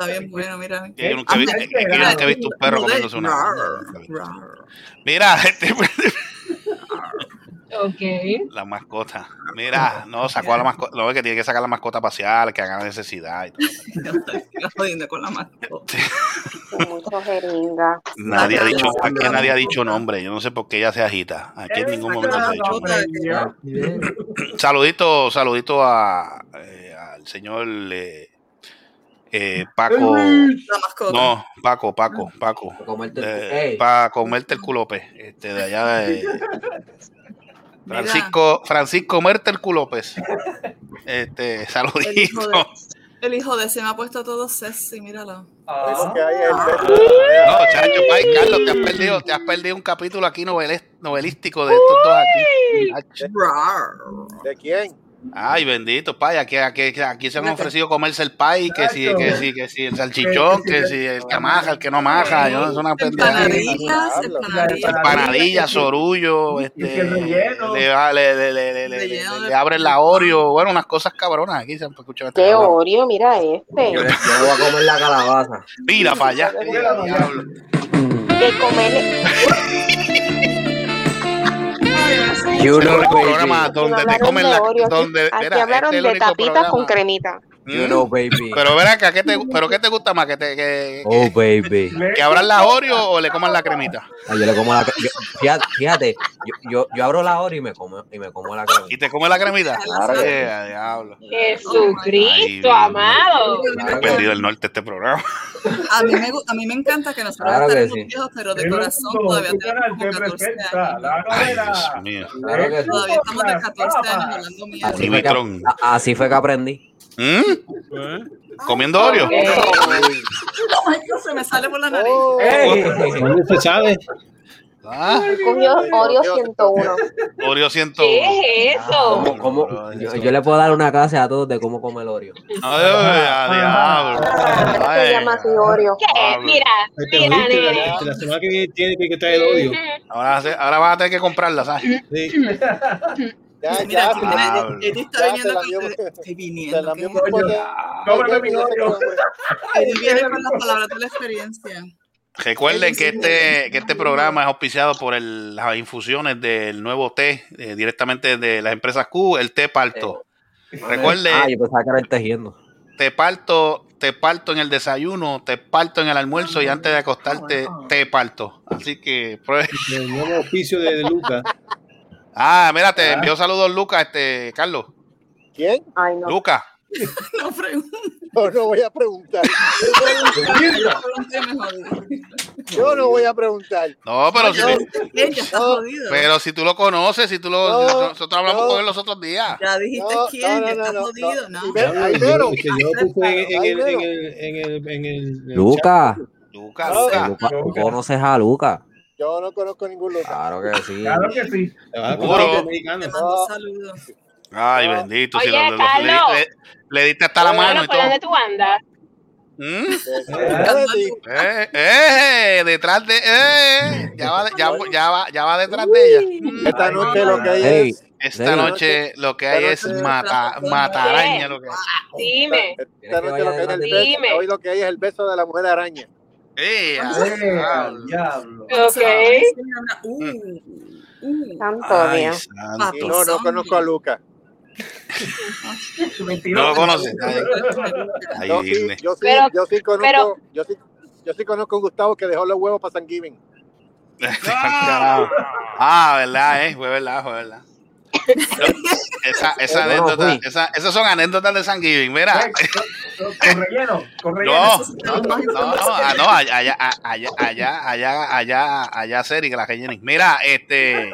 [SPEAKER 9] bien bueno, mira.
[SPEAKER 6] Y Yo nunca he visto, Ah, es que yo nunca he visto un perro comiéndose una. Mira, este,
[SPEAKER 12] Ok.
[SPEAKER 6] la mascota. Mira, no, sacó a la mascota. No, es que tiene que sacar la mascota paseal, que haga la necesidad. y todo.
[SPEAKER 9] jodiendo con la mascota.
[SPEAKER 12] Con mucho jeringa.
[SPEAKER 6] Nadie ha dicho, aquí nadie ha dicho nombre. Yo no sé por qué ella se agita. Aquí en ningún momento se ha dicho. Saludito, saludito a, eh, al señor eh, eh, Paco.
[SPEAKER 9] La mascota.
[SPEAKER 6] No, Paco, Paco, Paco.
[SPEAKER 14] comerte el-
[SPEAKER 6] Eh, Para comerte el culope. Este, de allá de. Francisco, Francisco Merte el culopes. Este,
[SPEAKER 9] El hijo, de,
[SPEAKER 6] saludito.
[SPEAKER 9] el hijo de se me ha puesto todo sexy, míralo.
[SPEAKER 4] Ah.
[SPEAKER 9] Ah,
[SPEAKER 6] No, chacho, bye, Carlos, te has perdido, te has perdido un capítulo aquí noveles- novelístico de estos dos aquí.
[SPEAKER 4] ¿De quién?
[SPEAKER 6] Ay, bendito, pay, aquí, aquí, aquí se han ofrecido comerse el pay, que sí, que sí, que sí, el salchichón, que sí, el que amaja, el que no amaja, yo es una pendeja.
[SPEAKER 9] Empanadillas, empanadillas.
[SPEAKER 6] Empanadillas, sorullo, este,
[SPEAKER 5] relleno.
[SPEAKER 6] le, va- le, le, le, le, le- le- le- le abren la Oreo, bueno, unas cosas cabronas aquí se han escuchado. este
[SPEAKER 12] Qué
[SPEAKER 6] cabrón.
[SPEAKER 12] orio, mira este.
[SPEAKER 14] Yo le yo le voy a comer la calabaza.
[SPEAKER 6] Mira para allá. Diablo.
[SPEAKER 12] De comer.
[SPEAKER 6] Ese es el único
[SPEAKER 14] baby.
[SPEAKER 6] programa donde te
[SPEAKER 12] hablaron
[SPEAKER 6] comen
[SPEAKER 12] de
[SPEAKER 6] la
[SPEAKER 12] Oreo, aquí-
[SPEAKER 6] donde
[SPEAKER 12] Aquí
[SPEAKER 6] mira,
[SPEAKER 12] hablaron
[SPEAKER 6] este es el
[SPEAKER 12] de
[SPEAKER 6] único
[SPEAKER 12] tapitas
[SPEAKER 6] programa.
[SPEAKER 12] con cremita.
[SPEAKER 14] You know, baby.
[SPEAKER 6] Pero ven acá, ¿qué te, pero qué te gusta más que te que,
[SPEAKER 14] Oh, baby.
[SPEAKER 6] que abran la Oreo o le coman la cremita?
[SPEAKER 14] Ay, Ah, yo le como la. yo- fíjate, fíjate yo, yo, yo abro la hora y me como, y me como la crema.
[SPEAKER 6] ¿Y te comes la cremita?
[SPEAKER 14] Claro que sí.
[SPEAKER 6] Eh, a diablo.
[SPEAKER 12] Jesucristo,
[SPEAKER 6] Ay,
[SPEAKER 12] amado.
[SPEAKER 6] He perdido el norte este programa.
[SPEAKER 9] A mí, me, gu- a mí me encanta que nosotros
[SPEAKER 6] Claro que
[SPEAKER 9] estaremos
[SPEAKER 6] sí.
[SPEAKER 9] viejos, pero de
[SPEAKER 5] El
[SPEAKER 9] corazón
[SPEAKER 5] mundo,
[SPEAKER 9] todavía
[SPEAKER 5] tu
[SPEAKER 9] tenemos
[SPEAKER 5] canal
[SPEAKER 9] como
[SPEAKER 5] te
[SPEAKER 9] 14 años.
[SPEAKER 5] presenta la novela.
[SPEAKER 6] Dios mío.
[SPEAKER 14] Claro que sí.
[SPEAKER 9] Todavía estamos de 14 años
[SPEAKER 5] papas.
[SPEAKER 9] hablando mierda.
[SPEAKER 14] Así fue, que, a- así fue que aprendí.
[SPEAKER 6] ¿Mm? ¿Comiendo
[SPEAKER 12] Ah,
[SPEAKER 6] Oreo?
[SPEAKER 9] Ay, se me sale
[SPEAKER 4] Oh,
[SPEAKER 9] por la nariz.
[SPEAKER 7] ¿Dónde se sabe?
[SPEAKER 6] Ah,
[SPEAKER 12] Cogió Oreo 101.
[SPEAKER 6] Oreo 100.
[SPEAKER 12] ¿Qué es eso?
[SPEAKER 14] Como- como- yo, yo le puedo dar una clase a todos de cómo comer el Oreo.
[SPEAKER 6] Ay, a diablo.
[SPEAKER 12] Se
[SPEAKER 6] Ay.
[SPEAKER 12] llama así Oreo.
[SPEAKER 6] Ah,
[SPEAKER 12] Mira,
[SPEAKER 7] Te lo
[SPEAKER 12] mira,
[SPEAKER 7] dije,
[SPEAKER 12] nene.
[SPEAKER 7] la, la semana que viene tiene que, que traer el odio.
[SPEAKER 6] Ahora, se- ahora vas a tener que comprarla, ¿sabes?
[SPEAKER 4] Ya,
[SPEAKER 9] Mira,
[SPEAKER 4] ya,
[SPEAKER 9] que
[SPEAKER 4] se
[SPEAKER 9] mira,
[SPEAKER 6] Diablo.
[SPEAKER 9] Eddie está
[SPEAKER 4] Ya,
[SPEAKER 9] viniendo
[SPEAKER 4] se la
[SPEAKER 9] con-
[SPEAKER 4] vio-
[SPEAKER 9] eh, viniendo,
[SPEAKER 4] la
[SPEAKER 9] ¿qué
[SPEAKER 4] vio
[SPEAKER 9] es?
[SPEAKER 4] por allá.
[SPEAKER 5] Cómeme mi Oreo.
[SPEAKER 9] Eddie viene con las palabras de la experiencia.
[SPEAKER 6] Recuerden que este, que este programa es auspiciado por el- las infusiones del nuevo té eh, directamente de las empresas Q, el té parto. Recuerden,
[SPEAKER 14] Ah, yo pensaba que era el tejiendo.
[SPEAKER 6] te parto, te parto en el desayuno, te parto en el almuerzo y antes de acostarte, te parto. Así que pues, pruebe.
[SPEAKER 7] El nuevo oficio de Lucas.
[SPEAKER 6] Ah, mira, te envió saludos Lucas, este, Carlos.
[SPEAKER 4] ¿Quién?
[SPEAKER 12] Ay, no.
[SPEAKER 6] Lucas.
[SPEAKER 9] No pregunto.
[SPEAKER 4] No, no voy a preguntar.
[SPEAKER 9] Yo pregunté mejor.
[SPEAKER 4] Yo no voy a preguntar.
[SPEAKER 6] No, pero si,
[SPEAKER 9] Yo-
[SPEAKER 6] te-
[SPEAKER 9] Bien, ya está jodido.
[SPEAKER 6] pero si tú lo conoces, si tú lo,
[SPEAKER 4] No,
[SPEAKER 6] nosotros hablamos
[SPEAKER 4] no.
[SPEAKER 6] con él los otros días.
[SPEAKER 9] Ya dijiste
[SPEAKER 4] No, no,
[SPEAKER 9] quién, ya
[SPEAKER 4] no, no,
[SPEAKER 9] está
[SPEAKER 4] no.
[SPEAKER 9] jodido, ¿no?
[SPEAKER 4] Ve- ahí
[SPEAKER 7] Yo,
[SPEAKER 4] vieron.
[SPEAKER 7] es que yo puse en el, en el, en el, en el, en el, en el chat.
[SPEAKER 14] Luca,
[SPEAKER 6] Lucas,
[SPEAKER 14] Luca,
[SPEAKER 6] Lucas.
[SPEAKER 14] ¿tú conoces a Luca?
[SPEAKER 4] Yo no conozco ningún lugar.
[SPEAKER 14] Claro que sí.
[SPEAKER 5] Claro que sí.
[SPEAKER 7] Ah,
[SPEAKER 9] saludos.
[SPEAKER 6] Ay, bendito. si
[SPEAKER 12] Oye,
[SPEAKER 6] lo- lo-
[SPEAKER 12] Carlos.
[SPEAKER 6] le, le- le diste hasta la mano
[SPEAKER 12] Bueno,
[SPEAKER 6] y
[SPEAKER 12] ¿por
[SPEAKER 6] todo. Mm,
[SPEAKER 12] dónde tú andas?
[SPEAKER 6] Eh, eh, detrás de. Eh, ya, va, ya, ya va, ya va detrás de ella.
[SPEAKER 4] Esta noche lo que hay
[SPEAKER 6] Ey,
[SPEAKER 4] es.
[SPEAKER 6] Esta noche lo que hay es mata, mataraña. Lo que
[SPEAKER 12] Dime.
[SPEAKER 4] Esta noche lo que hay es el
[SPEAKER 12] Dime.
[SPEAKER 4] beso. Hoy lo que hay es el beso de la mujer araña.
[SPEAKER 6] ¡Eh!
[SPEAKER 5] diablo!
[SPEAKER 6] Mm.
[SPEAKER 9] Uh,
[SPEAKER 12] Santo
[SPEAKER 4] Ay,
[SPEAKER 12] Dios.
[SPEAKER 4] santo. Y no, no conozco a Luca.
[SPEAKER 6] No lo conoces. Ay, ay,
[SPEAKER 4] yo, sí,
[SPEAKER 6] dile.
[SPEAKER 4] yo sí,
[SPEAKER 12] Pero-
[SPEAKER 4] yo sí conozco,
[SPEAKER 12] pero-
[SPEAKER 4] yo sí, yo sí conozco a un Gustavo que dejó los huevos para San Giving.
[SPEAKER 6] Ah, verdad, eh, fue verdad, fue verdad. Esa, esa
[SPEAKER 5] Yo no
[SPEAKER 6] anécdota, esa- esas son anécdotas de San Giving, mira.
[SPEAKER 5] Con relleno, con
[SPEAKER 6] No,
[SPEAKER 5] relleno.
[SPEAKER 6] no, no, no, ah, no, allá, allá, allá, allá, allá, allá, allá, Seri, que la rellenes. Mira, este,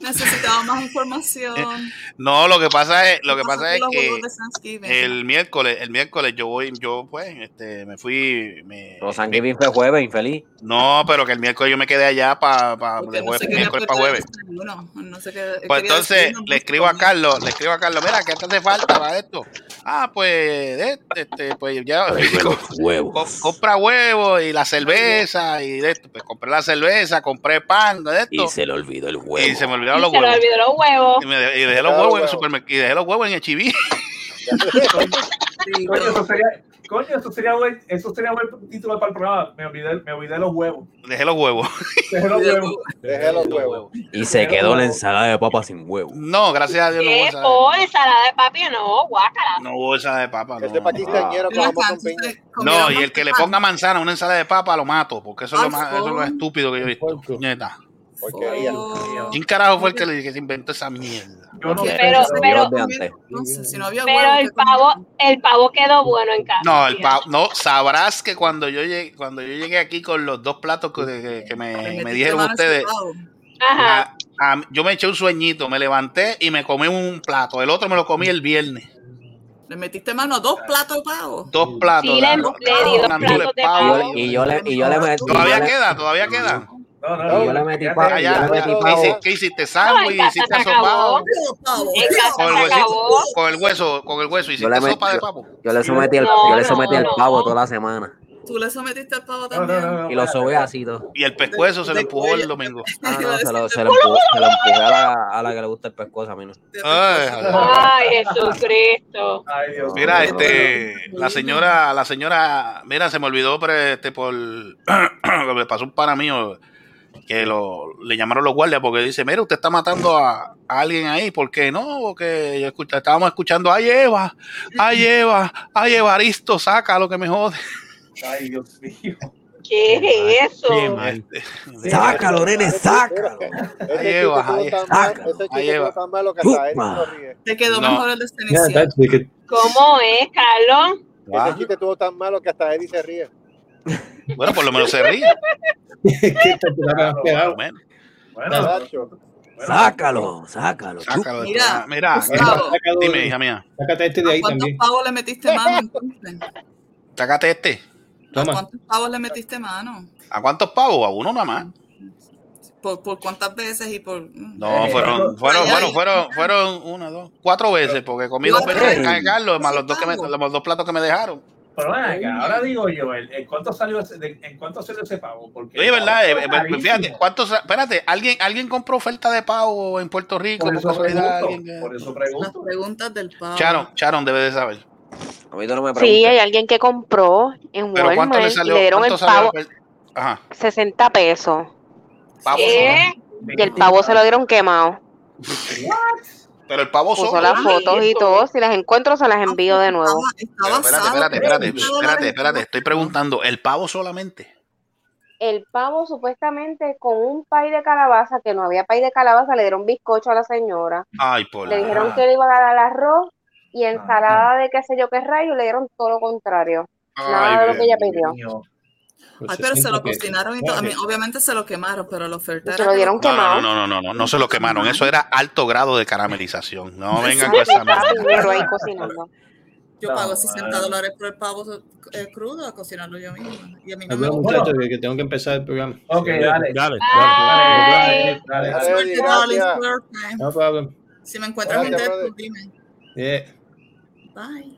[SPEAKER 9] Necesitaba más información.
[SPEAKER 6] no, lo que pasa es, Eh, lo que pasa es
[SPEAKER 9] Los
[SPEAKER 6] que
[SPEAKER 9] huevos de Thanksgiving.
[SPEAKER 6] el miércoles, el miércoles yo voy, yo pues, este, me fui, me-
[SPEAKER 14] Los San Giving fue jueves, infeliz.
[SPEAKER 6] no, pero que el miércoles yo me quedé allá para, de jueves,
[SPEAKER 9] quería
[SPEAKER 6] miércoles para
[SPEAKER 9] perder
[SPEAKER 6] jueves.
[SPEAKER 9] Bueno, no sé qué.
[SPEAKER 6] Pues
[SPEAKER 9] quería
[SPEAKER 6] entonces
[SPEAKER 9] decirlo.
[SPEAKER 6] le escribo a Carlos, le escribo a Carlos, mira, ¿qué te hace falta para esto? Ah, pues, eh, este, pues ya. co- compra huevos y la cerveza y de esto. Pues compré la cerveza, compré pan, de esto. Y se le olvidó el huevo. Y se me olvidaron los
[SPEAKER 12] Se le
[SPEAKER 6] huevos.
[SPEAKER 12] olvidó los huevos.
[SPEAKER 6] Y, me de- y dejé
[SPEAKER 12] Claro,
[SPEAKER 6] los huevos en el
[SPEAKER 12] huevo.
[SPEAKER 6] supermercado. Y dejé los huevos en el chiví.
[SPEAKER 5] Coño, eso sería, coño, eso sería buen, eso sería buen título para el programa. Me olvidé, me olvidé los huevos.
[SPEAKER 6] Dejé los huevos.
[SPEAKER 5] Dejé los huevos.
[SPEAKER 4] Dejé los huevos.
[SPEAKER 15] Y se quedó la ensalada de papa sin huevo.
[SPEAKER 6] No, gracias a Dios no hubo
[SPEAKER 12] ¿Qué?
[SPEAKER 6] esa-
[SPEAKER 12] ¿Por ensalada de papi? No, guácala.
[SPEAKER 6] no hubo esa de papa. No.
[SPEAKER 4] paquistañero
[SPEAKER 6] Ah.
[SPEAKER 4] con jamón con piña.
[SPEAKER 6] No, y el que le ponga manzana a una ensalada de papa lo mato, porque eso es lo
[SPEAKER 4] Ay,
[SPEAKER 6] más, eso es lo
[SPEAKER 4] por-
[SPEAKER 6] estúpido que yo he visto. Neta.
[SPEAKER 4] Porquería.
[SPEAKER 9] Oh.
[SPEAKER 6] ¿Quién carajo fue el que, le- que se inventó esa mierda?
[SPEAKER 5] Yo
[SPEAKER 12] no sé. Pero- pero- Pero el
[SPEAKER 6] Eh,
[SPEAKER 12] pavo, el pavo quedó bueno en casa.
[SPEAKER 6] No, el
[SPEAKER 12] fíjate.
[SPEAKER 6] pa- no, sabrás que cuando yo llegué, cuando yo llegué aquí con los dos platos que, que- que me, me dijeron ustedes,
[SPEAKER 12] Ajá.
[SPEAKER 6] a- a- yo me eché un sueñito, me levanté y me comí un plato. El otro me lo comí el viernes.
[SPEAKER 9] Le metiste mano a
[SPEAKER 6] Ah.
[SPEAKER 9] dos platos de pavo.
[SPEAKER 6] Dos platos.
[SPEAKER 9] Sí,
[SPEAKER 6] la-
[SPEAKER 9] le-
[SPEAKER 6] la-
[SPEAKER 9] le di dos
[SPEAKER 6] una mole
[SPEAKER 9] platos de
[SPEAKER 6] pavo.
[SPEAKER 9] pavo.
[SPEAKER 14] Y yo le, y yo le metí.
[SPEAKER 6] Todavía
[SPEAKER 14] yo le-
[SPEAKER 6] queda, todavía queda.
[SPEAKER 14] no, Y yo le metí
[SPEAKER 6] Ya,
[SPEAKER 14] pavo,
[SPEAKER 6] ya,
[SPEAKER 14] y yo le
[SPEAKER 6] ya.
[SPEAKER 14] metí
[SPEAKER 6] ¿Qué
[SPEAKER 14] pavo.
[SPEAKER 6] hici- ¿Qué hiciste?
[SPEAKER 12] No,
[SPEAKER 6] ¿Sándwich?
[SPEAKER 12] en casa
[SPEAKER 6] ¿Hiciste
[SPEAKER 12] se
[SPEAKER 6] asopado?
[SPEAKER 12] acabó. En casa
[SPEAKER 6] Con
[SPEAKER 12] se
[SPEAKER 6] el huesito,
[SPEAKER 12] acabó.
[SPEAKER 6] con el hueso, con el hueso.
[SPEAKER 14] Yo
[SPEAKER 6] ¿Hiciste
[SPEAKER 14] le, met-
[SPEAKER 6] sopa de
[SPEAKER 14] yo-
[SPEAKER 6] pavo?
[SPEAKER 14] yo le sometí el,
[SPEAKER 6] No,
[SPEAKER 14] yo le sometí
[SPEAKER 6] no,
[SPEAKER 14] el
[SPEAKER 6] no.
[SPEAKER 14] pavo toda la semana.
[SPEAKER 9] Tú le sometiste al pavo también.
[SPEAKER 14] Y lo sobé así todo.
[SPEAKER 6] Y el pescuezo se lo empujó el domingo.
[SPEAKER 14] Ah, no, se lo, se lo empujé, se lo empujé a, la, a la que le gusta el pescuezo a mí. No.
[SPEAKER 12] Ay, Jesucristo.
[SPEAKER 5] Ay, Dios
[SPEAKER 6] Mira,
[SPEAKER 14] mío.
[SPEAKER 6] este, la señora, la señora, mira, se me olvidó, pero este, por, me pasó un pana mío que lo, le llamaron los guardias porque dice, mira, usted está matando a, a alguien ahí, ¿por qué no? Porque yo escucha- estábamos escuchando, ay Eva, ay Eva, ay Evaristo, saca lo que me jode.
[SPEAKER 5] Ay, Dios mío.
[SPEAKER 12] ¿Qué es eso?
[SPEAKER 6] Este,
[SPEAKER 13] Sácalo, nene, sácalo.
[SPEAKER 4] Ese
[SPEAKER 13] Ahí
[SPEAKER 4] chico
[SPEAKER 13] va,
[SPEAKER 4] estuvo
[SPEAKER 13] ahí
[SPEAKER 4] tan
[SPEAKER 13] va.
[SPEAKER 4] mal- ese chico
[SPEAKER 13] Ahí va.
[SPEAKER 4] estuvo tan malo que hasta él
[SPEAKER 13] Upa.
[SPEAKER 4] se ríe.
[SPEAKER 9] Te quedó
[SPEAKER 4] No.
[SPEAKER 9] mejor el de
[SPEAKER 7] Yeah,
[SPEAKER 9] Cenicienta.
[SPEAKER 7] that's wicked.
[SPEAKER 12] ¿Cómo es, Carlos?
[SPEAKER 4] Ese chiste estuvo tan malo que hasta Eddie se ríe.
[SPEAKER 6] Bueno, por lo menos se ríe. Por lo menos.
[SPEAKER 4] Chacho.
[SPEAKER 15] Sácalo, sácalo.
[SPEAKER 6] Sácalo de
[SPEAKER 9] Mira,
[SPEAKER 6] tu- mira,
[SPEAKER 9] Gustavo.
[SPEAKER 6] que- dime, hija mía,
[SPEAKER 7] Sácate este de ahí
[SPEAKER 9] ¿Cuántos
[SPEAKER 7] también.
[SPEAKER 9] pavos le metiste mano entonces?
[SPEAKER 6] sácate este.
[SPEAKER 7] Toma.
[SPEAKER 9] ¿Cuántos pavos le metiste mano?
[SPEAKER 6] ¿A cuántos pavos? A uno nada más.
[SPEAKER 9] ¿Por, por cuántas veces y por...? mm.
[SPEAKER 6] No, fueron, fueron, fueron, fueron, fueron una, dos, cuatro veces, porque comí dos
[SPEAKER 9] Cuatro
[SPEAKER 6] veces
[SPEAKER 9] veces.
[SPEAKER 6] de caja de Carlos, más los dos, que me- los dos platos que me dejaron.
[SPEAKER 5] Pero ven acá, ahora digo yo, ¿en en cuánto salió ese, de- en cuánto salió ese pavo? Porque
[SPEAKER 6] Oye, ¿verdad? Eh, eh,
[SPEAKER 5] Carísimo.
[SPEAKER 6] fíjate, ¿cuántos, espérate, ¿alguien, ¿alguien compró oferta de pago en Puerto Rico?
[SPEAKER 5] Por
[SPEAKER 6] Por
[SPEAKER 5] eso
[SPEAKER 6] casualidad,
[SPEAKER 5] pregunto,
[SPEAKER 6] alguien que-
[SPEAKER 5] por eso
[SPEAKER 9] Las
[SPEAKER 5] pregunto.
[SPEAKER 9] preguntas del pavo.
[SPEAKER 6] Sharon, Sharon debe de saber.
[SPEAKER 14] A mí tú no me
[SPEAKER 12] Sí,
[SPEAKER 14] preguntas.
[SPEAKER 12] hay alguien que compró en
[SPEAKER 6] Pero ¿cuánto
[SPEAKER 12] Walmart
[SPEAKER 6] le
[SPEAKER 12] y
[SPEAKER 6] salió?
[SPEAKER 12] le dieron el
[SPEAKER 6] ¿Cuánto salió?
[SPEAKER 12] pavo
[SPEAKER 6] la per- Ajá,
[SPEAKER 12] 60 pesos.
[SPEAKER 6] pavo
[SPEAKER 12] ¿Qué?
[SPEAKER 6] solo.
[SPEAKER 12] Y el pavo se lo dieron quemado.
[SPEAKER 6] Pero el pavo
[SPEAKER 12] Puso
[SPEAKER 6] solo.
[SPEAKER 12] las fotos y todo. Si las encuentro, se las envío de nuevo.
[SPEAKER 6] Pero espérate, espérate, espérate, espérate, espérate, estoy preguntando, ¿el pavo solamente?
[SPEAKER 12] El pavo, supuestamente, con un pay de calabaza, que no había pay de calabaza, le dieron bizcocho a la señora.
[SPEAKER 6] Ay, por
[SPEAKER 12] Le
[SPEAKER 6] la-
[SPEAKER 12] dijeron que le iban a dar arroz y ensalada de qué sé yo qué rayo, le dieron todo lo contrario. Nada de lo que ella pidió.
[SPEAKER 7] pues,
[SPEAKER 9] Ay, pero se lo cocinaron y todo. A mí, obviamente se lo quemaron, pero la oferta
[SPEAKER 12] Se lo dieron
[SPEAKER 6] No, no, no,
[SPEAKER 12] quemado.
[SPEAKER 6] no, no, no, no, no se lo quemaron. Eso era alto grado de caramelización. No vengan
[SPEAKER 12] Papi,
[SPEAKER 6] con esa mierda.
[SPEAKER 12] papi, negro ahí cocinando.
[SPEAKER 9] Yo
[SPEAKER 5] No,
[SPEAKER 9] pago
[SPEAKER 5] mano.
[SPEAKER 9] 60 dólares por el pavo eh, crudo a cocinarlo yo mismo. Y a mí no me
[SPEAKER 7] Bueno,
[SPEAKER 9] gusta.
[SPEAKER 7] muchachos, que, que tengo que empezar el programa.
[SPEAKER 5] Ok,
[SPEAKER 6] Eh,
[SPEAKER 5] dale.
[SPEAKER 7] Dale,
[SPEAKER 6] Ah,
[SPEAKER 9] dale,
[SPEAKER 7] dale.
[SPEAKER 9] Suerte, darling, suerte.
[SPEAKER 7] No problem.
[SPEAKER 9] Si me encuentras gente,
[SPEAKER 7] Gracias,
[SPEAKER 9] pues dime.
[SPEAKER 7] Yeah.
[SPEAKER 9] Bye.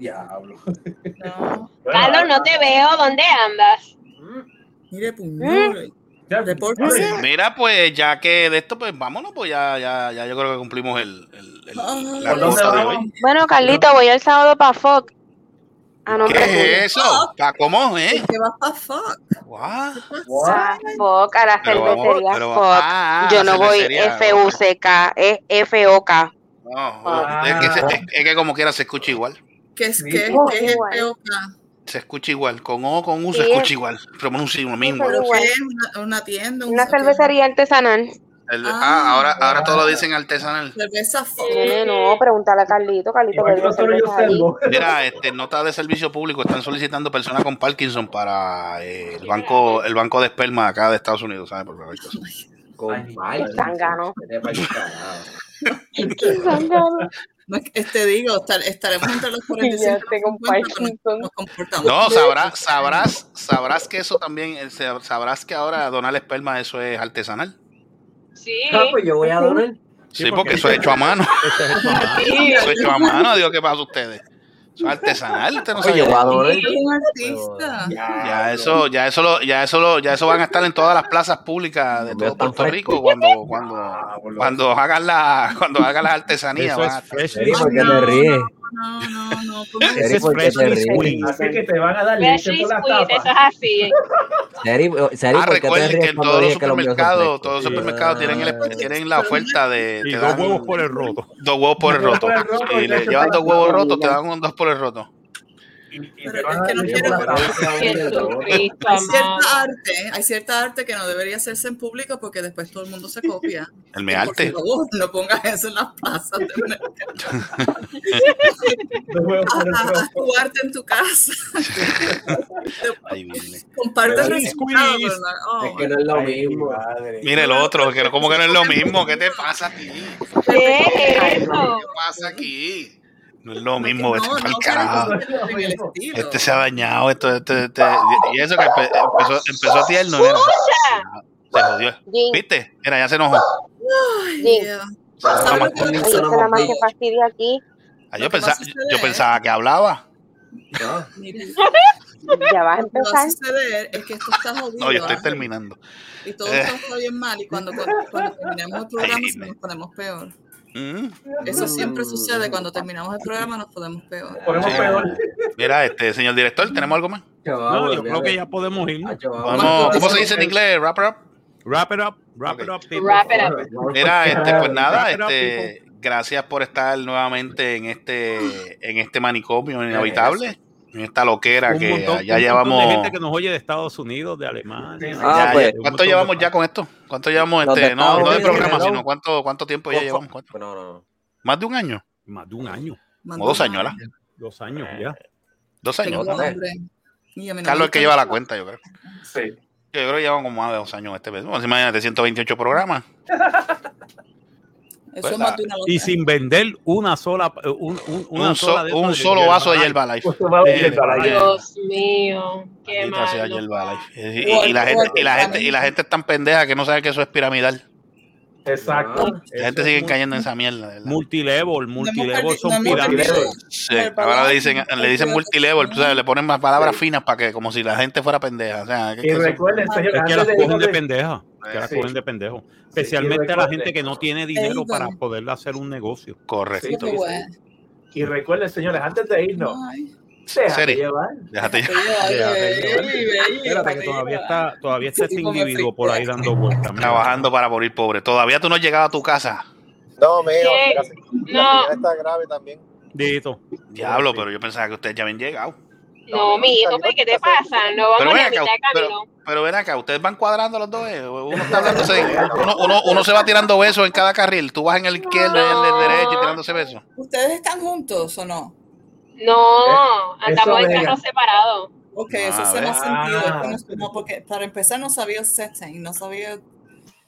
[SPEAKER 7] Diablo.
[SPEAKER 12] Carlos, no te veo. ¿Dónde andas?
[SPEAKER 5] mm,
[SPEAKER 9] Mire, pues,
[SPEAKER 6] Mira, pues ya que de esto, pues vámonos, pues ya, ya, ya yo creo que cumplimos el, el- el- la
[SPEAKER 12] Ah, ¿Por dónde
[SPEAKER 6] cuota de
[SPEAKER 12] vamos?
[SPEAKER 6] hoy.
[SPEAKER 12] Bueno, Carlito, voy el sábado para Fox. A nombre tuyo.
[SPEAKER 6] ¿Qué es eso? ¿Cómo, eh?
[SPEAKER 9] ¿Qué vas para fuck?
[SPEAKER 12] Fox, a la
[SPEAKER 6] Pero vamos-
[SPEAKER 12] cervecería
[SPEAKER 6] pero-
[SPEAKER 12] Fox.
[SPEAKER 6] ah,
[SPEAKER 12] Yo no voy
[SPEAKER 6] cervecería.
[SPEAKER 12] F-U-C-K, es F-O-K.
[SPEAKER 6] No, es, que se- es- es que como quiera se escucha igual.
[SPEAKER 9] ¿Qué es,
[SPEAKER 6] Sí.
[SPEAKER 9] qué, es-
[SPEAKER 6] Oh,
[SPEAKER 9] qué es
[SPEAKER 12] igual.
[SPEAKER 9] el POK?
[SPEAKER 6] Se escucha igual. Con O, con U se
[SPEAKER 12] Sí, es-
[SPEAKER 6] escucha igual. Pronuncia lo mismo.
[SPEAKER 9] ¿Pero
[SPEAKER 12] igual.
[SPEAKER 9] qué es? ¿Una, una tienda?
[SPEAKER 12] Una cervecería artesanal.
[SPEAKER 6] El- ah, ahora, ahora todo lo dicen artesanal.
[SPEAKER 9] Cerveza Fox.
[SPEAKER 12] Eh, no, pregúntale a Carlito, Carlito, que digo cerveza ahí.
[SPEAKER 6] Mira, este, nota de servicio público, están solicitando personas con Parkinson para eh, el banco, el banco de esperma acá de Estados Unidos, ¿sabes? Por favor.
[SPEAKER 14] Con
[SPEAKER 12] Qué zángano.
[SPEAKER 9] No, es que- este digo, estar- estaremos entre los 45 y los 50, pero nos comportamos.
[SPEAKER 6] No, sabrás, sabrás, sabrás que eso también, eh, sab- sabrás que ahora donar esperma eso es artesanal.
[SPEAKER 12] Sí.
[SPEAKER 14] Ah, pues yo voy a donar.
[SPEAKER 6] Sí, porque eso es hecho a mano.
[SPEAKER 14] Sí.
[SPEAKER 6] Eso es hecho a mano, digo, ¿qué pasa a ustedes? Eso es artesanal, usted no
[SPEAKER 14] Oye,
[SPEAKER 6] sabe.
[SPEAKER 14] Pues voy a donar.
[SPEAKER 9] Yo soy un artista.
[SPEAKER 6] Ya eso, ya eso lo, ya eso lo, ya eso van a estar en todas las plazas públicas de todo Puerto Rico cuando, cuando, cuando hagan la, cuando hagan las artesanías.
[SPEAKER 3] Eso
[SPEAKER 6] van
[SPEAKER 3] es
[SPEAKER 6] a estar.
[SPEAKER 3] freshly- ¿Por
[SPEAKER 12] Ah,
[SPEAKER 3] qué te ríes? Ese es freshly squeezed.
[SPEAKER 5] Así que te van a dar leche
[SPEAKER 12] Freshly
[SPEAKER 5] por la
[SPEAKER 12] squeezed, eso es
[SPEAKER 5] tapa.
[SPEAKER 12] así. eh,
[SPEAKER 14] Seri, eh, Seri,
[SPEAKER 6] Ah,
[SPEAKER 14] ¿por qué te
[SPEAKER 6] recuerden que
[SPEAKER 14] ríes
[SPEAKER 6] en
[SPEAKER 14] cuando
[SPEAKER 6] todos los
[SPEAKER 14] dije que los míos son
[SPEAKER 6] supermercados,
[SPEAKER 14] frescos?
[SPEAKER 6] todos los
[SPEAKER 9] ah,
[SPEAKER 6] supermercados tienen, el- tienen la oferta de
[SPEAKER 3] Y
[SPEAKER 6] te
[SPEAKER 3] dos
[SPEAKER 6] dan
[SPEAKER 3] huevos por el roto.
[SPEAKER 6] dos huevos por el
[SPEAKER 3] Dos
[SPEAKER 6] roto.
[SPEAKER 3] huevos por el roto
[SPEAKER 6] Si
[SPEAKER 3] y
[SPEAKER 6] le
[SPEAKER 3] leche
[SPEAKER 6] llevan
[SPEAKER 3] para
[SPEAKER 6] dos
[SPEAKER 3] la
[SPEAKER 6] huevos
[SPEAKER 3] tapa.
[SPEAKER 6] rotos, te dan un dos por el roto.
[SPEAKER 9] Pero es que no
[SPEAKER 5] Ay,
[SPEAKER 9] quiero.
[SPEAKER 5] por la tapa.
[SPEAKER 12] Jesucristo,
[SPEAKER 9] Hay cierta
[SPEAKER 12] amado.
[SPEAKER 9] arte, hay cierta arte que no debería hacerse en público porque después todo el mundo se copia.
[SPEAKER 6] El me arte.
[SPEAKER 9] Por favor, no pongas eso en las plazas. de mercado.
[SPEAKER 5] Dos huevos por el
[SPEAKER 9] Haz
[SPEAKER 5] roto.
[SPEAKER 9] haz tu arte en tu casa.
[SPEAKER 6] Ahí viene.
[SPEAKER 9] Comparte el
[SPEAKER 6] Freshly
[SPEAKER 9] resultado. ¿verdad? Oh,
[SPEAKER 14] Es que no es lo mismo.
[SPEAKER 6] Mira el otro, que no- como que no es lo mismo. ¿Qué te pasa a ti?
[SPEAKER 12] ¿Qué es
[SPEAKER 6] ¿Qué
[SPEAKER 12] eso?
[SPEAKER 6] pasa aquí? No es lo mismo, vete pa'l
[SPEAKER 9] no,
[SPEAKER 6] carajo.
[SPEAKER 9] no, en el estilo.
[SPEAKER 6] Este se ha dañado, esto, este, este- y eso que empe- empezó, empezó tierno, era. se jodió. ¿Viste? Mira, ya se enojó.
[SPEAKER 9] Ay,
[SPEAKER 12] Sí.
[SPEAKER 9] Dios.
[SPEAKER 6] Está más
[SPEAKER 12] Oye, esa es la más que fastidia aquí.
[SPEAKER 6] Ah, yo, pensaba, yo pensaba que hablaba.
[SPEAKER 9] Mira,
[SPEAKER 12] Ya vas a
[SPEAKER 9] lo que va a
[SPEAKER 12] empezar.
[SPEAKER 9] suceder es que esto está jodido.
[SPEAKER 6] No, yo estoy Eh.
[SPEAKER 9] ¿ah?
[SPEAKER 6] terminando.
[SPEAKER 9] Y todo está bien mal. Y cuando, cuando, cuando terminamos el programa, se nos ponemos peor.
[SPEAKER 6] Mm.
[SPEAKER 9] Eso siempre sucede. Cuando terminamos el programa, nos ponemos peor.
[SPEAKER 6] Sí. Mira, este, señor director, ¿tenemos algo más?
[SPEAKER 3] No, yo creo que
[SPEAKER 14] Ah,
[SPEAKER 3] ya podemos ir.
[SPEAKER 6] Vamos, ¿Cómo se dice en inglés? ¿Wrap it up?
[SPEAKER 3] Wrap it up, wrap it up, people.
[SPEAKER 12] Wrap it up.
[SPEAKER 6] Mira, este, pues nada,
[SPEAKER 3] Wrap it up,
[SPEAKER 6] este, gracias por estar nuevamente en este, en este manicomio inhabitable, en esta loquera
[SPEAKER 3] Un
[SPEAKER 6] que
[SPEAKER 3] montón-
[SPEAKER 6] ya
[SPEAKER 3] un montón
[SPEAKER 6] llevamos.
[SPEAKER 3] de gente que nos oye de Estados Unidos, de Alemania.
[SPEAKER 6] Ya,
[SPEAKER 3] Ya,
[SPEAKER 6] ya,
[SPEAKER 3] ya, un
[SPEAKER 6] ¿Cuánto
[SPEAKER 3] montón
[SPEAKER 6] llevamos
[SPEAKER 3] de-
[SPEAKER 6] ya con esto? ¿Cuánto llevamos
[SPEAKER 3] Los de
[SPEAKER 6] este? No,
[SPEAKER 3] Estados
[SPEAKER 6] no de
[SPEAKER 3] Unidos,
[SPEAKER 6] programa,
[SPEAKER 3] hello.
[SPEAKER 6] sino cuánto, cuánto tiempo Pues ya
[SPEAKER 3] Ojo.
[SPEAKER 6] llevamos. ¿Cuánto?
[SPEAKER 14] No, no, no.
[SPEAKER 6] Más de un año,
[SPEAKER 3] Más de un año.
[SPEAKER 6] como dos años, ¿verdad?
[SPEAKER 3] Dos años ya.
[SPEAKER 6] Dos
[SPEAKER 9] Tengo
[SPEAKER 6] años. ¿no?
[SPEAKER 9] hambre. Y a mí no me
[SPEAKER 6] Carlos es el
[SPEAKER 9] gusta
[SPEAKER 6] que lleva
[SPEAKER 9] el-
[SPEAKER 6] la cuenta, yo creo. Sí. Yo creo que llevamos como más de dos años este mes. Bueno, imagínate, 128 programas.
[SPEAKER 9] Eso
[SPEAKER 6] Pues,
[SPEAKER 9] es más
[SPEAKER 6] la-
[SPEAKER 9] de una
[SPEAKER 3] Y
[SPEAKER 9] loca.
[SPEAKER 3] sin vender una sola. eh, Un, un- una
[SPEAKER 6] Un, so-
[SPEAKER 3] sola de esas
[SPEAKER 6] un
[SPEAKER 3] de pues,
[SPEAKER 6] solo
[SPEAKER 3] Yerba
[SPEAKER 6] vaso de
[SPEAKER 3] Life.
[SPEAKER 6] Herbalife.
[SPEAKER 12] Dios mío, qué
[SPEAKER 6] Maldita sea
[SPEAKER 12] malo.
[SPEAKER 6] Herbalife. Y, y- y la gente, y la gente, y la gente es tan pendeja que no sabe que eso es piramidal.
[SPEAKER 5] Exacto.
[SPEAKER 6] La gente sigue cayendo en esa mierda. ¿verdad?
[SPEAKER 3] Multilevel, multilevel son
[SPEAKER 6] Multilevel.
[SPEAKER 3] pirámides.
[SPEAKER 6] Sí, ahora le dicen, le dicen multilevel, tú sabes, le ponen más palabras finas para que como si la gente fuera pendeja. O sea, que-
[SPEAKER 5] Y
[SPEAKER 6] que-
[SPEAKER 5] recuerden, señor,
[SPEAKER 3] Es que
[SPEAKER 5] antes
[SPEAKER 3] las
[SPEAKER 5] de
[SPEAKER 3] cogen de
[SPEAKER 5] irnos-
[SPEAKER 3] pendeja. Que las
[SPEAKER 5] Sí.
[SPEAKER 3] cogen de pendejo.
[SPEAKER 5] y
[SPEAKER 3] Especialmente a la
[SPEAKER 5] recuerde-
[SPEAKER 3] gente que no tiene dinero para poder hacer un negocio.
[SPEAKER 5] Sí,
[SPEAKER 6] Correcto.
[SPEAKER 5] sí, sí. Y recuerden, señores, antes de irnos,
[SPEAKER 6] Seri.
[SPEAKER 5] déjate llevar.
[SPEAKER 6] Déjate
[SPEAKER 3] Déjate llevar. Espérate que todavía está, todavía está este individuo por ahí dando vueltas. mira.
[SPEAKER 6] Trabajando para morir pobre. Todavía tú no has llegado a tu casa.
[SPEAKER 4] No, mío.
[SPEAKER 12] Sí.
[SPEAKER 4] la señal-
[SPEAKER 12] No.
[SPEAKER 4] la señal está grave también.
[SPEAKER 3] Dito.
[SPEAKER 6] Diablo, pero yo pensaba que ustedes ya habían llegado.
[SPEAKER 12] No, mi hijo, ¿qué te pasa? No
[SPEAKER 6] Pero
[SPEAKER 12] vamos
[SPEAKER 6] ven
[SPEAKER 12] ni a
[SPEAKER 6] acá,
[SPEAKER 12] mitad de
[SPEAKER 6] pero,
[SPEAKER 12] camino.
[SPEAKER 6] pero ven acá, ustedes van cuadrando los dos. eh? Uno, está hablándose- uno, uno- uno se va tirando besos en cada carril. Tú vas en el izquierdo, en el derecho y tirándose besos.
[SPEAKER 9] ¿Ustedes están juntos o no?
[SPEAKER 12] No,
[SPEAKER 6] Eh,
[SPEAKER 12] andamos
[SPEAKER 6] eso
[SPEAKER 12] en
[SPEAKER 6] es.
[SPEAKER 12] carros separados.
[SPEAKER 9] Ok,
[SPEAKER 6] Ah,
[SPEAKER 9] eso
[SPEAKER 6] a
[SPEAKER 9] hace
[SPEAKER 6] ver.
[SPEAKER 3] Ah.
[SPEAKER 9] más sentido. es como- no, porque para empezar no sabía setting, no sabía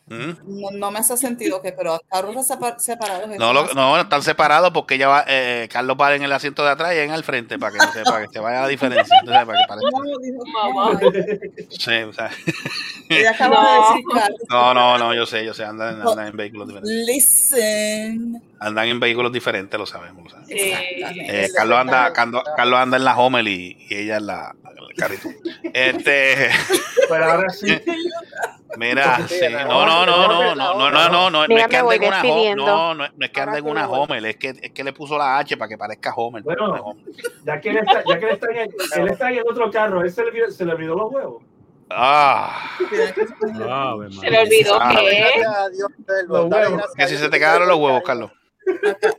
[SPEAKER 6] ¿Mm?
[SPEAKER 9] No, no me hace sentido que, pero carros separ- separados.
[SPEAKER 5] Pues,
[SPEAKER 9] eso
[SPEAKER 6] No, lo-
[SPEAKER 9] hace-
[SPEAKER 6] no, están separados porque ella va, eh, Carlos va en el asiento de atrás y ella en el frente para que, no se- para que se vaya la diferencia. Tú sabes, para que parezca-
[SPEAKER 9] No, dijo que
[SPEAKER 12] Mamá.
[SPEAKER 9] no.
[SPEAKER 6] Sí, o sea.
[SPEAKER 9] Ella acaba de decir Carlos.
[SPEAKER 6] No, no, no, yo sé, yo sé, andan, andan en vehículos diferentes.
[SPEAKER 9] Listen.
[SPEAKER 6] Andan en vehículos diferentes, lo sabemos. lo sabemos.
[SPEAKER 9] Exactamente.
[SPEAKER 6] Eh, Carlos, anda, Carlos, Carlos anda en la Homel y, y ella en la en el carrito. Este,
[SPEAKER 5] Pero ahora sí.
[SPEAKER 6] mira, sí, no, no, no, no, no, no, no, no, no, no, es
[SPEAKER 5] Mira,
[SPEAKER 6] que
[SPEAKER 5] me
[SPEAKER 6] ande
[SPEAKER 5] voy
[SPEAKER 6] en una Homel,
[SPEAKER 5] despidiendo.
[SPEAKER 6] no, no, no es que
[SPEAKER 5] Ahora
[SPEAKER 6] ande
[SPEAKER 5] sí
[SPEAKER 6] en
[SPEAKER 5] me
[SPEAKER 6] una
[SPEAKER 5] voy.
[SPEAKER 6] Homel, es que, es que le puso la H para que parezca Homel. pero no es Homel.
[SPEAKER 5] Ya que él está, ya que él está, en, el, él está en el otro carro, él se le, olvidó- se le olvidó los huevos.
[SPEAKER 6] Ah,
[SPEAKER 5] Se le olvidó
[SPEAKER 6] Ah,
[SPEAKER 5] que-
[SPEAKER 4] Gracias a Dios, Selva.
[SPEAKER 9] Los
[SPEAKER 4] Dale
[SPEAKER 9] huevos.
[SPEAKER 4] gracias
[SPEAKER 6] que si se te quedaron los huevos, Carlos.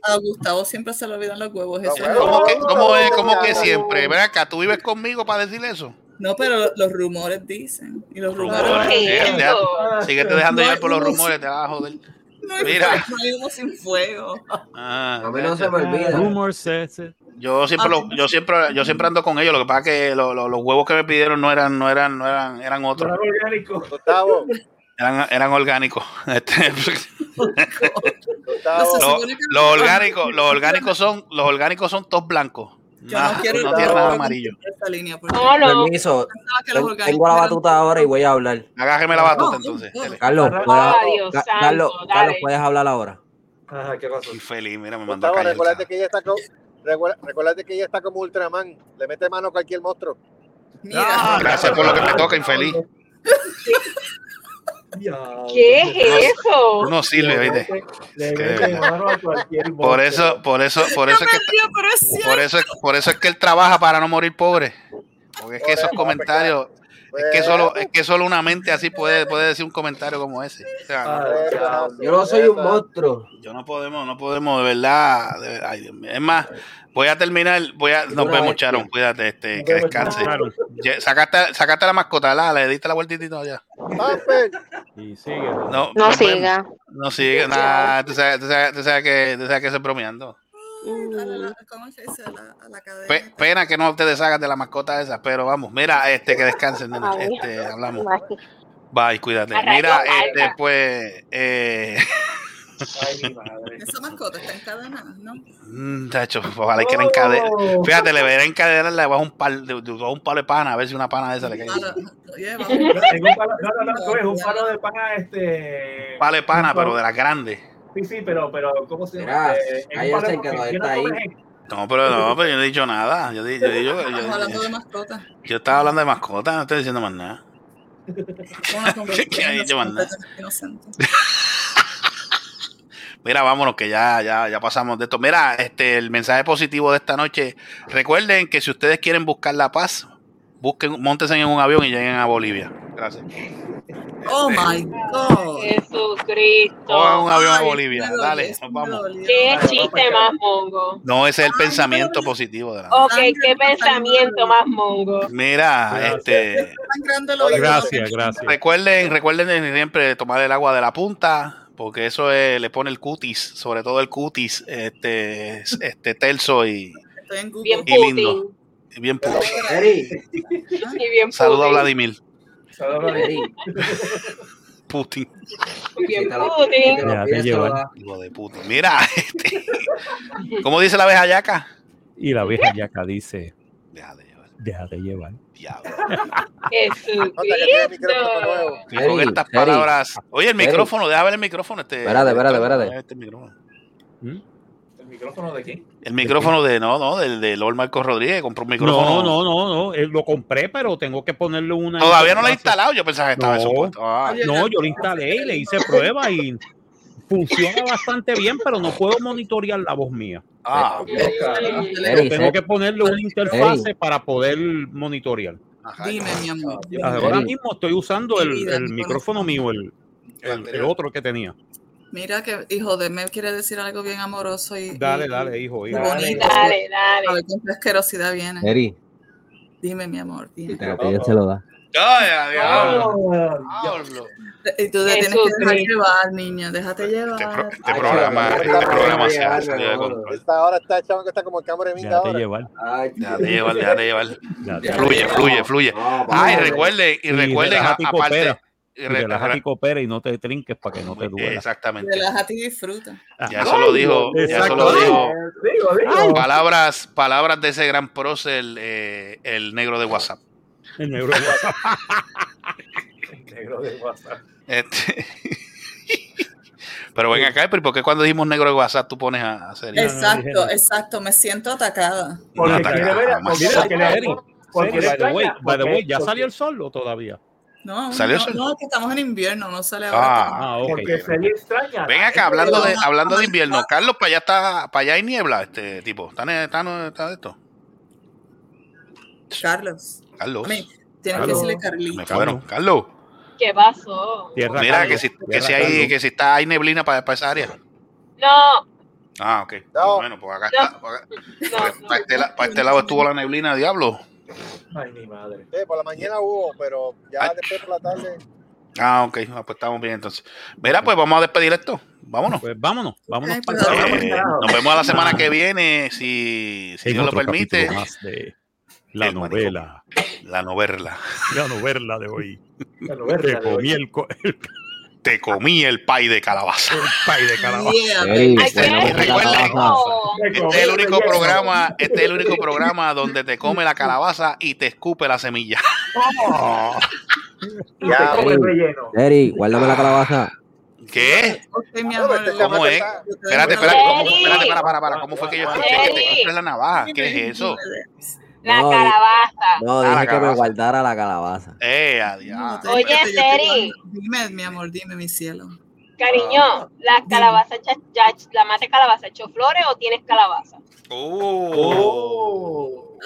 [SPEAKER 9] A Gustavo siempre se le olvidan los huevos. eso es
[SPEAKER 6] ¿Cómo
[SPEAKER 9] normal.
[SPEAKER 6] que, cómo es, cómo que siempre? Ven acá, tú vives conmigo para decir eso.
[SPEAKER 9] No, pero lo- los rumores dicen. Y los rumores.
[SPEAKER 6] Rumores, sí, Eh, deja- síguete
[SPEAKER 9] No
[SPEAKER 6] dejando
[SPEAKER 9] hay
[SPEAKER 6] llevar por los
[SPEAKER 9] humo
[SPEAKER 6] rumores, te vas a joder.
[SPEAKER 9] sin- no hay-
[SPEAKER 6] Mira.
[SPEAKER 9] No hay humo sin fuego.
[SPEAKER 6] Ah,
[SPEAKER 14] A mí no se me
[SPEAKER 6] gracias.
[SPEAKER 14] olvida.
[SPEAKER 6] Yo siempre,
[SPEAKER 9] Ah.
[SPEAKER 6] lo- yo siempre, yo siempre ando con ellos. Lo que pasa es que lo- lo- los huevos que me pidieron no eran, no eran, no eran, eran otros.
[SPEAKER 5] Era orgánico.
[SPEAKER 4] Gustavo,
[SPEAKER 6] Eran, eran orgánicos. Este,
[SPEAKER 4] Gustavo.
[SPEAKER 6] los, los orgánicos, los orgánicos son, los orgánicos son todos blancos.
[SPEAKER 9] Yo
[SPEAKER 6] Más-
[SPEAKER 9] no quiero no
[SPEAKER 6] no tienen
[SPEAKER 9] quiero
[SPEAKER 6] nada amarillo.
[SPEAKER 9] esta línea porque
[SPEAKER 14] Permiso.
[SPEAKER 9] pensaba que los
[SPEAKER 14] Ten-
[SPEAKER 9] orgánicos
[SPEAKER 14] Tengo la
[SPEAKER 9] eran-
[SPEAKER 14] batuta ahora y voy a hablar.
[SPEAKER 6] Agárreme la
[SPEAKER 9] Oh,
[SPEAKER 6] batuta entonces.
[SPEAKER 14] Carlos,
[SPEAKER 9] Arranca.
[SPEAKER 14] ¿puedes-
[SPEAKER 9] Ah, Dios
[SPEAKER 14] Ca-
[SPEAKER 9] santo,
[SPEAKER 14] Carlos,
[SPEAKER 9] dale.
[SPEAKER 14] Carlos, puedes hablar ahora.
[SPEAKER 5] Ajá, ¿qué pasó?
[SPEAKER 6] Infeliz, mira, me mandó a
[SPEAKER 4] Gustavo,
[SPEAKER 6] callar.
[SPEAKER 4] recuérdate que ella está como, recuerda- recuérdate que ella está como Ultraman. Le mete mano a cualquier monstruo.
[SPEAKER 9] Mira.
[SPEAKER 6] Gracias por lo que me toca, infeliz.
[SPEAKER 12] ¿Qué es
[SPEAKER 6] Tú
[SPEAKER 12] eso?
[SPEAKER 6] no sirves, ¿viste?
[SPEAKER 5] Le
[SPEAKER 6] Es que de
[SPEAKER 5] mete
[SPEAKER 6] verdad.
[SPEAKER 5] mano a cualquier
[SPEAKER 6] Por
[SPEAKER 5] boche.
[SPEAKER 6] eso, por eso, por eso es que por eso, es- por eso es que él trabaja para no morir pobre. Porque es que esos comentarios, es que solo, es que solo una mente así puede, puede decir un comentario como ese. O sea, no,
[SPEAKER 4] Ah.
[SPEAKER 14] Yo no soy un monstruo.
[SPEAKER 6] yo no podemos, no podemos, de verdad. de- ay, Dios mío. es más, voy a terminar, voy a, nos vemos, Charon, cuídate, este, que descanse. Ya, Sacaste, sacaste la mascota, la, le diste la vueltita y todo ya.
[SPEAKER 3] Y sigue.
[SPEAKER 12] No
[SPEAKER 6] No, nos vemos.
[SPEAKER 12] siga.
[SPEAKER 6] No siga, nada, tú sabes, tú sabes, tú sabes que, tú sabes que estoy bromeando.
[SPEAKER 9] A la- la- ¿Cómo se dice? A la, a la cadena.
[SPEAKER 6] Pe- pena que no te deshagas de la mascota esa, pero vamos, mira, este, que descansen, nena,
[SPEAKER 9] Ay.
[SPEAKER 6] este, hablamos. Bye, cuídate.
[SPEAKER 9] Arrayo,
[SPEAKER 6] Mira,
[SPEAKER 9] bye,
[SPEAKER 6] este, pues, eh,
[SPEAKER 9] Esa mascota está encadenada, ¿no?
[SPEAKER 6] mm, chacho, ojalá y que
[SPEAKER 5] ¡Oh!
[SPEAKER 6] la encadena. Fíjate, le veré encadenarle debajo un pal, de, de- de un palo de pana, a ver si una pana de esa le cae.
[SPEAKER 5] Tengo un palo, no, no, no, coge un palo de pan a este.
[SPEAKER 6] Palo de pana, pero de las grandes.
[SPEAKER 5] Sí, sí, pero, pero, ¿cómo se
[SPEAKER 14] Mira,
[SPEAKER 5] llama? Eh, es un
[SPEAKER 14] ahí
[SPEAKER 5] palo
[SPEAKER 14] hacen
[SPEAKER 5] de
[SPEAKER 14] que
[SPEAKER 5] pan
[SPEAKER 14] no
[SPEAKER 5] que
[SPEAKER 14] está
[SPEAKER 5] no
[SPEAKER 14] ahí.
[SPEAKER 5] coge.
[SPEAKER 6] No, pero no, pero yo no he dicho nada. Yo, di- yo, di- yo- yo-
[SPEAKER 9] Estamos hablando de mascotas.
[SPEAKER 6] yo estaba hablando de mascotas, no estoy diciendo más nada.
[SPEAKER 9] Una
[SPEAKER 6] ¿Qué
[SPEAKER 9] conversación
[SPEAKER 6] ha dicho más nada?
[SPEAKER 9] inocente.
[SPEAKER 6] Mira, vámonos que ya, ya, ya pasamos de esto. Mira, este, el mensaje positivo de esta noche. Recuerden que si ustedes quieren buscar la paz, busquen, montense en un avión y lleguen a Bolivia. Gracias.
[SPEAKER 9] Oh my God.
[SPEAKER 6] Cojan
[SPEAKER 12] Jesucristo.
[SPEAKER 6] un avión a
[SPEAKER 9] Ay,
[SPEAKER 6] Bolivia.
[SPEAKER 9] me
[SPEAKER 6] Dale,
[SPEAKER 9] dolió,
[SPEAKER 6] nos
[SPEAKER 9] me
[SPEAKER 6] vamos.
[SPEAKER 9] dolió.
[SPEAKER 12] Qué chiste más mongo.
[SPEAKER 6] No, ese es el pensamiento positivo de la.
[SPEAKER 12] Ok, qué pensamiento más mongo.
[SPEAKER 6] Mira, este.
[SPEAKER 9] Tan grande lo
[SPEAKER 3] Gracias, gracias.
[SPEAKER 6] Recuerden, recuerden de siempre tomar el agua de la punta, porque eso eh, le pone el cutis, sobre todo el cutis, este, este terso y,
[SPEAKER 9] Estoy en Google.
[SPEAKER 12] Bien
[SPEAKER 6] y lindo.
[SPEAKER 12] Putin.
[SPEAKER 6] Y bien puro.
[SPEAKER 12] Y bien
[SPEAKER 6] Saludo a
[SPEAKER 12] Putin.
[SPEAKER 6] Vladimir
[SPEAKER 5] Saludos, Vladimir.
[SPEAKER 6] Putin.
[SPEAKER 12] Bien
[SPEAKER 14] te lo-
[SPEAKER 12] Putin.
[SPEAKER 14] te lo
[SPEAKER 3] Ya, te
[SPEAKER 14] pides, te lo
[SPEAKER 3] llevan.
[SPEAKER 14] das.
[SPEAKER 6] Hijo de puta. Mira, este, ¿cómo dice la abeja yaca?
[SPEAKER 3] Y la vieja yaca dice,
[SPEAKER 6] Deja de llevar.
[SPEAKER 3] déjate llevar.
[SPEAKER 6] Diablo.
[SPEAKER 12] Jesucristo.
[SPEAKER 6] Y con
[SPEAKER 14] Eri,
[SPEAKER 6] estas
[SPEAKER 14] Eri.
[SPEAKER 6] palabras. Oye, el
[SPEAKER 14] Eri.
[SPEAKER 6] micrófono, déjame ver el micrófono. Este,
[SPEAKER 14] Espérate, espérate, espérate.
[SPEAKER 6] Deja Este micrófono.
[SPEAKER 5] ¿El micrófono de quién?
[SPEAKER 6] El micrófono de, no, no, del de Lord Marcos Rodríguez, compró un
[SPEAKER 3] No,
[SPEAKER 6] micrófono.
[SPEAKER 3] no, no, no. eh, Lo compré, pero tengo que ponerle una.
[SPEAKER 6] Todavía no lo he
[SPEAKER 3] interfaz.
[SPEAKER 6] instalado, yo pensaba que estaba
[SPEAKER 3] No.
[SPEAKER 6] eso puesto. Ah.
[SPEAKER 3] No, yo lo instalé y le hice prueba y funciona bastante bien, pero no puedo monitorear la voz mía.
[SPEAKER 6] Ah,
[SPEAKER 3] Pero tengo que ponerle una
[SPEAKER 14] Eri.
[SPEAKER 3] interfase para poder monitorear.
[SPEAKER 9] Dime, mi amor. dime.
[SPEAKER 3] Ahora
[SPEAKER 14] Eri.
[SPEAKER 3] mismo estoy usando el, el
[SPEAKER 9] Eri.
[SPEAKER 3] micrófono mío, el,
[SPEAKER 6] Este,
[SPEAKER 3] el, el otro que tenía.
[SPEAKER 9] Mira que, hijo de me quiere decir algo bien amoroso y.
[SPEAKER 3] Dale,
[SPEAKER 9] y-
[SPEAKER 3] dale, hijo.
[SPEAKER 9] y
[SPEAKER 3] hijo.
[SPEAKER 9] bonito.
[SPEAKER 12] Dale, dale.
[SPEAKER 9] A ver con qué asquerosidad viene.
[SPEAKER 3] Eh.
[SPEAKER 14] Eri,
[SPEAKER 9] Dime, mi amor. Dime.
[SPEAKER 14] te lo pides, te lo das.
[SPEAKER 6] Ay, a diablo. Diablo.
[SPEAKER 9] Y tú te tienes que dejar
[SPEAKER 12] Jesucristo.
[SPEAKER 9] llevar, niña. Déjate llevar.
[SPEAKER 6] Este programa, este programa se ha salido de control.
[SPEAKER 4] Está, ahora está el chavo que está como en cámara de mí
[SPEAKER 3] Déjate
[SPEAKER 4] ahora.
[SPEAKER 3] llevar.
[SPEAKER 6] Déjate llevar, déjate llevar.
[SPEAKER 3] déjate
[SPEAKER 6] Fluye,
[SPEAKER 3] llevar.
[SPEAKER 6] fluye, fluye.
[SPEAKER 14] No,
[SPEAKER 6] Ay, recuerden, y
[SPEAKER 3] Y
[SPEAKER 6] recuerden,
[SPEAKER 3] relaja
[SPEAKER 6] a-
[SPEAKER 3] tu
[SPEAKER 6] aparte,
[SPEAKER 3] copera. Y relájate y coopera y no te trinques para que no te duela.
[SPEAKER 6] Exactamente.
[SPEAKER 9] Relájate y disfruta.
[SPEAKER 6] Ya eso lo dijo. Ya eso lo dijo. Palabras, palabras de ese gran prócer, el, eh, el negro de WhatsApp.
[SPEAKER 3] El negro de WhatsApp.
[SPEAKER 5] el negro de WhatsApp.
[SPEAKER 6] Este- Pero ven acá, ¿por qué cuando dijimos negro de WhatsApp tú pones a a hacer
[SPEAKER 9] Exacto, exacto. Me siento atacada.
[SPEAKER 6] Porque quiere ver
[SPEAKER 3] Mira,
[SPEAKER 6] a- porque
[SPEAKER 3] Seri,
[SPEAKER 6] le-
[SPEAKER 3] Seri,
[SPEAKER 6] porque le
[SPEAKER 3] by the way,
[SPEAKER 6] extraña,
[SPEAKER 3] by the way,
[SPEAKER 6] porque-
[SPEAKER 3] ¿ya salió el sol o todavía?
[SPEAKER 9] No,
[SPEAKER 6] ¿Salió
[SPEAKER 9] no,
[SPEAKER 6] eso?
[SPEAKER 9] no, que estamos en invierno, no sale ahora.
[SPEAKER 6] Ah,
[SPEAKER 3] ok.
[SPEAKER 5] Porque sería extraña.
[SPEAKER 6] Ven acá, hablando de, hablando de invierno, Carlos, para allá está, para allá hay niebla, este tipo. ¿Está, ne- está, está esto?
[SPEAKER 9] Carlos.
[SPEAKER 6] Carlos.
[SPEAKER 9] A mí, tienes que decirle Carlito.
[SPEAKER 6] Me cagaron. Carlos.
[SPEAKER 12] ¿Qué pasó?
[SPEAKER 3] Tierra
[SPEAKER 6] Mira,
[SPEAKER 3] Carlos,
[SPEAKER 6] que si, que
[SPEAKER 3] tierra
[SPEAKER 6] si hay,
[SPEAKER 3] Carlos.
[SPEAKER 6] que si está, hay neblina para, para esa área.
[SPEAKER 12] No,
[SPEAKER 6] Ah, ok. Bueno, pues acá
[SPEAKER 12] No.
[SPEAKER 6] está. Para, acá- para este, la- para este lado estuvo la neblina, diablo.
[SPEAKER 5] Ay, mi madre.
[SPEAKER 4] Sí, por la mañana hubo, pero ya después por la tarde.
[SPEAKER 6] Ah, ok. Ah, pues estamos bien entonces. Mira, pues vamos a despedir esto. Vámonos.
[SPEAKER 3] Pues vámonos, vámonos.
[SPEAKER 6] Eh, nos vemos a la semana que viene, si, si
[SPEAKER 3] En
[SPEAKER 6] Dios lo
[SPEAKER 3] otro
[SPEAKER 6] permite.
[SPEAKER 3] capítulo más de la novela.
[SPEAKER 6] La novela.
[SPEAKER 3] La novela de hoy.
[SPEAKER 5] La novela
[SPEAKER 6] de
[SPEAKER 3] Te comí el, co- el
[SPEAKER 6] Te comí el pay de calabaza.
[SPEAKER 3] pay de calabaza.
[SPEAKER 6] Ey, Ay, bueno, qué recuerden-
[SPEAKER 13] Recuerden,
[SPEAKER 6] Este es el único
[SPEAKER 13] yes.
[SPEAKER 6] programa, este es el único programa donde te come la calabaza y te escupe la semilla.
[SPEAKER 5] Y te come el relleno.
[SPEAKER 14] Eri, guárdame la calabaza.
[SPEAKER 6] ¿Qué?
[SPEAKER 9] Ok, mi amor.
[SPEAKER 6] ¿Cómo Ah, este es? Espérate, espérate, ¿cómo, espérate, para, para, para. ¿Cómo fue que yo escuché que
[SPEAKER 12] Eddie.
[SPEAKER 6] te compré la navaja? ¿Qué es eso?
[SPEAKER 12] la
[SPEAKER 14] No, di-
[SPEAKER 12] calabaza.
[SPEAKER 14] No,
[SPEAKER 6] Ah, la
[SPEAKER 14] dije que me
[SPEAKER 6] calabaza.
[SPEAKER 14] guardara la calabaza.
[SPEAKER 6] Eh, adiós.
[SPEAKER 12] Oye, Seri.
[SPEAKER 9] Dime, mi amor, dime, mi cielo.
[SPEAKER 12] Cariño, ¿la calabaza, cha- ya- la mate calabaza echó flores o tienes calabaza?
[SPEAKER 6] Oh.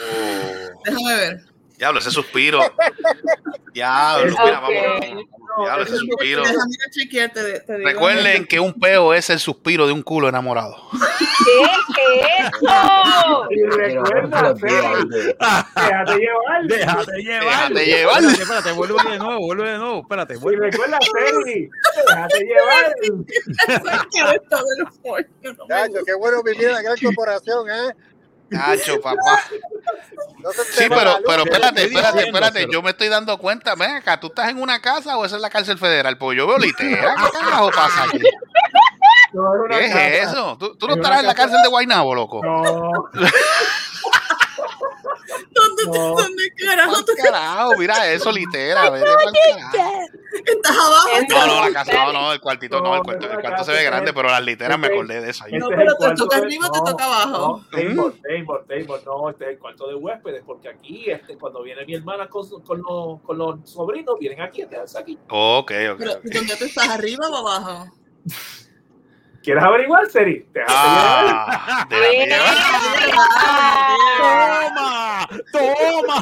[SPEAKER 9] Déjame ver.
[SPEAKER 6] Diablo, ese suspiro. Diablo, mira, vámonos. Diablo, ese suspiro.
[SPEAKER 9] Déjame ir a chequearte. de- te digo.
[SPEAKER 6] Recuerden que un peo es el suspiro de un culo enamorado.
[SPEAKER 12] ¿Qué es eso?
[SPEAKER 5] Y recuerda, Seri, déjate llevar.
[SPEAKER 3] Déjate llevar.
[SPEAKER 6] Déjate llevar.
[SPEAKER 3] Espérate, espérate, vuelve de nuevo, vuelve de nuevo. Espérate,
[SPEAKER 5] Y
[SPEAKER 3] vuelve.
[SPEAKER 5] recuerda, Seri, déjate llevar.
[SPEAKER 4] Nacho, qué bueno vivir en la gran corporación, ¿eh?
[SPEAKER 6] Cacho, papá.
[SPEAKER 4] No se te
[SPEAKER 6] Sí,
[SPEAKER 4] va
[SPEAKER 6] pero,
[SPEAKER 4] la luz.
[SPEAKER 6] pero
[SPEAKER 4] Estoy
[SPEAKER 6] espérate, espérate,
[SPEAKER 4] diciendo,
[SPEAKER 6] espérate.
[SPEAKER 4] pero-
[SPEAKER 6] Yo me estoy dando cuenta. Ven acá, ¿tú estás en una casa o esa es la cárcel federal? Pues yo veo litera. ¿Qué carajo pasa aquí? ¿Qué es eso? ¿Tú, tú no
[SPEAKER 5] Es una
[SPEAKER 6] estarás en la
[SPEAKER 5] casa-
[SPEAKER 6] cárcel de Guaynabo, loco?
[SPEAKER 5] No.
[SPEAKER 9] ¿Dónde, dónde carajo tú
[SPEAKER 6] Carajo, mira eso, litera. vete pa'l carajo.
[SPEAKER 9] estás abajo?
[SPEAKER 6] No, no, la casa, no, no, el cuartito, no, el cuarto, el cuarto se ve grande, pero las literas me acordé de eso. ayer.
[SPEAKER 9] No, pero te toca arriba o te toca
[SPEAKER 5] No,
[SPEAKER 9] abajo.
[SPEAKER 6] Mm.
[SPEAKER 5] table, table, table, no, este es el cuarto de huéspedes, porque aquí, este, cuando viene mi hermana con, su- con, los, con los sobrinos, vienen aquí, te das aquí.
[SPEAKER 6] Ok, ok.
[SPEAKER 9] Pero, ¿dónde tú estás? ¿Arriba o abajo?
[SPEAKER 5] ¿Quieres averiguar, Seri? Te
[SPEAKER 6] Ah, déjame llevar.
[SPEAKER 9] ¿eh? Ah.
[SPEAKER 3] ¡Toma!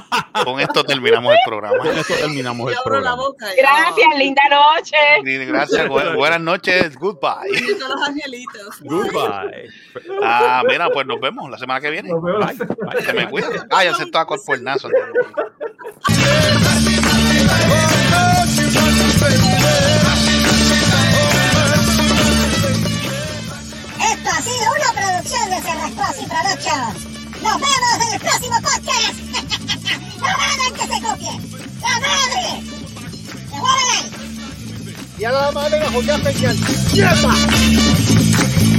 [SPEAKER 3] ¡Toma!
[SPEAKER 6] Con esto terminamos el programa.
[SPEAKER 3] Con esto terminamos el
[SPEAKER 9] Abro la
[SPEAKER 3] programa.
[SPEAKER 9] boca. y-
[SPEAKER 12] Gracias, linda noche.
[SPEAKER 6] Gracias, bu- buenas noches, goodbye.
[SPEAKER 9] Bendito a los angelitos.
[SPEAKER 3] Goodbye.
[SPEAKER 6] Ah, mira, pues nos vemos la semana que viene.
[SPEAKER 5] Nos vemos.
[SPEAKER 3] Bye, bye.
[SPEAKER 6] Se me cuida. Ah, ya se está con pornazo.
[SPEAKER 2] Esto ha sido una producción de Cerrascos y Productions. Nos vemos en el próximo podcast. no hagan que se copien. ¡La madre! ¡Se guardan!
[SPEAKER 4] Y a la madre la jodida peñal. ¡Yepa!